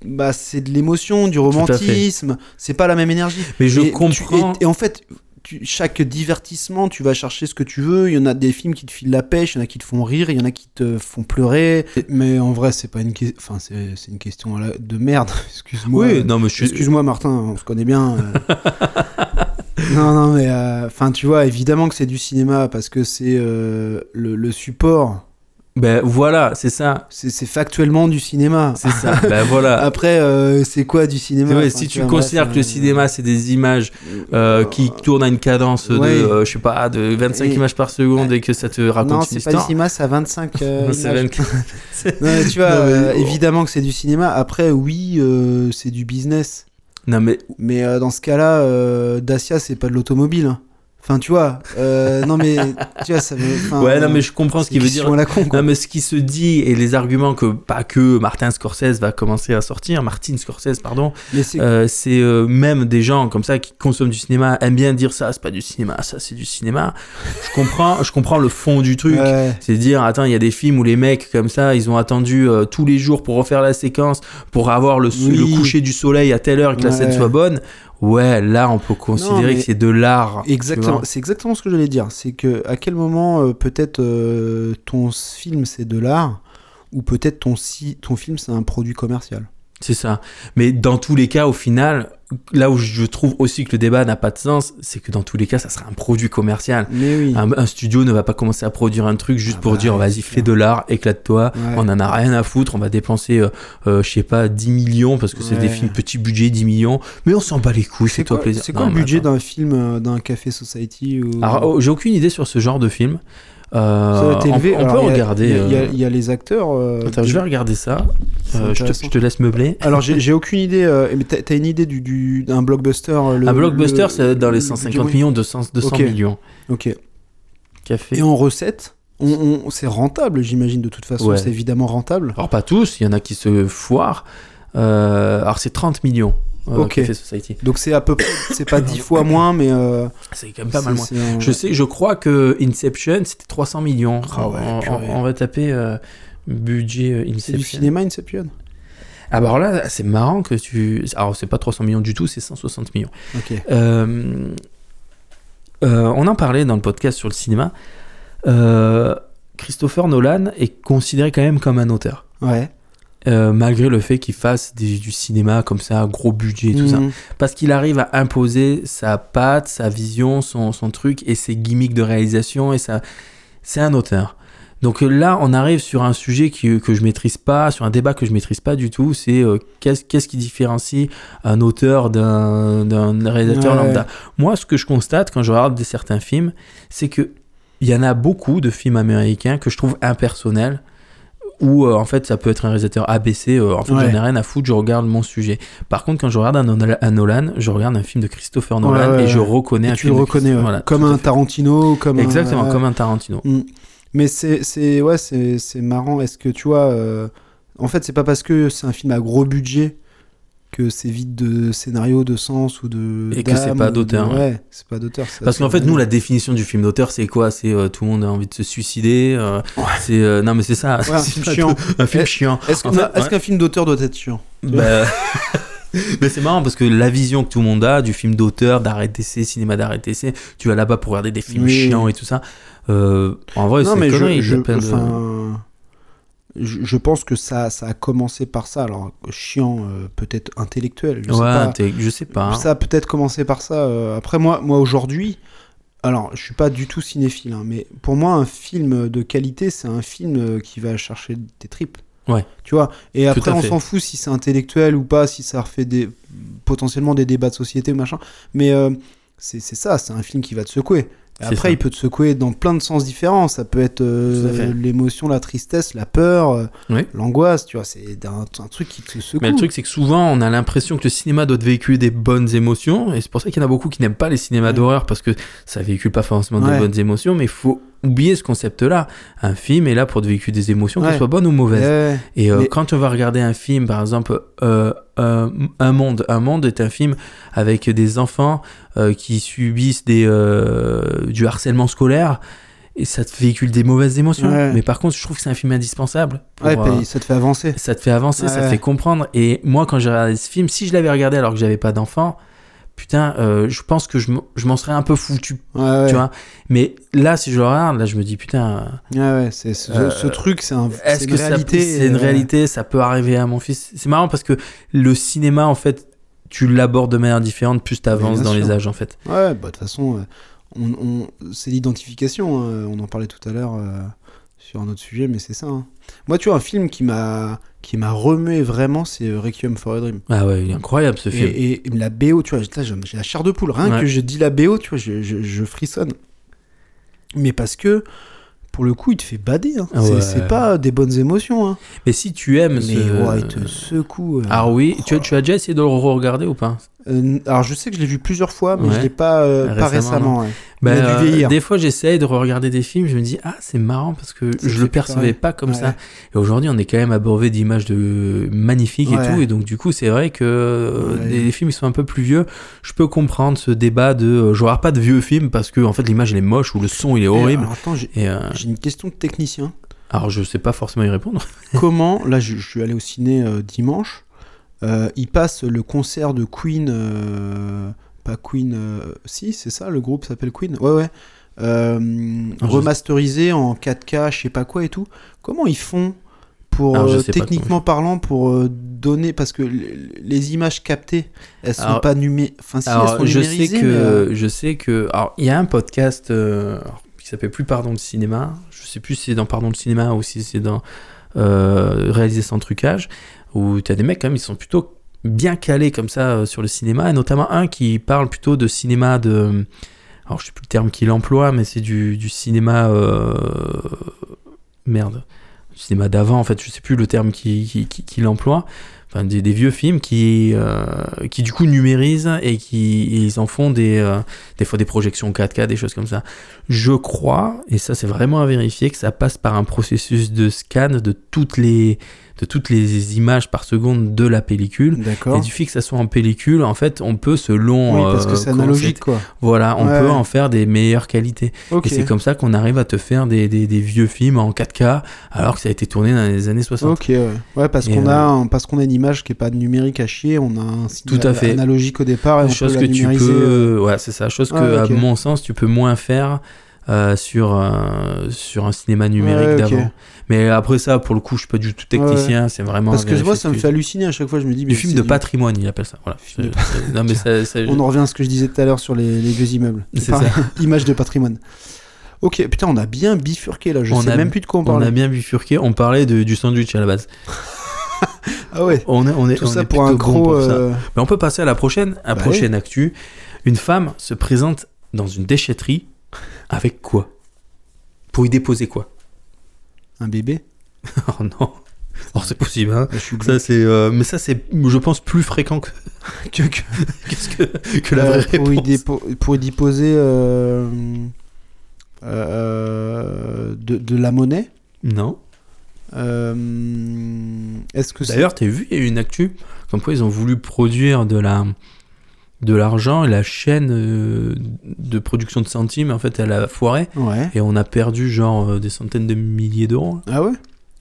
Bah, c'est de l'émotion, du à fait. romantisme, c'est pas la même énergie. Mais je Et tu- comprends. et, et en fait, tu- chaque divertissement, tu vas chercher ce que tu veux. Il y en a des films qui te filent la pêche, il y en a qui te font rire, il y en a qui te font pleurer. Mais en vrai, c'est pas une question. Enfin, c'est c'est une question à la- de merde. <laughs> Excuse-moi. Euh, Oui, non, mais je suis. Excuse-moi, Martin. On se connaît bien. <laughs> euh. non, non, mais enfin, tu vois, évidemment que c'est du cinéma parce que c'est euh, le, le support. Ben voilà, c'est ça. C'est c'est factuellement du cinéma. C'est <laughs> ça. ben voilà. Après, euh, c'est quoi du cinéma C'est vrai, Enfin, si tu vois, bref, considères que euh, le cinéma, c'est des images euh, euh, qui tournent à une cadence de, ouais. euh, je sais pas, de 25 Et- bah, images par seconde et que ça te raconte Non, une c'est pas du histoire. cinéma, c'est à 25. euh, Non, <laughs> c'est images. 24. Non, mais tu vois, <laughs> Non, mais- euh, évidemment que c'est du cinéma. Après, oui, euh, c'est du business. Non, mais Mais euh, dans ce cas-là, euh, Dacia, c'est pas de l'automobile. hein. Enfin, tu vois. <laughs> euh, non, mais tu vois, ça veut. enfin, ouais, non, mais euh, je comprends ce c'est qu'il veut question dire. à la con, quoi. Non, mais ce qui se dit et les arguments que pas que Martin Scorsese va commencer à sortir, Martin Scorsese, pardon, Mais c'est- euh, c'est euh, même des gens comme ça qui consomment du cinéma aiment bien dire ça, c'est pas du cinéma, ça c'est du cinéma. Je comprends, je comprends le fond du truc. ouais. C'est dire, attends, il y a des films où les mecs comme ça, ils ont attendu euh, tous les jours pour refaire la séquence, pour avoir le, sou- Oui. le coucher du soleil à telle heure et que la Ouais. scène soit bonne. Ouais, là, on peut considérer mais- que c'est de l'art. tu Exactement, vois. c'est exactement ce que j'allais dire. C'est que à quel moment euh, peut-être euh, ton s- film c'est de l'art ou peut-être ton, si, ton film c'est un produit commercial. C'est ça. Mais dans tous les cas, au final, là où je trouve aussi que le débat n'a pas de sens, c'est que dans tous les cas, ça sera un produit commercial. Mais oui. Un, un studio ne va pas commencer à produire un truc juste Ah pour bah, dire ouais, vas-y c'est fais clair. de l'art, éclate-toi, Ouais. on en a rien à foutre, on va dépenser euh, euh, je sais pas 10 millions parce que c'est des Ouais. films petit budget 10 millions, mais on s'en bat les couilles, C'est fais-toi quoi, plaisir. c'est quoi Non, le mais budget attends. d'un film euh, d'un Café Society ou... Alors, oh, j'ai aucune idée sur ce genre de film. Euh, Ça doit être on- élevé. on, Alors, peut il y a- regarder. Il y a- il y, a- euh, il y a les acteurs. euh, Attends, de- je vais regarder ça. c'est Euh, je, te, intéressant. je te laisse meubler. Alors j'ai j'ai aucune idée. euh, mais t'as t'as une idée du du- d'un blockbuster euh, le- un blockbuster, le- c'est dans le les budget, 150 oui. millions, 200, 200 Ok. millions. Ok. Café. Et en recette, on, on- c'est rentable, j'imagine de toute façon. Ouais. C'est évidemment rentable. Alors pas tous, il y en a qui se foirent. Euh, alors c'est 30 millions. euh, Ok. Café Society. Donc c'est à peu près, c'est <coughs> pas 10 fois moins, mais euh, C'est quand même pas mal c'est- moins. c'est un- Je sais, je crois que Inception c'était 300 millions. Ah ouais, on, purée. on- on va taper euh, budget euh, C'est du Inception. cinéma Inception. Ah bah alors là, c'est marrant que tu. Alors c'est pas 300 millions du tout, c'est 160 millions. Ok. Euh, euh, on en parlait dans le podcast sur le cinéma. Euh, Christopher Nolan est considéré quand même comme un auteur. Ouais. Euh, malgré le fait qu'il fasse des- du cinéma comme ça, gros budget et tout ça. Mhm. Parce qu'il arrive à imposer sa patte, sa vision, son, son truc et ses gimmicks de réalisation. et ça, C'est un auteur. Donc euh, là, on arrive sur un sujet qui, euh, que je maîtrise pas, sur un débat que je maîtrise pas du tout. C'est euh, qu'est-ce qu'est-ce qui différencie un auteur d'un d'un réalisateur Ouais. lambda Moi, ce que je constate quand je regarde des- certains films, c'est que il y en a beaucoup de films américains que je trouve impersonnels où euh, en fait ça peut être un réalisateur ABC euh, en fait Ouais. j'en ai rien à foutre je regarde mon sujet par contre quand je regarde un, Nola- un Nolan je regarde un film de Christopher Nolan Ouais, ouais, et je ouais. reconnais Et un tu le film de reconnais, Christopher- ouais. voilà, comme tout à un fait. Tarantino, comme un- euh, exactement ouais. comme un Tarantino Mm. Mais c'est c'est ouais c'est c'est marrant. Est-ce que tu vois euh, En fait, c'est pas parce que c'est un film à gros budget que c'est vide de scénario, de sens ou de Et que c'est d'âme, pas ou de- d'auteur, Ouais, ouais. c'est pas d'auteur. ça, parce c'est qu'en fait, vraiment- nous, la définition du film d'auteur, c'est quoi C'est euh, tout le monde a envie de se suicider. euh, C'est euh, non, mais c'est ça. Ouais, un <laughs> C'est film pas chiant. tout- Un film Eh, <laughs> chiant. Est-ce que- en fait, est-ce ouais. qu'un film d'auteur doit être chiant Bah, <laughs> Mais c'est marrant parce que la vision que tout le monde a du film d'auteur, d'arrêt d'essai, cinéma d'arrêt d'essai, tu vas là-bas pour regarder des films Oui. chiants et tout ça. Euh, en vrai, c'est Non, mais connerie, il y je a je, plein de- enfin, je je pense que ça ça a commencé par ça. Alors chiant, euh, peut-être intellectuel. Je ouais, sais pas. t'es- je sais pas. hein. Ça a peut-être commencé par ça. euh, après, moi, moi aujourd'hui, alors je suis pas du tout cinéphile, hein, mais pour moi, un film de qualité, c'est un film euh, qui va chercher tes tripes. Ouais. Tu vois Et après, à on fait. s'en fout si c'est intellectuel ou pas, si ça refait des, potentiellement des débats de société ou machin. Mais euh, c'est c'est ça, c'est un film qui va te secouer. Et C'est après, ça. il peut te secouer dans plein de sens différents. Ça peut être euh, Tout à fait. l'émotion, la tristesse, la peur, euh, Oui. l'angoisse, tu vois. C'est un, un truc qui te secoue. Mais le truc, c'est que souvent, on a l'impression que le cinéma doit te véhiculer des bonnes émotions, et c'est pour ça qu'il y en a beaucoup qui n'aiment pas les cinémas Ouais. d'horreur, parce que ça véhicule pas forcément Ouais. des bonnes émotions, mais il faut oublier ce concept-là. Un film est là pour te véhiculer des émotions, Ouais. qu'elles soient bonnes ou mauvaises. Ouais. Et euh, Mais- quand on va regarder un film, par exemple, euh, euh, Un Monde, Un Monde est un film avec des enfants euh, qui subissent des, euh, du harcèlement scolaire, et ça te véhicule des mauvaises émotions. Ouais. Mais par contre, je trouve que c'est un film indispensable. pour, Ouais, euh, puis ça te fait avancer. ça te fait avancer, ça Ouais. te fait comprendre. Et moi, quand j'ai regardé ce film, si je l'avais regardé alors que j'avais pas d'enfant, putain, euh, je pense que je m- je m'en serais un peu foutu, Ouais, ouais. tu vois. Mais là, si je le regarde, là, je me dis, putain, Ouais, ouais, c'est ce, Euh, ce truc, c'est un, est-ce c'est que une ça- réalité. c'est une euh, réalité Ça peut arriver à mon fils. C'est marrant parce que le cinéma, en fait, tu l'abordes de manière différente, plus t'avances bien dans les sûr. âges, en fait. Ouais, bah, de toute façon, euh, on, on- c'est l'identification. hein. on en parlait tout à l'heure euh, sur un autre sujet, mais c'est ça. hein. Moi, tu vois, un film qui m'a qui m'a remué vraiment, c'est euh, Requiem for a Dream. Ah ouais, il est incroyable ce film. Et, et la BO, tu vois, là, j'ai j'ai la chair de poule. Rien Ouais. que je dis la BO, tu vois, je, je- je frissonne. Mais parce que, pour le coup, il te fait bader. hein. Ah C'est- ouais. C'est pas des bonnes émotions. hein. Mais si tu aimes Mais ce- ouais, il te secoue. euh. Ah oui, tu, tu as déjà essayé de le re-regarder ou pas Euh, alors, je sais que je l'ai vu plusieurs fois, mais Ouais. je l'ai pas, euh, pas Récemment, récemment. ouais. Il a dû vieillir. Ben, euh, Des fois, j'essaye de regarder des films, je me dis, ah, c'est marrant parce que je Ça fait le plus percevais pareil. pas comme Ouais. ça. Et aujourd'hui, on est quand même abreuvé d'images de magnifiques et Ouais. tout. Et donc, du coup, c'est vrai que euh, Ouais. les, les films qui sont un peu plus vieux, je peux comprendre ce débat de euh, je regarde pas de vieux films parce que en fait, l'image elle est moche ou le son il est Mais, horrible. alors, attends, j'ai Et euh, j'ai une question de <laughs> technicien. alors, je sais pas forcément y répondre. Comment, là, je, je suis allé au ciné euh, dimanche. euh, il passe le concert de Queen. euh, pas Queen. euh, si, c'est ça, le groupe s'appelle Queen. Ouais, ouais. Euh, je- remasterisé en 4K, je sais pas quoi et tout. Comment ils font pour, Alors, je euh, sais pas techniquement parlant, pour euh, donner. Parce que l- les images captées, elles sont Alors- pas numé Enfin, si, elles alors, sont je sais numérisées. que mais, euh, je sais que alors il y a un podcast euh, alors, qui s'appelle Plus Pardon le cinéma. Je sais plus si c'est dans Pardon le cinéma ou si c'est dans euh, réaliser sans trucage où tu as des mecs quand même ils sont plutôt bien calés comme ça euh, sur le cinéma et notamment un qui parle plutôt de cinéma de alors je sais plus le terme qu'il emploie mais c'est du, du cinéma euh, merde du cinéma d'avant en fait je sais plus le terme qu'il qui, qui- qu'il emploie enfin des, des vieux films qui euh, qui du coup numérisent et qui et ils en font des euh, des fois des projections 4K des choses comme ça je crois et ça c'est vraiment à vérifier que ça passe par un processus de scan de toutes les de toutes les images par seconde de la pellicule et D'accord. du fait que ça soit en pellicule en fait on peut selon Oui, parce que euh, c'est comment analogique, quoi. voilà on Ouais, peut ouais. en faire des meilleures qualités Ok. et c'est comme ça qu'on arrive à te faire des, des- des vieux films en 4K alors que ça a été tourné dans les années 60. Ok, ouais, Ouais, parce Et, qu'on a euh, un- parce qu'on a une image qui est pas numérique à chier, on a un signal Tout à fait. analogique au départ et on chose peut que la tu numériser. peux. euh, Ouais, c'est ça. Chose que, Ouais, ok. à mon sens, tu peux moins faire euh, sur, euh, sur un cinéma numérique Ouais, ok. d'avant. Mais après ça, pour le coup, je suis pas du tout technicien. C'est vraiment. Parce à que je vois, vérifier ça me que- fait halluciner à chaque fois. Je me dis, mais Du film c'est de patrimoine, il appelle ça. Voilà. Film de Euh, c'est- non, mais ça. ça- On en revient à ce que je disais tout à l'heure sur les, les vieux immeubles. C'est pareil. <laughs> image de patrimoine. Ok, putain, on a bien bifurqué là. Je On sais a- même plus de quoi on on a parle. bien bifurqué, on parlait de- du sandwich à la base. Ah ouais. On est, on est, Tout on ça est pour un plutôt bon gros. pour ça. euh, Mais on peut passer à la prochaine, à la Bah prochaine actu. Une femme se présente dans une déchetterie avec quoi Pour y déposer quoi <laughs> Un bébé. Ah, Oh non Oh, c'est possible, hein Je suis ça, c'est, euh, mais ça, c'est, je pense, plus fréquent que, <laughs> que, que- qu'est-ce que- que la vraie Euh, pour, y réponse. dépo- pour y déposer euh, euh, de, de la monnaie. Non. Euh, Est-ce que c'est D'ailleurs, t'as vu, il y a eu une actu, comme quoi ils ont voulu produire de la de l'argent et la chaîne euh, de production de centimes, en fait, elle a foiré. Ouais. Et on a perdu, genre, euh, des centaines de milliers d'euros. Ah ouais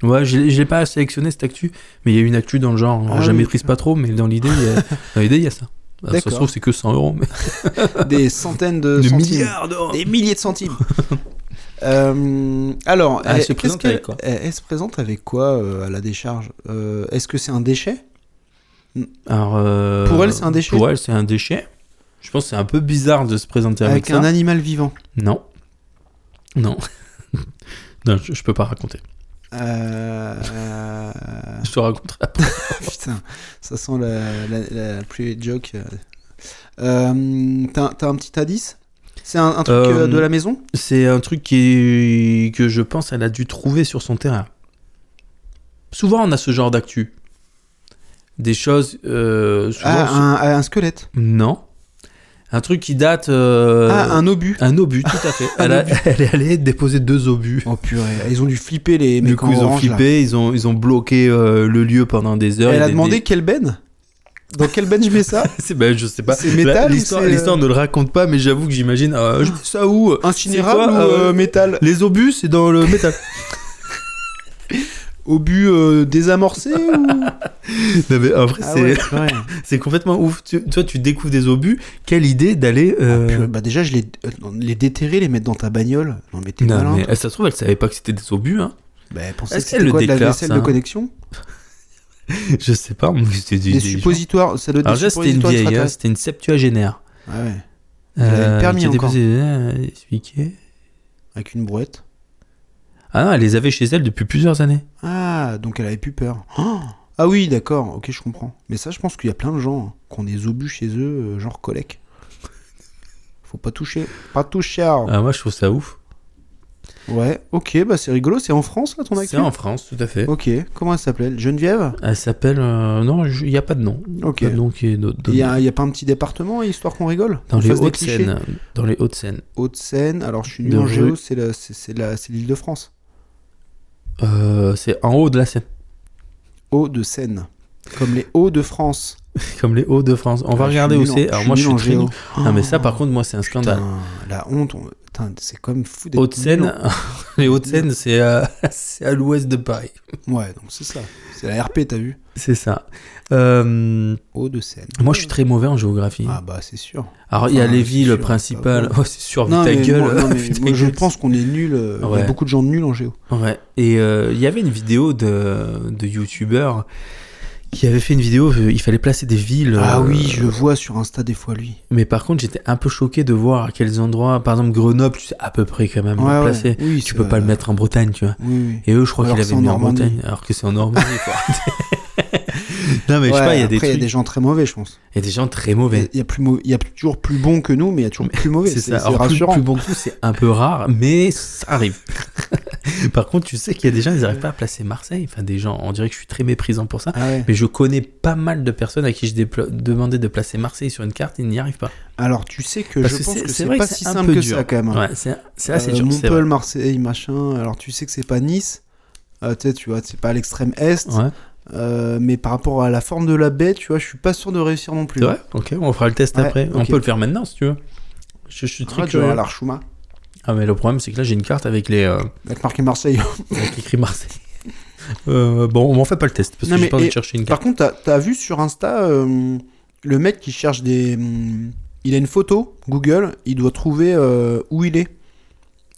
Ouais, je l'ai je l'ai pas sélectionné cette actu, mais il y a eu une actu dans le genre. Alors, Ah je la oui. maîtrise pas trop, mais dans l'idée, il y <laughs> a- dans l'idée, il y a ça. Alors, ça se D'accord. trouve, c'est que 100 euros, mais Des <laughs> centaines de, de centimes. milliards d'euros. Des milliers de centimes. <laughs> Euh, alors, Ah, elle eh, se qu'est-ce présente qu'elle- avec quoi elle, elle se présente avec quoi euh, à la décharge Euh, Est-ce que c'est un déchet Alors, euh, Pour elle, c'est un déchet. Pour elle, c'est un déchet. Je pense que c'est un peu bizarre de se présenter avec, avec ça. un animal vivant Non. Non. <laughs> non, je, je peux pas raconter. Euh, <laughs> euh, Je te raconterai après. Putain, ça sent la, la, la private joke. euh. Euh, T'as t'as un petit indice C'est un, un truc Euh, euh, de la maison C'est un truc qui, que je pense elle a dû trouver sur son terrain. Souvent, on a ce genre d'actu. Des choses. euh, souvent, ah, ce- un, ah, un squelette. Non. Un truc qui date. euh, Ah, un obus. un obus, tout à fait. <laughs> Un elle, a- obus. elle est allée déposer deux obus. Oh purée, ils ont dû flipper les du mecs coup, en ils ont orange, là. flippé, ils ont, ils ont bloqué euh, le lieu pendant des heures. Elle Il y a des- demandé quelle benne Dans quelle benne je mets <laughs> ça C'est- <laughs> ben, je sais pas. C'est métal Là, ou L'histoire c'est, euh, l'histoire ne le raconte pas, mais j'avoue que j'imagine. euh, je mets ça où Incinérable C'est ou quoi, euh, euh, métal Les obus, c'est dans le <laughs> métal. Obus euh, désamorcé <laughs> ou Non, mais en vrai, Ah c'est ouais, ouais. <laughs> c'est complètement ouf. Tu- toi, tu découvres des obus. Quelle idée d'aller. euh, Purée, bah déjà, je les, euh, non, les déterrer, les mettre dans ta bagnole. Non, mais t'es non, malin. mais toi. elle, ça se trouve, elle savait pas que c'était des obus. Hein. Bah, pensez Est-ce que qu'elle c'était le quoi de la déclare, vaisselle ça, de hein connexion Je sais pas. mais c'était des- Des des gens. suppositoires, ça doit être Alors, des déjà, c'était une suppositoires vieille. hein, extraterrestres. C'était une septuagénaire. Ah ouais, avait le permis qui était encore. posée- euh, expliquée. avec une brouette. Ah non, elle les avait chez elle depuis plusieurs années. Ah, donc elle avait plus peur. Oh ah oui, d'accord, ok, je comprends. Mais ça, je pense qu'il y a plein de gens hein, qui ont des obus chez eux, euh, genre collègue. Faut pas toucher. Pas toucher. hein. Ah, moi, je trouve ça ouf. Ouais, ok, bah c'est rigolo. C'est en France, là, ton C'est actu en France, tout à fait. Ok, comment elle s'appelle Geneviève Elle s'appelle. euh, Non, je- il n'y a pas de nom. Ok. Pas de nom qui est no- Il donné. y a, y a pas un petit département, histoire qu'on rigole Dans Qu'on les fasse des clichés Hauts-de-Seine. Dans les Hauts-de-Seine. Hauts-de-Seine, alors je suis nul Bien en joué. géo, c'est la- c'est- c'est la- c'est l'île de France. Euh, c'est en haut de la Seine. <laughs> Hauts-de-Seine. Comme les Hauts-de-France. Comme les Hauts-de-France. On va Ah, je suis regarder où nul en- c'est. Alors, moi, je nul suis en très géo. Oh. nul. Ah, mais ça, par contre, moi, c'est un Putain, scandale. la honte, on- putain, c'est comme fou d'être Hauts-de-Seine. <laughs> nul les Hauts-de-Seine, c'est à, <laughs> c'est à l'ouest de Paris. en- Ouais, donc c'est ça. C'est la RP, t'as vu C'est ça. Euh, Hauts-de-Seine. moi, je suis très mauvais en géographie. Ah bah c'est sûr. Alors, il y a enfin, les c'est sûr, villes ça principales. va. Oh, c'est sûr, Non, ta mais gueule. moi- <laughs> non, mais Vite ta moi, je gueule. pense qu'on est nul. euh, Il y Ouais. a beaucoup de gens nuls en géo. Ouais, et euh, il y avait une vidéo de, de youtubeur qui avait fait une vidéo, euh, il fallait placer des villes. Ah euh, oui, je le vois sur Insta des fois lui. Mais par contre, j'étais un peu choqué de voir à quels endroits, par exemple Grenoble, tu sais à peu près quand même Ouais, ouais. placé. Oui, Tu c'est peux pas vrai. le mettre en Bretagne, tu vois. Oui, oui. Et eux, je crois Alors qu'ils l'avaient que c'est en mis Normandie. en Bretagne, alors que c'est en Normandie. <laughs> quoi. non, mais je sais Ouais, pas, il y a des après, trucs. des gens très mauvais, je pense. Il y a des gens très Il y a- mauvais. il y, a plus mau- il y a toujours plus bon que nous, mais il y a toujours plus mauvais. C'est C'est ça. c'est Alors, plus- rassurant. plus bon que tout, c'est un peu rare, mais ça arrive. <laughs> Par contre, tu sais qu'il y a des gens, ils n'arrivent pas à placer Marseille. Enfin, des gens, on dirait que je suis très méprisant pour ça. Ah ouais. Mais je connais pas mal de personnes à qui je dépla- demandais de placer Marseille sur une carte, ils n'y arrivent pas. Alors tu sais que Parce je que pense c'est- que c'est c'est vrai pas que si c'est un simple peu que dur. ça quand même. Ouais, c'est c'est assez Euh, dur. c'est vrai. Montpellier, Marseille, machin. Alors tu sais que c'est pas Nice. Euh, tu sais, tu vois, c'est pas à l'extrême est. Ouais. Euh, mais par rapport à la forme de la baie, tu vois, je suis pas sûr de réussir non plus. C'est vrai Ok, on fera le test Ouais, après. On ok. peut le faire maintenant si tu veux. Je, je suis très Ah, tu curieux. vois, à l'Archouma, Ah, mais le problème, c'est que là, j'ai une carte avec les euh, avec marqué Marseille. avec écrit Marseille. <laughs> Euh, bon, on m'en fait pas le test parce Non, que j'ai mais- pas envie et- de chercher une Par carte. contre, t'as- t'as vu sur Insta euh, le mec qui cherche des. hum, il a une photo, Google, il doit trouver euh, où il est.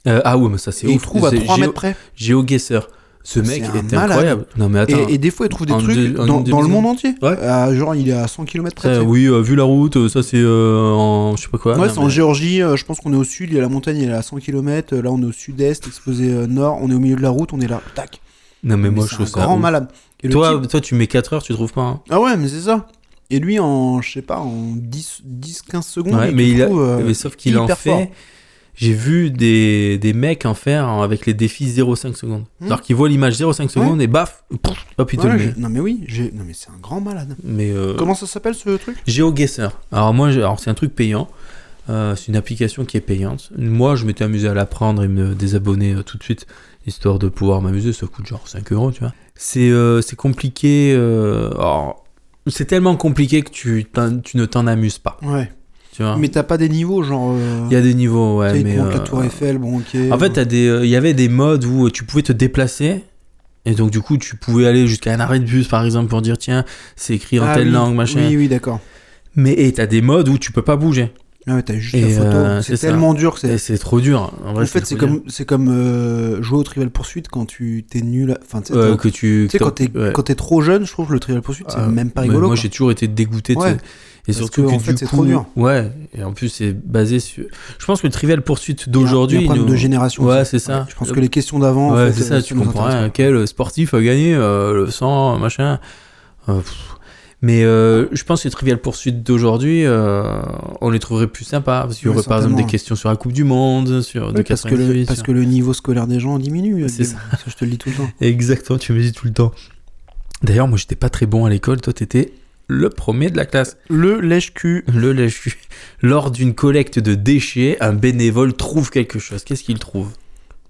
Euh, ah, ouais, mais ça, c'est Et il ouf. trouve à C'est 3 Géo- mètres près. GeoGuessr. Ce mec Ah, C'est un était malade. incroyable. Non, mais attends. Et, et des fois, il trouve des En trucs deux- en dans, une dans le demi-seconde. monde entier. Ouais. Ah, genre, il est à 100 km près. Ça, tu sais. oui, euh, vu la route, euh, ça c'est euh, en. Je sais pas quoi. ouais, Non, c'est en mais- Géorgie, euh, je pense qu'on est au sud, il y a la montagne, il est à 100 km, là on est au sud-est, exposé euh, nord, on est au milieu de la route, on est là, tac. Non, mais, moi, c'est je trouve un ça. grand ouf. malade. Et le Toi, type- toi, tu mets 4 heures, tu trouves pas. hein Ah ouais, mais c'est ça. Et lui, en, je sais pas, en 10, 10 15 secondes, Ouais, il mais, te il a- trouve, euh, mais sauf qu'il en hyper fort. fait. J'ai vu des, des mecs en faire hein, avec les défis 0,5 secondes. Hmm. Alors qu'ils voient l'image 0,5 secondes et baf, pouf, hop, ils te Ouais, le j'ai- mettent. Non mais oui, j'ai- non mais c'est un grand malade. Mais euh, Comment ça s'appelle ce truc GeoGuessr. Alors moi, j'ai- alors c'est un truc payant. Euh, c'est une application qui est payante. Moi, je m'étais amusé à la prendre et me désabonner euh, tout de suite, histoire de pouvoir m'amuser. Ça coûte genre 5 euros, tu vois. C'est euh, c'est compliqué. euh, alors, c'est tellement compliqué que tu, t'en- tu ne t'en amuses pas. Ouais. Tu vois. Mais t'as pas des niveaux genre. euh, Il y a des niveaux, tu sais, Ah. ouais. il te Mais, montre la euh, tour Eiffel, bon ok. En fait, t'as des- euh, il y avait des modes où euh, tu pouvais te déplacer. Et donc, du coup, tu pouvais aller jusqu'à un arrêt de bus, par exemple, pour dire tiens, c'est écrit en Ah telle oui, langue, machin. Oui, oui, d'accord. Mais et t'as des modes où tu peux pas bouger. Ah ouais, t'as juste Et, la photo. euh, c'est c'est tellement dur que c'est. Et c'est trop dur. hein. En, vrai, en fait, c'est trop dur. comme, c'est comme euh, jouer au Trivial Poursuite quand tu t'es nul. à- Enfin, tu sais, Euh, t'as- que tu. tu sais, que quand t'as- t'es ouais. quand t'es trop jeune, je trouve que le Trivial Poursuite, c'est Ah, même pas mais rigolo. Moi, quoi. j'ai toujours été dégoûté. de Ouais. ce- Et Parce surtout que, que en du fait, c'est coup, trop dur. ouais. Et en plus, c'est basé sur. Je pense que le trivial poursuite Il y a- il d'aujourd'hui. y a un problème nous- de génération. Ouais, aussi. c'est ça. Je pense que les questions d'avant. en Ouais, fait, c'est ça, euh, tu nous comprends intéresse rien. Quel sportif a gagné euh, le 100, machin. Euh, pff. Mais euh, je pense que les Trivial poursuites d'aujourd'hui, euh, on les trouverait plus sympas. Parce qu'il y Oui, aurait par exemple certainement. des questions sur la Coupe du Monde, sur de Oui, parce, que le, 98, parce sur- que le niveau scolaire des gens diminue. euh, C'est Guillaume. Ça, je te le dis tout le temps. Exactement, tu me dis tout le temps. D'ailleurs, moi, j'étais pas très bon à l'école. Toi, t'étais le premier de la classe. Le lèche-cul. Le lèche Lors d'une collecte de déchets, un bénévole trouve quelque chose. Qu'est-ce qu'il trouve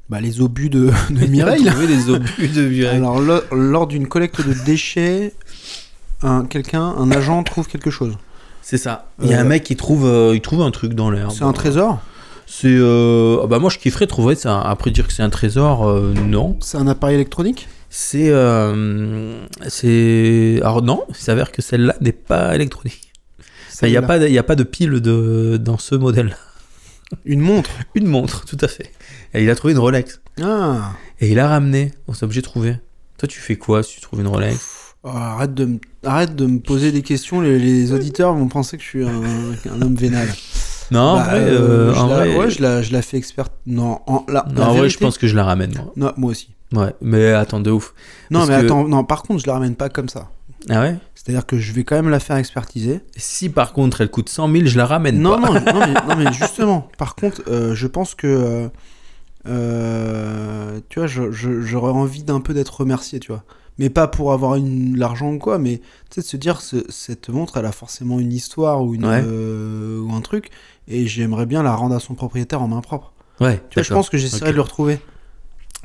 Bah, les obus de, de Il Mireille. a trouvé des obus de Mireille. Alors, lo- lors d'une collecte de déchets, un, quelqu'un, un agent trouve quelque chose. C'est ça. Il y a un Euh, mec qui trouve, euh, il trouve un truc dans l'air. C'est un trésor C'est. euh, ah bah moi, je kifferais trouver ça. Après dire que c'est un trésor, euh, non. C'est un appareil électronique C'est. euh, c'est. Alors non, il s'avère que celle-là n'est pas électronique. Il n'y a, Celle-là. pas de- il y a pas de pile de, dans ce modèle-là. Une montre Une montre, <laughs> tout à fait. Et il a trouvé une Rolex. Ah Et il a ramené. On s'est obligé de trouver. Toi, tu fais quoi si tu trouves une Rolex Oh, arrête, de me, arrête de me poser des questions, les, les auditeurs vont penser que je suis un, un homme vénal. Non, en Bah, vrai. euh, euh, je en la, vrai, ouais, je la, je la fais experte. Non, en, la, non, la en vrai, vérité- je pense que je la ramène, moi. Non, moi aussi. Ouais, mais attends, de ouf. Non, Parce mais que- attends, non, par contre, je la ramène pas comme ça. Ah ouais C'est-à-dire que je vais quand même la faire expertiser. Si par contre elle coûte 100 000, je la ramène. Non, pas. non, non, <laughs> mais, non, mais justement, par contre, euh, je pense que. euh, euh, tu vois, je- je- j'aurais envie d'un peu d'être remercié, tu vois. Mais pas pour avoir une, l'argent ou quoi, mais tu sais, de se dire, ce- cette montre, elle a forcément une histoire ou, une, Ouais. euh, ou un truc, et j'aimerais bien la rendre à son propriétaire en main propre. Ouais, Tu vois, je pense que j'essaierai Ok. de le retrouver.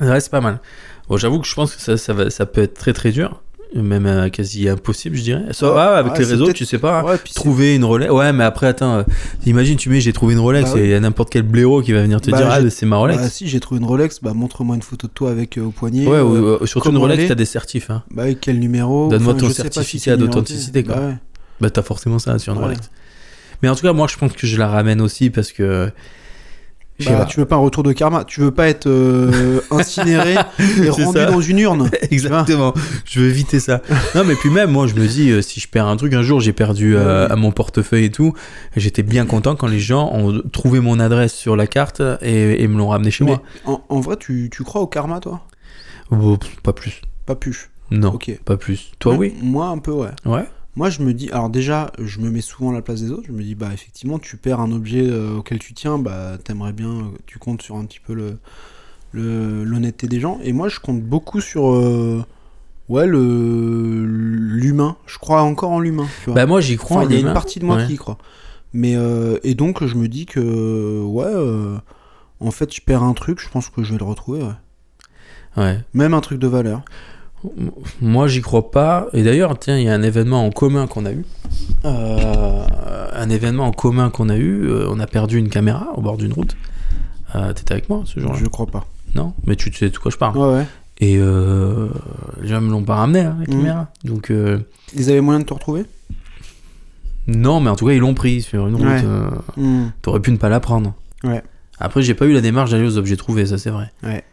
Ouais, c'est pas mal. Bon, j'avoue que je pense que ça, ça, va- ça peut être très très dur, même euh, quasi impossible, je dirais. Ça, Ouais, ah, avec ouais, les c'est réseaux, peut-être- tu sais pas. hein. Ouais, puis c'est- Trouver une Rolex. Ouais, mais après, attends, euh, imagine, tu mets, j'ai trouvé une Rolex, Bah oui. et il y a n'importe quel blaireau qui va venir te Bah, dire, j'ai- ah, c'est ma Rolex. bah, si j'ai trouvé une Rolex, bah montre-moi une photo de toi avec euh, au poignet. ouais, ou, euh, euh, surtout une comment Rolex, aller t'as des certifs. Hein. Bah, avec quel numéro Donne-moi ton je sais pas si certificat c'est numéroté. d'authenticité, quoi. Bah ouais. Bah, t'as forcément ça sur une Ouais. Rolex. Mais en tout cas, moi, je pense que je la ramène aussi parce que. je sais Bah, pas. <laughs> tu veux pas un retour de karma, tu veux pas être euh, incinéré et C'est rendu ça. dans une <laughs> urne. Exactement, je veux éviter ça. Non, mais puis même, moi, je me dis, euh, si je perds un truc, un jour, j'ai perdu euh, à mon portefeuille et tout. J'étais bien content quand les gens ont trouvé mon adresse sur la carte et, et me l'ont ramené chez Mais moi. en, en vrai, tu, tu crois au karma, toi Oh, pff, pas plus. Pas pu. Non, Ok. pas plus. Toi, Moi- oui Moi, un peu, ouais. Ouais. Moi, je me dis, alors déjà, je me mets souvent à la place des autres. Je me dis, bah, effectivement, tu perds un objet euh, auquel tu tiens, bah, t'aimerais bien, euh, tu comptes sur un petit peu le le- l'honnêteté des gens. Et moi, je compte beaucoup sur, euh, ouais, le l'humain. Je crois encore en l'humain. tu vois. Bah, moi, j'y crois. Enfin, il y a l'humain. une partie de moi Ouais. qui y croit. Mais euh, et donc je me dis que ouais, euh, en fait, je perds un truc, je pense que je vais le retrouver. ouais. Ouais. Même un truc de valeur. M- Moi, j'y crois pas. Et d'ailleurs, tiens, il y a un événement en commun qu'on a eu. Euh, un événement en commun qu'on a eu. euh, on a perdu une caméra au bord d'une route. Euh, T'étais avec moi ce jour-là Je crois pas. Non Mais tu sais de quoi je parle. Ouais, ouais. Et euh, les gens me l'ont pas ramené, hein, la Mhm. caméra. Donc, euh, Ils avaient moyen de te retrouver non, mais en tout cas, ils l'ont pris sur une route. Ouais. euh, Hmm. T'aurais pu ne pas la prendre. Ouais. Après, j'ai pas eu la démarche d'aller aux objets trouvés, ça c'est vrai. Ouais.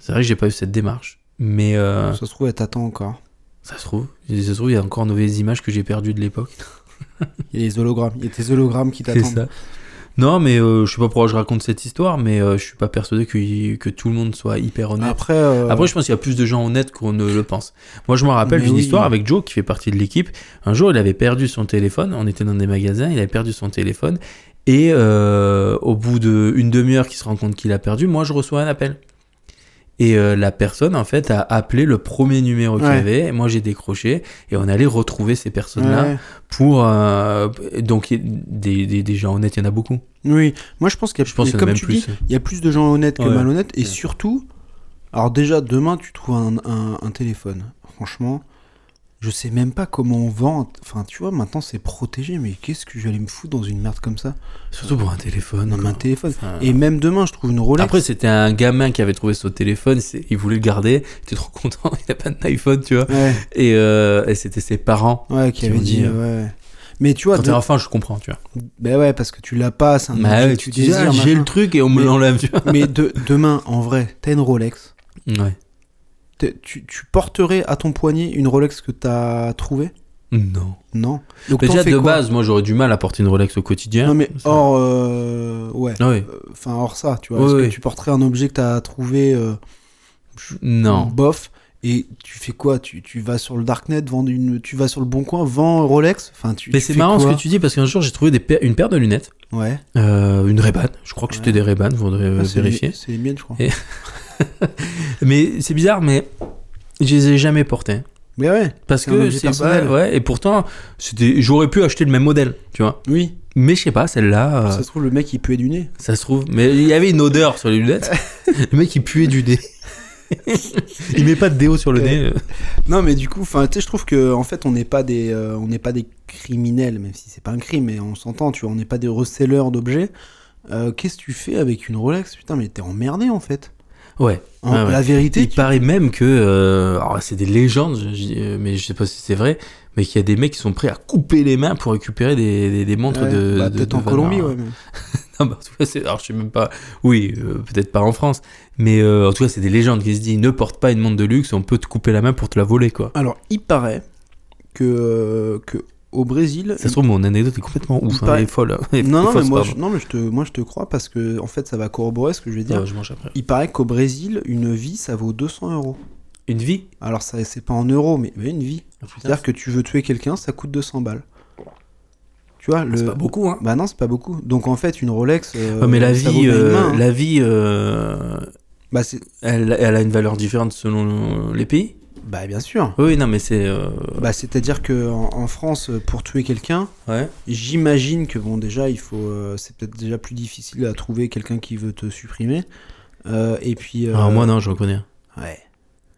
C'est vrai que j'ai pas eu cette démarche. Mais euh, Ça se trouve, elle t'attend encore. ça se trouve, ça se trouve, il y a encore de nouvelles images que j'ai perdues de l'époque. Il y a les hologrammes. Il y a tes hologrammes qui C'est t'attendent. ça. Non, mais euh, je sais pas pourquoi je raconte cette histoire, mais euh, je suis pas persuadé que, que tout le monde soit hyper honnête. Après, euh, Après, je pense qu'il y a plus de gens honnêtes qu'on ne le pense. Moi, je me rappelle Mais d'une oui. histoire avec Joe qui fait partie de l'équipe. Un jour, il avait perdu son téléphone. On était dans des magasins, il avait perdu son téléphone. Et euh, au bout d'une demi-heure qu'il se rend compte qu'il a perdu, moi, je reçois un appel. Et euh, la personne, en fait, a appelé le premier numéro qu'il y Ouais. avait. Et moi, j'ai décroché. Et on allait retrouver ces personnes-là ouais. pour. euh, donc, il y a des, des- des gens honnêtes, il y en a beaucoup. Oui, moi je pense qu'il y a, Je pense et qu'il y en a comme même tu plus. dis, il y a plus de gens honnêtes que Ouais. malhonnêtes et Ouais. surtout, alors déjà demain tu trouves un, un- un téléphone. Franchement, je sais même pas comment on vend. Enfin, tu vois, maintenant c'est protégé, mais qu'est-ce que je vais aller me foutre dans une merde comme ça Surtout pour un téléphone. Non, mais un quoi. téléphone. Enfin, Et même demain, je trouve une Rolex. Euh, Après, c'était un gamin qui avait trouvé son téléphone, c'est- il voulait le garder, il était trop content, <laughs> il n'a pas d'iPhone, tu vois. ouais, Et, euh, et c'était ses parents. ouais, qui Qui avait ont dit, dit, euh, ouais. Mais tu vois, Quand de- t'es enfant, je comprends, tu vois. ben ouais, parce que tu l'as pas, c'est un Bah, objet ouais, que tu tu te dis, ah, désires. j'ai le machin. truc et on me Mais- l'enlève, tu vois. Mais de- demain, en vrai, t'as une Rolex. Ouais. T'es- Tu, tu porterais à ton poignet une Rolex que t'as trouvée Non. Non. Donc, t'en Bah, Déjà, fais de quoi base, moi, j'aurais du mal à porter une Rolex au quotidien. Non mais Ça- hors euh, ouais, Ah ouais. Euh, enfin hors ça, tu vois, Oui, est-ce oui. que tu porterais un objet que t'as trouvé euh, Non. bof Et tu fais quoi tu, tu vas sur le darknet, vendre une, tu vas sur le bon coin, vends Rolex. Enfin, tu. Mais tu c'est fais marrant quoi ce que tu dis parce qu'un jour j'ai trouvé des pa- une paire de lunettes, Ouais. euh, une Ray-Ban, je crois que Ouais. c'était des Ray-Ban, faudrait euh, Ah, c'est vérifier. les- C'est les miennes, je crois. Et- Mais c'est bizarre, mais je les ai jamais portées Mais ouais. parce C'est un que objet c'est personnel. ouais, ouais, et pourtant c'était j'aurais pu acheter le même modèle, tu vois. Oui. Mais je sais pas, celle-là, euh, Ça se trouve le mec il puait du nez. ça se trouve, mais il y avait une odeur sur les <laughs> lunettes. le mec il puait du nez. il met pas de déo sur le Ouais. nez. euh. Non, mais du coup, enfin, tu sais, je trouve que en fait, on n'est pas des, euh, on n'est pas des criminels, même si c'est pas un crime, mais on s'entend, tu vois, on n'est pas des resellers d'objets. Euh, Qu'est-ce que tu fais avec une Rolex Putain, mais t'es emmerdé en fait. Ouais. En- Ah ouais. La vérité, Il paraît même que, euh, alors c'est des légendes, je- je- euh, mais je sais pas si c'est vrai, mais qu'il y a des mecs qui sont prêts à couper les mains pour récupérer des, des, des montres Ouais, de, bah, de- peut-être de en valeur. Colombie, ouais. mais- Non, bah, en tout cas, c'est- alors je sais même pas, oui, euh, peut-être pas en France, mais euh, en tout cas c'est des légendes qui se disent ne porte pas une montre de luxe, on peut te couper la main pour te la voler quoi. Alors, il paraît que, euh, que au Brésil. Ça se trouve mon anecdote est complètement ouf, Il hein, paraît- elle est folle. hein. Elle est Bah, non, non, fausse, mais moi, pardon. je, non, mais je te, moi, je te crois parce que en fait, ça va corroborer ce que je vais dire. Ouais, je mange après. Il paraît qu'au Brésil, une vie, ça vaut 200 euros. Une vie Alors, ça, c'est pas en euros, mais, mais une vie. Ah, putain, C'est-à-dire que tu veux tuer quelqu'un, ça coûte 200 balles. Tu vois, le. C'est pas beaucoup hein. Bah non, c'est pas beaucoup. Donc en fait, une Rolex. euh, Ouais, mais la ça vaut pas vie, une euh, main, hein. la vie, euh, Bah, c'est- elle, elle a une valeur différente selon les pays. bah, bien sûr. Oui, non, mais c'est. euh, Bah, c'est-à-dire que en, en France, pour tuer quelqu'un, Ouais. J'imagine que bon déjà il faut euh, c'est peut-être déjà plus difficile à trouver quelqu'un qui veut te supprimer Euh, et puis euh, Alors Ah, moi, non, je reconnais. ouais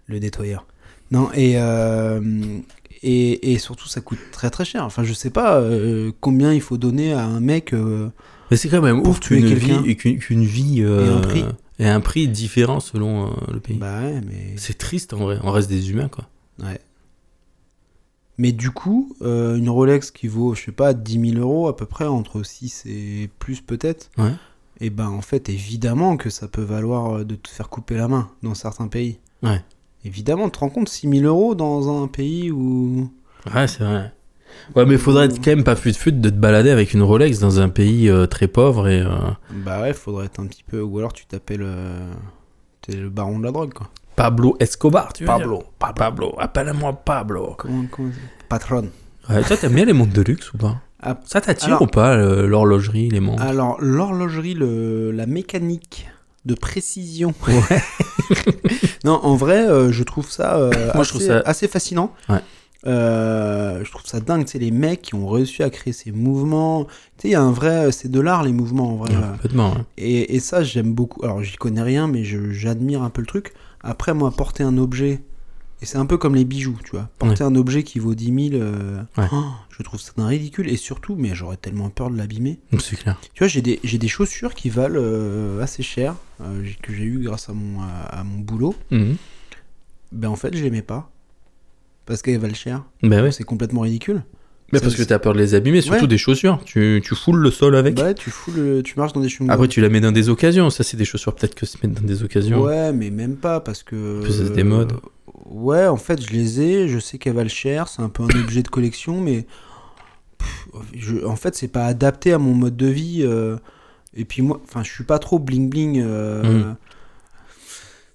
le nettoyeur non et euh, et, et surtout ça coûte très très cher enfin je sais pas euh, combien il faut donner à un mec euh, Mais c'est quand même Pour ouf tuer qu'une quelqu'un. vie, et qu'une qu'une vie euh, Et un prix. ait un prix différent selon euh, le pays. bah ouais mais C'est triste en vrai. On reste des humains, quoi. ouais mais du coup euh, une Rolex qui vaut je sais pas 10 000 euros à peu près entre 6 et plus peut-être Ouais. et ben en fait évidemment que ça peut valoir euh, de te faire couper la main dans certains pays Ouais. Évidemment, tu te rends compte, 6000 euros dans un pays où. Ouais, c'est vrai. Ouais, mais faudrait être quand même pas fut fut de te balader avec une Rolex dans un pays euh, très pauvre et. euh, Bah ouais, faudrait être un petit peu. Ou alors tu t'appelles. euh, T'es le baron de la drogue, quoi. Pablo Escobar, tu veux Pablo, dire Pablo, Pablo, appelle-moi Pablo. Comment, comment c'est Patron. Ouais, toi, t'aimes bien les montres de luxe ou pas Ah, Ça t'attire alors- Ah, ou pas le- l'horlogerie, les montres Alors, l'horlogerie, le... la mécanique de précision. Ouais. <laughs> non, en vrai, euh, je trouve ça, euh, Moi, assez, je trouve ça- assez fascinant. Ouais. Euh, je trouve ça dingue, c'est les mecs qui ont réussi à créer ces mouvements. Tu sais, il y a un vrai, euh, c'est de l'art les mouvements en vrai. Ouais, Complètement. hein. ouais. Et, et ça, j'aime beaucoup. Alors, j'y connais rien, mais je- j'admire un peu le truc. Après, moi, porter un objet, et c'est un peu comme les bijoux, tu vois. Porter un objet qui vaut 10 000, euh, Ouais. oh, je trouve ça d'un ridicule. Et surtout, mais j'aurais tellement peur de l'abîmer. Donc, C'est clair. Tu vois, j'ai des, j'ai des chaussures qui valent euh, assez cher, euh, j'ai- que j'ai eu grâce à mon, à, à mon boulot. Mhm. Ben, en fait, je l'aimais pas. Parce qu'elles valent cher. Ben ouais. C'est complètement ridicule. Mais Ça, parce que c'est- t'as peur de les abîmer, surtout Ouais. des chaussures. Tu, tu foules le sol avec. Bah ouais, tu, fous le, tu marches dans des chaussures. Après, tu la mets dans des occasions. Ça, c'est des chaussures peut-être que se mettent dans des occasions. Ouais, mais même pas parce que. euh, Parce que c'est des modes. Ouais, en fait, je les ai, je sais qu'elles valent cher, c'est un peu un objet de collection, mais. pff, je- en fait, c'est pas adapté à mon mode de vie. euh, et puis moi, enfin, je suis pas trop bling bling. euh, Hmm.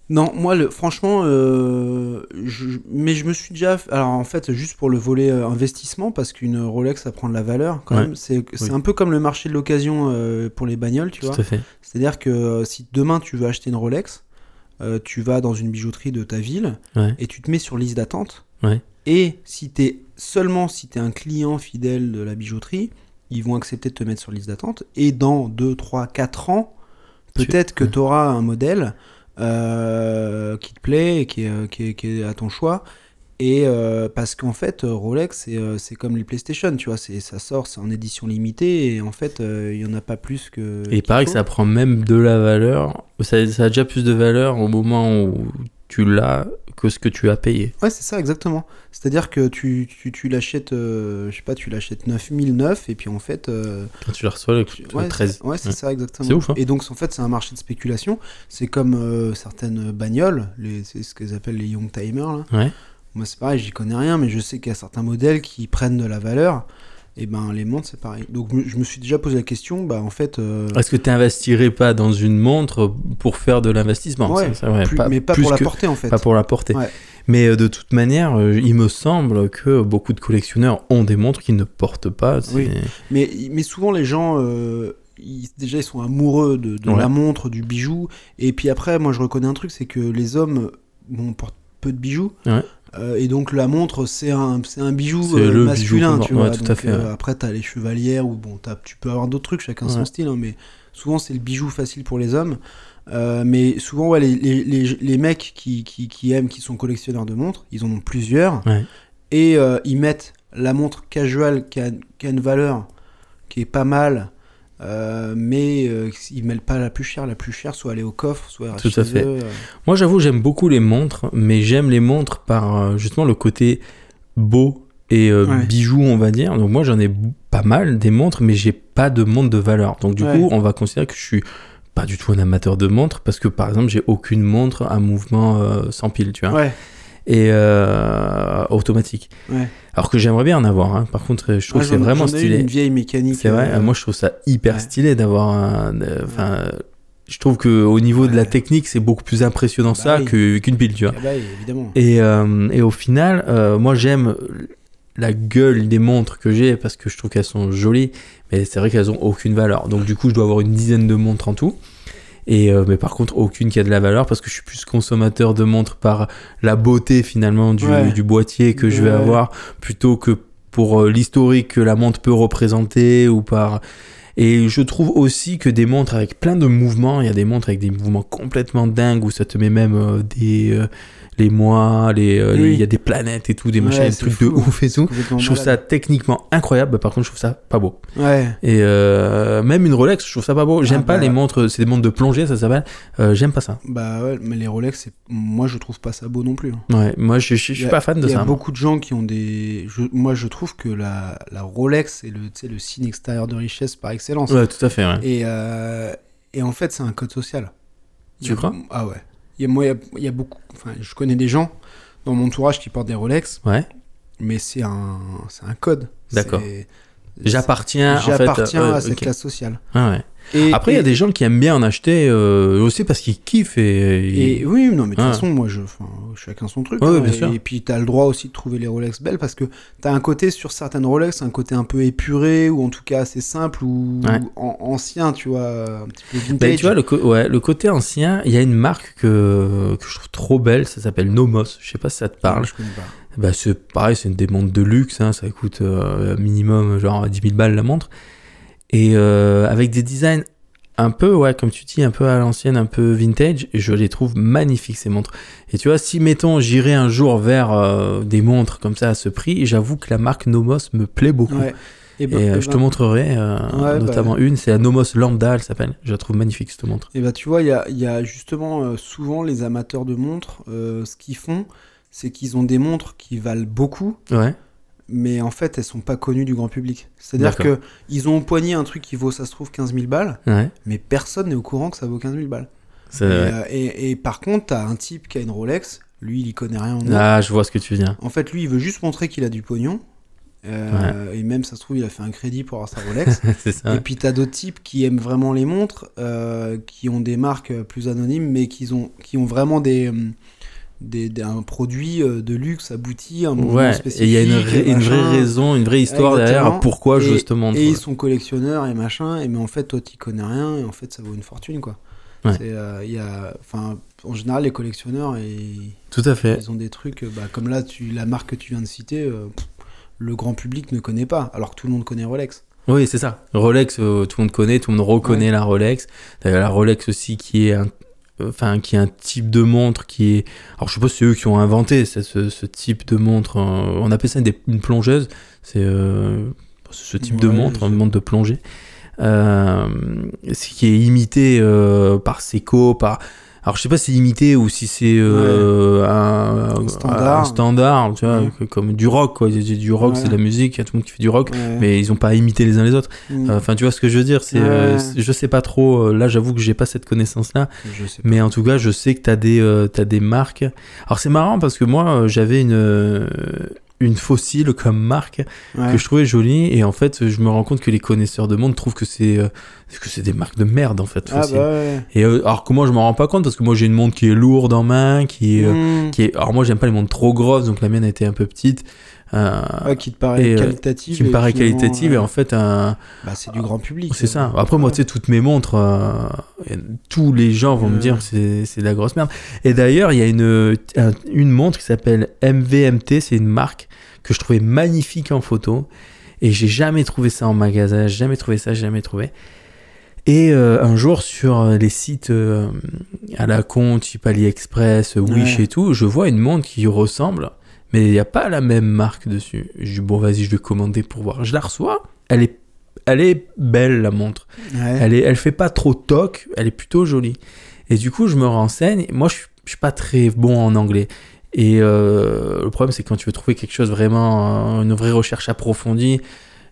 Non, moi, le, franchement, euh, je- mais je me suis déjà. Alors, en fait, juste pour le volet euh, investissement, parce qu'une Rolex, ça prend de la valeur quand Ouais. même. C'est c'est Oui. un peu comme le marché de l'occasion euh, pour les bagnoles, tu Tout vois. à fait. C'est-à-dire que euh, si demain tu veux acheter une Rolex, euh, tu vas dans une bijouterie de ta ville Ouais. et tu te mets sur liste d'attente. Ouais. Et si t'es seulement si tu es un client fidèle de la bijouterie, ils vont accepter de te mettre sur liste d'attente. Et dans 2, 3, 4 ans, Tu- peut-être que ouais. tu auras un modèle euh, qui te plaît et qui est, euh, qui est- qui est à ton choix. Et euh, parce qu'en fait, euh, Rolex, c'est, euh, c'est comme les PlayStation, tu vois, c'est, ça sort, c'est en édition limitée, et en fait, euh, il y n'y en a pas plus que. Et qu'il il paraît que faut. ça prend même de la valeur. Ça, ça a déjà plus de valeur au moment où tu l'as que ce que tu as payé. Ouais, c'est ça, exactement. C'est-à-dire que tu, tu, tu l'achètes, euh, je sais pas, tu l'achètes 9009 et puis en fait. euh, Quand tu la reçois, elle tu- coûte ouais, 13. c'est- Ouais, c'est Ouais. ça, exactement. C'est ouf, hein. Et donc, en fait, c'est un marché de spéculation. C'est comme euh, certaines bagnoles, les, c'est ce qu'ils appellent les young timers. Là. Ouais. Moi, c'est pareil, j'y connais rien, mais je sais qu'il y a certains modèles qui prennent de la valeur. Et ben les montres c'est pareil. Donc m- je me suis déjà posé la question, bah en fait, euh, Est-ce que tu investirais pas dans une montre pour faire de l'investissement Ouais, c'est ça, ouais, plus- mais pas plus pour la que- porter en fait. Pas pour la porter. Ouais. Mais euh, de toute manière, euh, il me semble que beaucoup de collectionneurs ont des montres qu'ils ne portent pas. c'est- Oui. Mais, mais souvent, les gens, euh, ils- déjà, ils sont amoureux de, de Ouais. la montre, du bijou. Et puis après, moi, je reconnais un truc, c'est que les hommes, bon, on porte peu de bijoux. Ouais. Euh, et donc, la montre, c'est un, c'est un bijou C'est euh, le masculin, bijou qu'on porte. tu vois. Ouais, tout à Donc, fait, euh, Après, t'as les chevalières, ou bon, t'as- tu peux avoir d'autres trucs, chacun son Ouais. style, hein, mais souvent, c'est le bijou facile pour les hommes. Euh, mais souvent, ouais, les, les, les- les mecs qui, qui, qui aiment, qui sont collectionneurs de montres, ils en ont plusieurs. Ouais. Et euh, ils mettent la montre casual qui a, qui a une valeur qui est pas mal, euh, mais euh, ils mêlent pas la plus chère. La plus chère, soit elle est au coffre, soit elle reste Tout à chez fait. eux, euh. Moi, j'avoue, j'aime beaucoup les montres, mais j'aime les montres par euh, justement le côté beau et euh, Ouais. bijoux, on va dire. Donc, moi, j'en ai b- pas mal des montres, mais j'ai pas de montre de valeur. Donc, du Ouais. coup, on va considérer que je suis pas du tout un amateur de montres parce que par exemple j'ai aucune montre à mouvement euh, sans pile tu vois Ouais, et euh, automatique ouais. alors que j'aimerais bien en avoir hein. par contre je trouve Moi, que c'est j'en- vraiment j'en ai eu stylé une vieille mécanique. C'est vrai, ah, euh, moi je trouve ça hyper ouais. stylé d'avoir un. euh, Enfin, je trouve que au niveau de la technique, c'est beaucoup plus impressionnant Bah ça oui. que- qu'une pile, tu vois. ah bah, évidemment. Et, euh, et au final, euh, moi j'aime la gueule des montres que j'ai parce que je trouve qu'elles sont jolies, mais c'est vrai qu'elles ont aucune valeur. Donc du coup, je dois avoir une dizaine de montres en tout. Et euh, mais par contre, aucune qui a de la valeur parce que je suis plus consommateur de montres par la beauté finalement du, Ouais. du boîtier que je vais Ouais. avoir plutôt que pour euh, l'historique que la montre peut représenter ou par. Et je trouve aussi que des montres avec plein de mouvements, il y a des montres avec des mouvements complètement dingues où ça te met même euh, des euh, les mois, les euh, Oui. les- il y a des planètes et tout, des Ouais, machins, des c'est trucs de fou. ouf et tout. Complètement Je trouve ça malade. techniquement incroyable, bah, par contre je trouve ça pas beau. Ouais. Et euh, même une Rolex, je trouve ça pas beau. J'aime Ah pas bah. les montres, c'est des montres de plongée, ça s'appelle. Euh, J'aime pas ça. Bah ouais, mais les Rolex, c'est- moi je trouve pas ça beau non plus. hein. Ouais, moi je, je- je Il y suis a- pas fan de Il y ça. hein. a moi. beaucoup de gens qui ont des. je- moi je trouve que la, la Rolex est le, tu sais, le signe extérieur de richesse par excellence. Ouais, tout à fait. ouais. Et, euh, et en fait, c'est un code social. Tu Il y a- crois Ah ouais. Il y a, moi, il y a, il y a beaucoup. Enfin, je connais des gens dans mon entourage qui portent des Rolex, Ouais. mais c'est un, c'est un code. D'accord. C'est- J'appartiens. en fait, J'appartiens euh, à ouais, cette ok. classe sociale. Ah ouais. Et, Après, il y a et- des gens qui aiment bien en acheter euh, aussi parce qu'ils kiffent et. Et oui, non, mais de toute Ouais. façon, moi, je, enfin, chacun son truc. Ouais, ouais, bien et, sûr. et puis, t'as le droit aussi de trouver les Rolex belles parce que t'as un côté sur certaines Rolex, un côté un peu épuré ou en tout cas assez simple ou Ouais. an- ancien, tu vois, un petit peu vintage. Ben, tu vois, le, co- ouais, le côté ancien, il y a une marque que, que je trouve trop belle, ça s'appelle Nomos. Je sais pas si ça te parle. Je connais pas. Bah, c'est pareil, c'est une des montres de luxe, hein, ça coûte euh, minimum genre 10 000 balles la montre. Et euh, avec des designs un peu, ouais, comme tu dis, un peu à l'ancienne, un peu vintage, je les trouve magnifiques ces montres. Et tu vois, si mettons, j'irai un jour vers euh, des montres comme ça à ce prix, j'avoue que la marque Nomos me plaît beaucoup. Ouais. Et, Et ben- euh, et je ben- te montrerai euh, Ouais, bah. notamment une, c'est la Nomos Lambda, elle s'appelle. Je la trouve magnifique cette montre. Eh ben, tu vois, il y a, il y a justement euh, souvent les amateurs de montres, euh, ce qu'ils font, c'est qu'ils ont des montres qui valent beaucoup, Ouais. mais en fait, elles sont pas connues du grand public. C'est-à-dire D'accord. que ils ont au poignet un truc qui vaut, ça se trouve, 15 000 balles, Ouais. mais personne n'est au courant que ça vaut 15 000 balles. c'est Et, vrai. euh, et- et par contre, t'as un type qui a une Rolex, lui, il y connaît rien en montres. Ah, je vois ce que tu veux <laughs> dire. En fait, lui, il veut juste montrer qu'il a du pognon. euh, Et même, ça se trouve, il a fait un crédit pour avoir sa <laughs> Rolex. c'est ça. Et puis t'as d'autres types qui aiment vraiment les montres, euh, qui ont des marques euh, plus anonymes, mais qui ont, qui ont vraiment des, hum, des, des- un produit euh, de luxe abouti, un mouvement Ouais, et spécifique. il y a une, ra- une machin. vraie raison, une vraie histoire derrière à Exactement. pourquoi je Et- veux cette montre. Et ouais. ils sont collectionneurs et machin, et mais en fait, toi, t'y connais rien, et en fait, ça vaut une fortune, quoi. Ouais. C'est, euh, il y a, enfin, en général, les collectionneurs, et, Tout à fait. ils ont des trucs, euh, bah, comme là, tu, la marque que tu viens de citer, euh, pff, le grand public ne connaît pas, alors que tout le monde connaît Rolex. Oui, c'est ça. Rolex, euh, tout le monde connaît, tout le monde reconnaît la Rolex. T'as la Rolex aussi qui est un enfin qui est un type de montre qui est alors je suppose que c'est eux qui ont inventé ça, ce, ce type de montre euh, on appelle ça des- une plongeuse c'est euh, ce type de Ouais, montre je une sais. montre de plongée euh, ce qui est imité euh, par Seiko par alors je sais pas si c'est imité ou si c'est euh, un, Un standard. un standard, tu vois Ouais. que- comme du rock quoi du du rock Ouais. c'est de la musique il y a tout le monde qui fait du rock Ouais. mais euh, ils ont pas imité les uns les autres Mm. Enfin, tu vois ce que je veux dire c'est, euh, Ouais. c'est- Je sais pas trop. euh, Là, j'avoue que j'ai pas cette connaissance-là. Je sais pas. Mais en tout cas, je sais que t'as des, euh, t'as des marques. Alors, c'est marrant parce que moi, euh, j'avais une, euh, une fossile comme marque Ouais. que je trouvais jolie et en fait je me rends compte que les connaisseurs de monde trouvent que c'est euh, que c'est des marques de merde en fait Ah bah fossiles. ouais. Et euh, alors que moi je m'en rends pas compte parce que moi j'ai une montre qui est lourde en main, qui est, euh, Mm. qui est alors moi j'aime pas les montres trop grosses donc la mienne a été un peu petite. euh, Ouais, qui te paraît et, euh, qualitative. qui me et paraît finalement, qualitative et euh, en fait un, bah, c'est du grand public. c'est ça. euh. Après, moi, Ouais. tu sais, toutes mes montres, euh, et tous les gens vont me Euh. dire que c'est c'est de la grosse merde. Et d'ailleurs, il y a une, un- une montre qui s'appelle MVMT, c'est une marque que je trouvais magnifique en photo. Et j'ai jamais trouvé ça en magasin, j'ai jamais trouvé ça, j'ai jamais trouvé. Et euh, un jour, sur euh, les sites euh, à la con, type AliExpress, Wish Ouais. et tout, je vois une montre qui ressemble, mais il n'y a pas la même marque dessus. Je dis, bon, vas-y, je vais commander pour voir. Je la reçois, elle est, elle est belle, la montre. Ouais. Elle, est, elle fait pas trop toc, elle est plutôt jolie. Et du coup, je me renseigne. Moi, je, suis- je suis pas très bon en anglais. Et euh, le problème, c'est que quand tu veux trouver quelque chose vraiment, euh, une vraie recherche approfondie,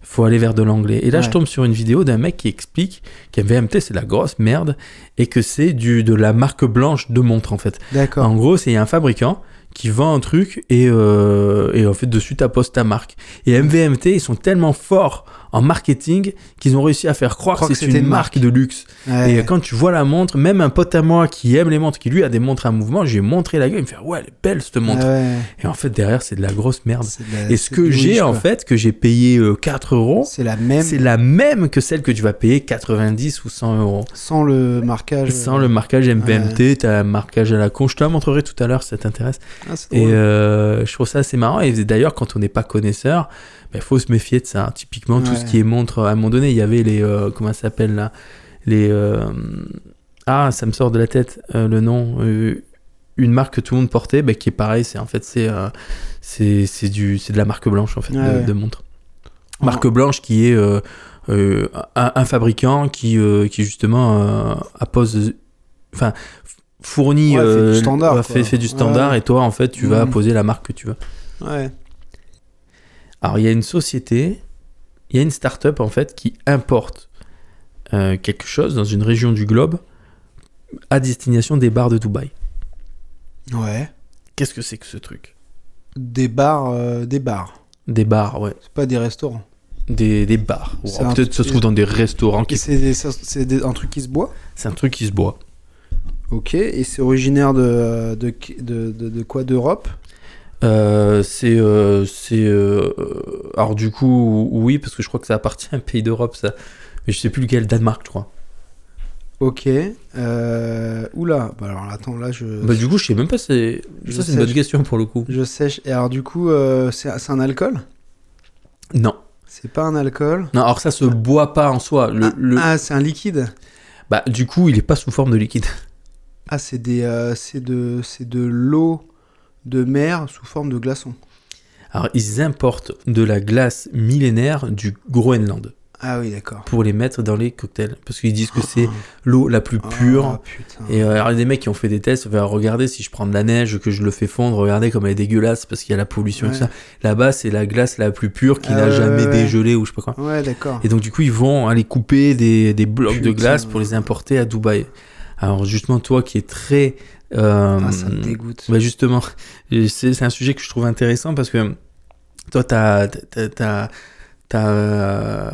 faut aller vers de l'anglais. Et là, je Ouais. tombe sur une vidéo d'un mec qui explique qu'MVMT, c'est de la grosse merde et que c'est du de la marque blanche de montre en fait. D'accord. En gros, c'est il y a un fabricant qui vend un truc et, euh, et en fait dessus ta poste ta marque. Et MVMT, ils sont tellement forts en marketing qu'ils ont réussi à faire croire Croire que que c'est c'était une une marque de luxe. Ouais. Et euh, quand tu vois la montre, même un pote à moi qui aime les montres, qui lui a des montres à mouvement, j'ai montré la gueule, il me fait ouais, elle est belle cette montre. Ouais. Et en fait, derrière, c'est de la grosse merde. C'est de la- Et ce c'est que du j'ai niche, en quoi. fait, que j'ai payé euh, 4 euros, c'est la même c'est la même que celle que tu vas payer 90 ou 100 euros. sans le marquage. euh, Sans le marquage MVMT, t'as un marquage à la con. Je te la montrerai tout à l'heure si ça t'intéresse. Ah, c'est Et drôle. euh, je trouve ça assez marrant. Et d'ailleurs, quand on n'est pas connaisseur, il faut se méfier de ça. hein. Typiquement, tout Ouais. ce qui est montre, à un moment donné, il y avait les. euh, comment ça s'appelle là Les. euh, ah, ça me sort de la tête euh, le nom. Euh, une marque que tout le monde portait, bah, qui est pareil, c'est en fait, c'est euh, c'est c'est du- c'est de la marque blanche en fait, Ouais, de, ouais. de montre. En- Marque blanche qui est euh, euh, un, un fabricant qui, euh, qui justement euh, appose. Enfin, f- fournit. Ouais, fait du euh, standard, ouais, quoi. fait, fait du standard Ouais. et toi, en fait, tu vas Mhm. poser la marque que tu veux. Ouais. Alors, il y a une société, il y a une start-up en fait qui importe euh, quelque chose dans une région du globe à destination des bars de Dubaï. Ouais. Qu'est-ce que c'est que ce truc Des bars, euh, des bars. Des bars, ouais. C'est pas des restaurants. Des, des bars. Wow, C'est un Peut-être ça se trouve dans des restaurants. Et qui- c'est des- ça- c'est des- un truc qui se boit. C'est un truc qui se boit. Ok. Et c'est originaire de de, de, de- de quoi D'Europe. Euh, c'est. euh, c'est euh, Alors, du coup, oui, parce que je crois que ça appartient à un pays d'Europe, ça. Mais je sais plus lequel, Danemark, je crois. Ok. Euh... Oula. Bah alors attends là je. Bah, du coup, je sais même pas. c'est- Je Ça, c'est sais, une bonne je- question pour le coup. Je sèche. Et alors du coup euh, c'est c'est un alcool. Non. C'est pas un alcool. Non, alors ça se boit pas en soi. Le, ah, le- ah, c'est un liquide. Bah, du coup, il est pas sous forme de liquide. <laughs> Ah c'est des euh, c'est de c'est de l'eau de mer sous forme de glaçon. Alors, ils importent de la glace millénaire du Groenland Ah oui d'accord. pour les mettre dans les cocktails. Parce qu'ils disent que c'est l'eau la plus pure. Ah, putain. Et euh, alors, il y a des mecs qui ont fait des tests, enfin, regardez si je prends de la neige, que je le fais fondre, regardez comme elle est dégueulasse parce qu'il y a la pollution et tout Ouais. ça. Là-bas, c'est la glace la plus pure qui Ah n'a ouais, jamais ouais, ouais. dégelé ou je sais pas quoi. Ouais d'accord. Et donc, du coup, ils vont aller couper des, des blocs de Putain. glace pour les importer à Dubaï. Alors, justement, toi qui es très. euh, Ah, ça me dégoûte. Bah justement, et c'est c'est un sujet que je trouve intéressant parce que toi, t'as, t'as, t'as- t'as, euh,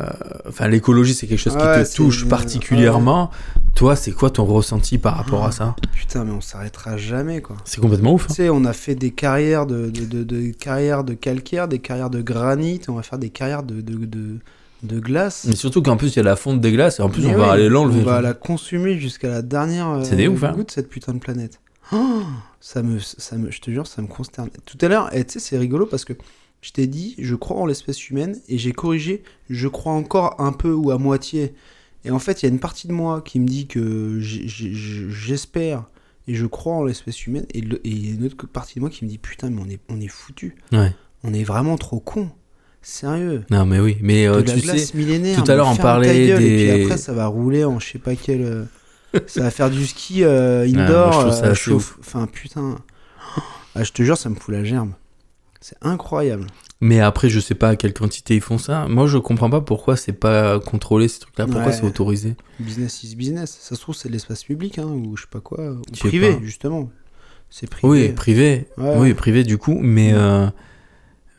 enfin, l'écologie, c'est quelque chose qui Ouais, te c'est touche une- particulièrement. Toi, c'est quoi ton ressenti par rapport à ça Putain, mais on s'arrêtera jamais, quoi. C'est complètement ouf. hein. Tu sais, on a fait des carrières de, de, de- de- carrières de calcaire, des carrières de granit, on va faire des carrières de, de, de, de glace. Mais surtout qu'en plus, il y a la fonte des glaces et en plus, Mais on va oui, aller l'enlever. On va genre. la consumer jusqu'à la dernière euh, C'est des ouf, hein. goutte, cette putain de planète. Oh, ça me, ça me, je te jure, ça me consterne. Tout à l'heure, eh, tu sais, c'est rigolo parce que je t'ai dit, je crois en l'espèce humaine et j'ai corrigé, je crois encore un peu ou à moitié. Et en fait, il y a une partie de moi qui me dit que j'ai- j'ai- j'ai- j'espère et je crois en l'espèce humaine et le- et il y a une autre partie de moi qui me dit putain, mais on est, on est foutu. Ouais. On est vraiment trop con. Sérieux Non, mais oui. Mais euh, de la tu glace sais, millénaire. tout à mais l'heure, on ferme ta parlait gueule, Et des- puis après, ça va rouler en je sais pas <laughs> quel. euh, ça va faire du ski euh, Ouais, Ah, moi, je indoor. trouve ça euh, assez chauffe- Enfin, putain. <gasps> Ah, je te jure, ça me fout la gerbe. C'est incroyable. mais après, je sais pas à quelle quantité ils font ça. Moi, je comprends pas pourquoi c'est pas contrôlé ces trucs-là. Pourquoi Ouais. c'est autorisé Business is business. Ça se trouve, c'est de l'espace public, hein, ou je sais pas quoi. Ou Je sais privé, pas. justement. C'est privé. Oui, privé. Ouais. Oui, privé du coup, mais Ouais. euh,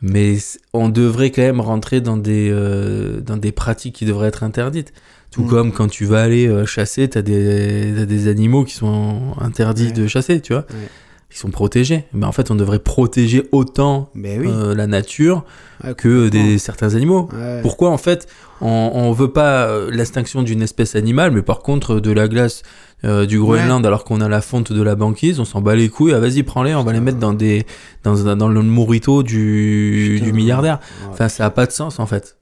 Mais c- on devrait quand même rentrer dans des, euh, dans des pratiques qui devraient être interdites. Tout Mm. comme quand tu vas aller euh, chasser, t'as des, t'as des animaux qui sont interdits Ouais. de chasser, tu vois. Ouais. Ils sont protégés. Mais en fait, on devrait protéger autant Mais Eh Ben oui. euh, la nature Ah, Euh, que des, complètement. certains animaux. Ouais. Pourquoi en fait on, on veut pas euh, l'extinction d'une espèce animale, mais par contre de la glace euh, du Groenland alors qu'on a la fonte de la banquise, on s'en bat les couilles, ah, vas-y prends-les, on va les mettre dans des dans, dans le morito du, Putain. du milliardaire. Ouais. Enfin ça a pas de sens en fait.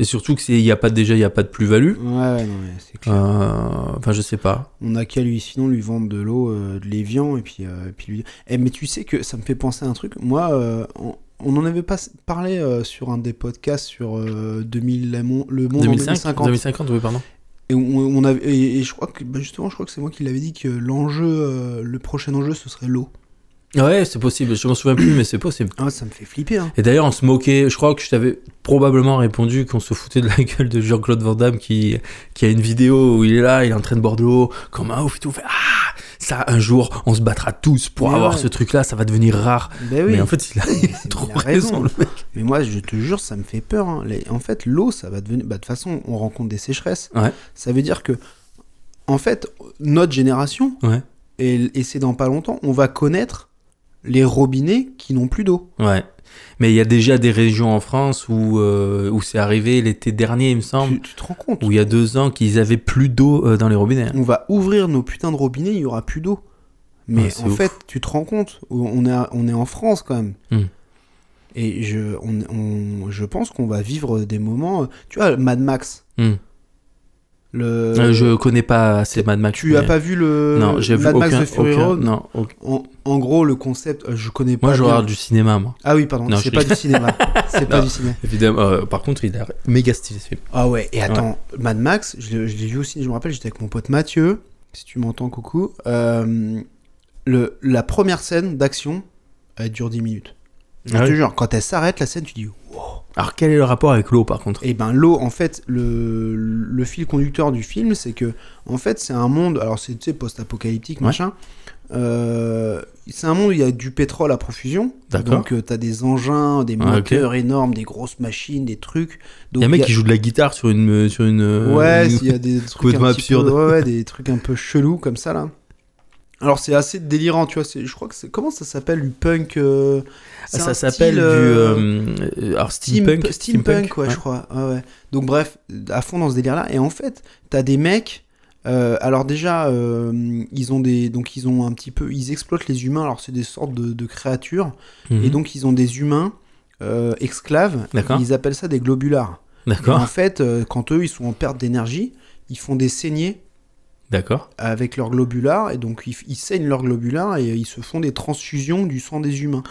Et surtout que c'est il y a pas déjà il y a pas de plus-value. Ouais, ouais, non, mais c'est clair. Euh, Enfin je sais pas. On a qu'à lui, sinon lui vendre de l'eau, euh, de l'évian, et puis, euh, et puis lui. Eh, mais tu sais que ça me fait penser à un truc. Moi, euh, on, on en avait pas parlé euh, sur un des podcasts sur euh, 2000, la mon- le monde 2005, en 2050. 2050 oui pardon. Et, on, on avait, et, et je crois que bah, justement, je crois que c'est moi qui l'avais dit que l'enjeu, euh, le prochain enjeu, ce serait l'eau. Ouais c'est possible, je m'en souviens plus mais c'est possible. Ah, ça me fait flipper. Hein. Et d'ailleurs, on se moquait. Je crois que je t'avais probablement répondu qu'on se foutait de la <laughs> gueule de Jean-Claude Van Damme qui, qui a une vidéo où il est là, il est en train de boire de l'eau, comme un ouf et tout. on fait, ah, ça, un jour, on se battra tous pour Mais avoir ouais. ce truc-là, ça va devenir rare. Ben oui. Mais en fait, il a, il a C'est- trop <laughs> il a raison. raison. le mec. Mais moi, je te jure, ça me fait peur. hein. Les- En fait, l'eau, ça va devenir. Bah, de toute façon, on rencontre des sécheresses. Ouais. Ça veut dire que, en fait, notre génération, Ouais. et, et c'est dans pas longtemps, on va connaître les robinets qui n'ont plus d'eau. Ouais. Mais il y a déjà des régions en France où, euh, où c'est arrivé l'été dernier, il me semble, Tu, tu te rends compte où il y a deux ans qu'ils avaient plus d'eau euh, dans les robinets. On va ouvrir nos putains de robinets, il y aura plus d'eau. Mais Ouais, c'est en ouf. fait, tu te rends compte, on est, à- on est en France quand même. Hmm. Et je, on- on- je pense qu'on va vivre des moments. euh, Tu vois, Mad Max. Hmm. Le, Euh, je connais pas assez Mad Max. Tu as mais- pas vu le Non, j'ai vu Mad Max aucun- de Fury aucun- Road non, aucun- en, en gros, le concept, euh, je connais pas. Moi, je bien. regarde du cinéma, moi. Ah oui, pardon, Non, je c'est pas <laughs> du cinéma. C'est pas Non. du cinéma. Évidemment, euh, par contre, il a méga stylé ce film. Ah ouais, et attends, Mad Max, je, l'ai- je l'ai vu aussi, je me rappelle, j'étais avec mon pote Mathieu, si tu m'entends, coucou. Euh, le, la première scène d'action, elle dure 10 minutes. Je Ah te oui. jure, quand elle s'arrête, la scène, tu dis. Alors, quel est le rapport avec l'eau, par contre Et ben l'eau, en fait, le, le fil conducteur du film, c'est que, en fait, c'est un monde, alors c'est tu sais, post-apocalyptique, Ouais. machin. Euh, c'est un monde où il y a du pétrole à profusion. D'accord. Donc, tu t'as des engins, des Ah, ok. moteurs énormes, des grosses machines, des trucs. Il Donc, y a un mec il y a- qui joue de la guitare sur une. Sur une euh, Ouais, une- il y <laughs> a des trucs complètement un petit absurde. Peu, ouais, ouais, des trucs un peu chelous comme ça là. Alors c'est assez délirant, tu vois. c'est- Je crois que c'est comment ça s'appelle du punk. euh, c'est Ah, un ça s'appelle style, du. euh, euh, euh, alors, steampunk, steampunk. steampunk, ouais, je crois. Ouais, ouais. Donc bref, à fond dans ce délire là. Et en fait, t'as des mecs. euh, alors déjà, euh, ils ont des, donc ils ont un petit peu, ils exploitent les humains. Alors c'est des sortes de, de créatures. Mhm. Et donc ils ont des humains euh, esclaves. D'accord. Ils appellent ça des globulars. Et D'accord, en fait, euh, quand eux, ils sont en perte d'énergie, ils font des saignées d'accord. avec leurs globulars, et donc ils, ils saignent leurs globulars et ils se font des transfusions du sang des humains.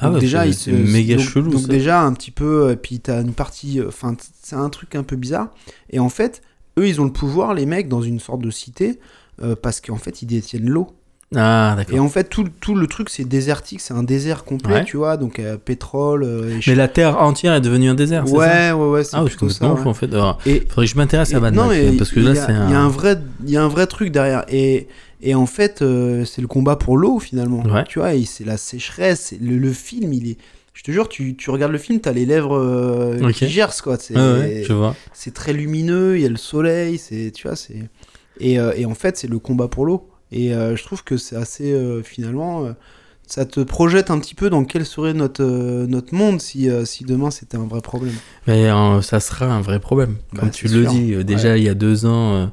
Ah, Donc ouais, déjà, c'est- ils c'est se- méga donc, chelou. donc ça. déjà un petit peu, et puis t'as une partie, euh, enfin c'est un truc un peu bizarre. Et en fait, eux, ils ont le pouvoir, les mecs, dans une sorte de cité, euh, parce qu'en fait, ils détiennent l'eau. Ah, Et d'accord. en fait, tout, tout le truc, c'est désertique, c'est un désert complet, Ouais. tu vois, donc euh, pétrole. euh, et Mais ch- la terre entière est devenue un désert, c'est ça ouais, ouais, ouais, c'est Ah, oui, je plutôt comprends ça. ça, ouais. en fait. Alors, Et, faudrait que je m'intéresse à Mad non, Max, mais hein, parce que là, il y a- c'est Il y, a un. un vrai- il y a un vrai truc derrière. Et, et en fait, euh, c'est le combat pour l'eau, finalement. Ouais. Tu vois, et c'est la sécheresse. c'est Le, le film, il est. Je te jure, tu, tu regardes le film, t'as les lèvres euh, Ok. qui gercent, quoi. C'est Ah ouais, je vois. c'est très lumineux, il y a le soleil, c'est. Tu vois, c'est. Et, euh, et en fait, c'est le combat pour l'eau. Et euh, je trouve que c'est assez. euh, finalement. euh, ça te projette un petit peu dans quel serait notre, euh, notre monde si, euh, si demain c'était un vrai problème. Mais euh, ça sera un vrai problème, Bah, comme tu c'est le sûr. dis. Euh, Déjà, il y a deux ans, euh,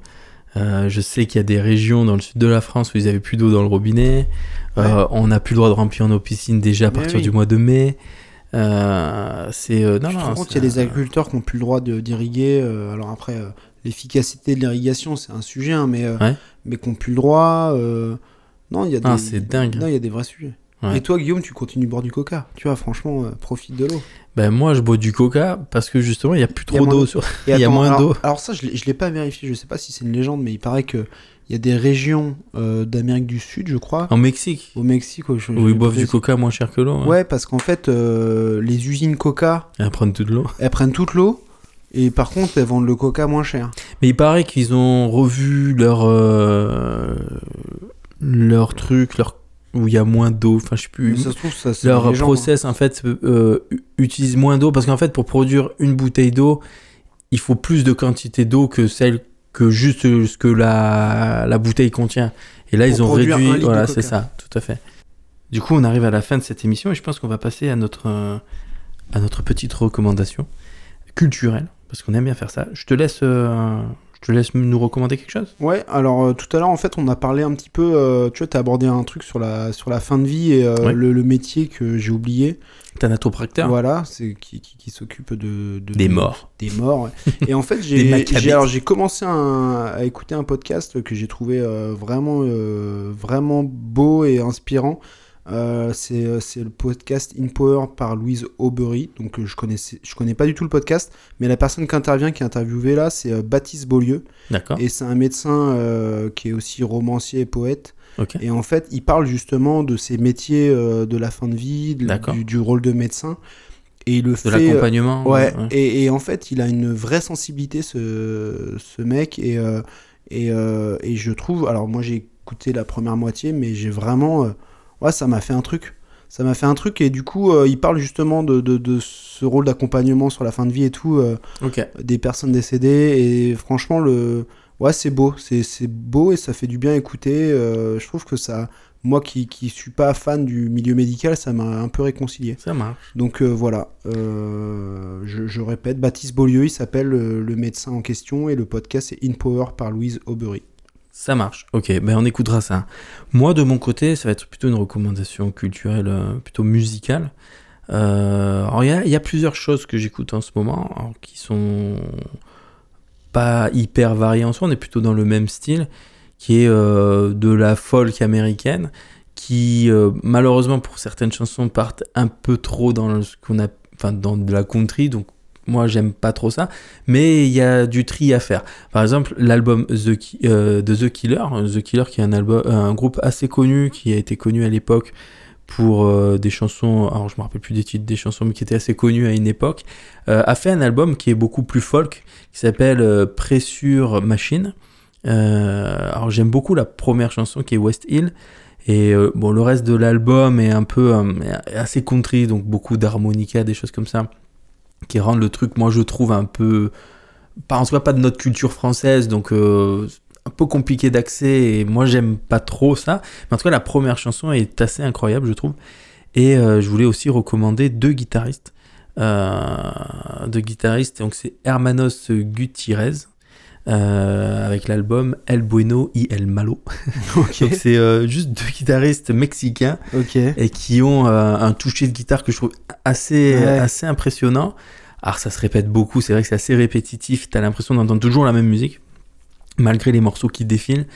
euh, je sais qu'il y a des régions dans le sud de la France où ils avaient plus d'eau dans le robinet. Euh, on n'a plus le droit de remplir nos piscines déjà à Mais partir oui. du mois de mai. Euh, c'est euh, non, Tu te non, rends compte, c'est il y a des un- agriculteurs qui n'ont plus le droit de- d'irriguer. euh, alors après, euh, l'efficacité de l'irrigation, c'est un sujet, hein, mais, euh, Ouais. mais qui n'ont plus le droit. euh, non, il y a des. Ah, c'est dingue. Non, il y a des vrais sujets. Ouais. Et toi, Guillaume, tu continues de boire du coca. Tu vois, franchement, euh, <laughs> profite de l'eau. Ben moi, je bois du Coca parce que justement, il y a plus Il y a trop moins d'eau d'eau. <laughs> sur. Et Il y a moins alors- d'eau. Alors, ça, je ne l'ai pas vérifié. Je ne sais pas si c'est une légende, mais il paraît qu'il y a des régions euh, d'Amérique du Sud, je crois, En Mexique, au Mexique. où je- où je- ils boivent du Coca moins cher que l'eau. hein. Ouais, parce qu'en fait, euh, les usines coca, Et à prendre toute l'eau. elles prennent toute l'eau. Et par contre, elles vendent le coca moins cher. Mais il paraît qu'ils ont revu leur euh, leur truc, leur où il y a moins d'eau. Enfin, je sais plus. Mais ça se trouve, ça, c'est leur des légendes, hein. process en fait euh, u- utilise moins d'eau parce qu'en fait pour produire une bouteille d'eau il faut plus de quantité d'eau que celle que juste euh, ce que la, la bouteille contient et là Pour ils ont produire un réduit litre de voilà coca. c'est ça tout à fait du coup on arrive à la fin de cette émission et je pense qu'on va passer à notre euh, à notre petite recommandation culturelle parce qu'on aime bien faire ça je te laisse euh, je te laisse nous recommander quelque chose Ouais, alors euh, tout à l'heure, en fait, on a parlé un petit peu. euh, tu vois, t'as abordé un truc sur la, sur la fin de vie et euh, Ouais. le, le métier que j'ai oublié. Thanatopracteur Voilà, c'est qui, qui, qui s'occupe de, de- des morts Des morts. ouais. <laughs> et en fait, Des j'ai macabres. j'ai- alors, j'ai commencé un- à écouter un podcast que j'ai trouvé euh, vraiment, euh, vraiment beau et inspirant. Euh, c'est euh, c'est le podcast In Power par Louise Aubery. Donc, euh, je connaissais, je connais pas du tout le podcast, mais la personne qui intervient, qui est interviewée là, c'est euh, Baptiste Beaulieu. d'accord Et c'est un médecin euh, qui est aussi romancier et poète. ok Et en fait, il parle justement de ces métiers euh, de la fin de vie, de- D'accord. du, du rôle de médecin. Et il le de fait. euh, l'accompagnement ouais, ouais. Et, et en fait, il a une vraie sensibilité, ce, ce mec. Et, euh, et, euh, et je trouve. Alors, moi, j'ai écouté la première moitié, mais j'ai vraiment. euh, ouais, ça m'a fait un truc. Ça m'a fait un truc. Et du coup, euh, il parle justement de, de- de ce rôle d'accompagnement sur la fin de vie et tout. euh, ok des personnes décédées et franchement le ouais c'est beau c'est c'est beau et ça fait du bien à écouter Euh, je trouve que ça moi qui qui suis pas fan du milieu médical ça m'a un peu réconcilié ça marche donc euh, voilà Euh, je, je répète Baptiste Beaulieu il s'appelle euh, le médecin en question et le podcast est In Power par Louise Aubery <laughs> Ça marche, ok, ben on écoutera ça. Moi, de mon côté, ça va être plutôt une recommandation culturelle, euh, plutôt musicale. Euh, alors, il y, a- il y a plusieurs choses que j'écoute en ce moment, alors, qui sont pas hyper variées en soi, on est plutôt dans le même style, qui est euh, de la folk américaine, qui euh, malheureusement pour certaines chansons partent un peu trop dans le- ce qu'on a, enfin dans de la country, donc moi j'aime pas trop ça, mais il y a du tri à faire. Par exemple, l'album The Ki- euh, de The Killer, The Killer qui est un, album, un groupe assez connu, qui a été connu à l'époque pour euh, des chansons, alors je me rappelle plus des titres des chansons, mais qui était assez connu à une époque, euh, a fait un album qui est beaucoup plus folk, qui s'appelle euh, Pressure Machine. Euh, alors j'aime beaucoup la première chanson qui est West Hill. Et euh, bon, le reste de l'album est un peu euh, est assez country, donc beaucoup d'harmonica, des choses comme ça, qui rendent le truc, moi je trouve, un peu pas en soi pas de notre culture française, donc euh, un peu compliqué d'accès. Et moi, j'aime pas trop ça. Mais en tout cas, la première chanson est assez incroyable, je trouve. Et euh, je voulais aussi recommander deux guitaristes. Euh, deux guitaristes, donc c'est Hermanos Gutierrez. euh, avec l'album El Bueno y El Malo. <laughs> ok Donc c'est euh, juste deux guitaristes mexicains ok et qui ont euh, un toucher de guitare que je trouve assez, Ouais. assez impressionnant. Alors ça se répète beaucoup, c'est vrai que c'est assez répétitif, t'as l'impression d'entendre toujours la même musique, malgré les morceaux qui défilent.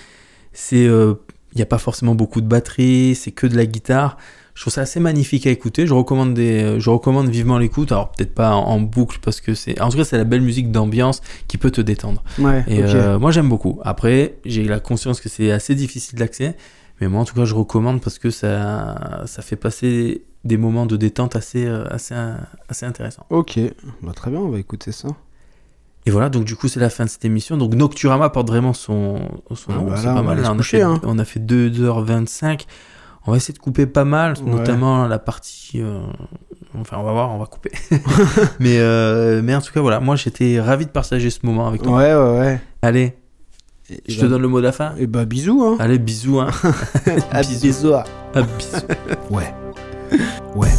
C'est, il n'y a pas forcément beaucoup de batterie, c'est que de la guitare. Je trouve ça assez magnifique à écouter. Je recommande, des, je recommande vivement l'écoute. Alors peut-être pas en, en boucle parce que c'est, en tout cas c'est la belle musique d'ambiance qui peut te détendre. ouais Et ok. euh, moi, j'aime beaucoup. Après, j'ai la conscience que c'est assez difficile d'accès, mais moi, en tout cas, je recommande parce que ça, ça fait passer des moments de détente assez, euh, assez, euh, assez intéressants. Ok. Bah, très bien on va écouter ça Et voilà, donc du coup, c'est la fin de cette émission. Donc, Nocturama porte vraiment son, son Ah nom. bah c'est là, pas on va mal. aller Là, se on, coucher, a fait, hein. on a fait 2h25. On va essayer de couper pas mal, Ouais. notamment la partie. euh, Enfin, on va voir, on va <laughs> couper. <laughs> mais, euh, mais en tout cas, voilà, moi j'étais ravi de partager ce moment avec ouais toi. ouais ouais Allez, et, je et te bah- donne le mot de la fin. et bah bisous hein Allez, bisous. Hein. À bisous. bisous. Ah, bisous. ouais ouais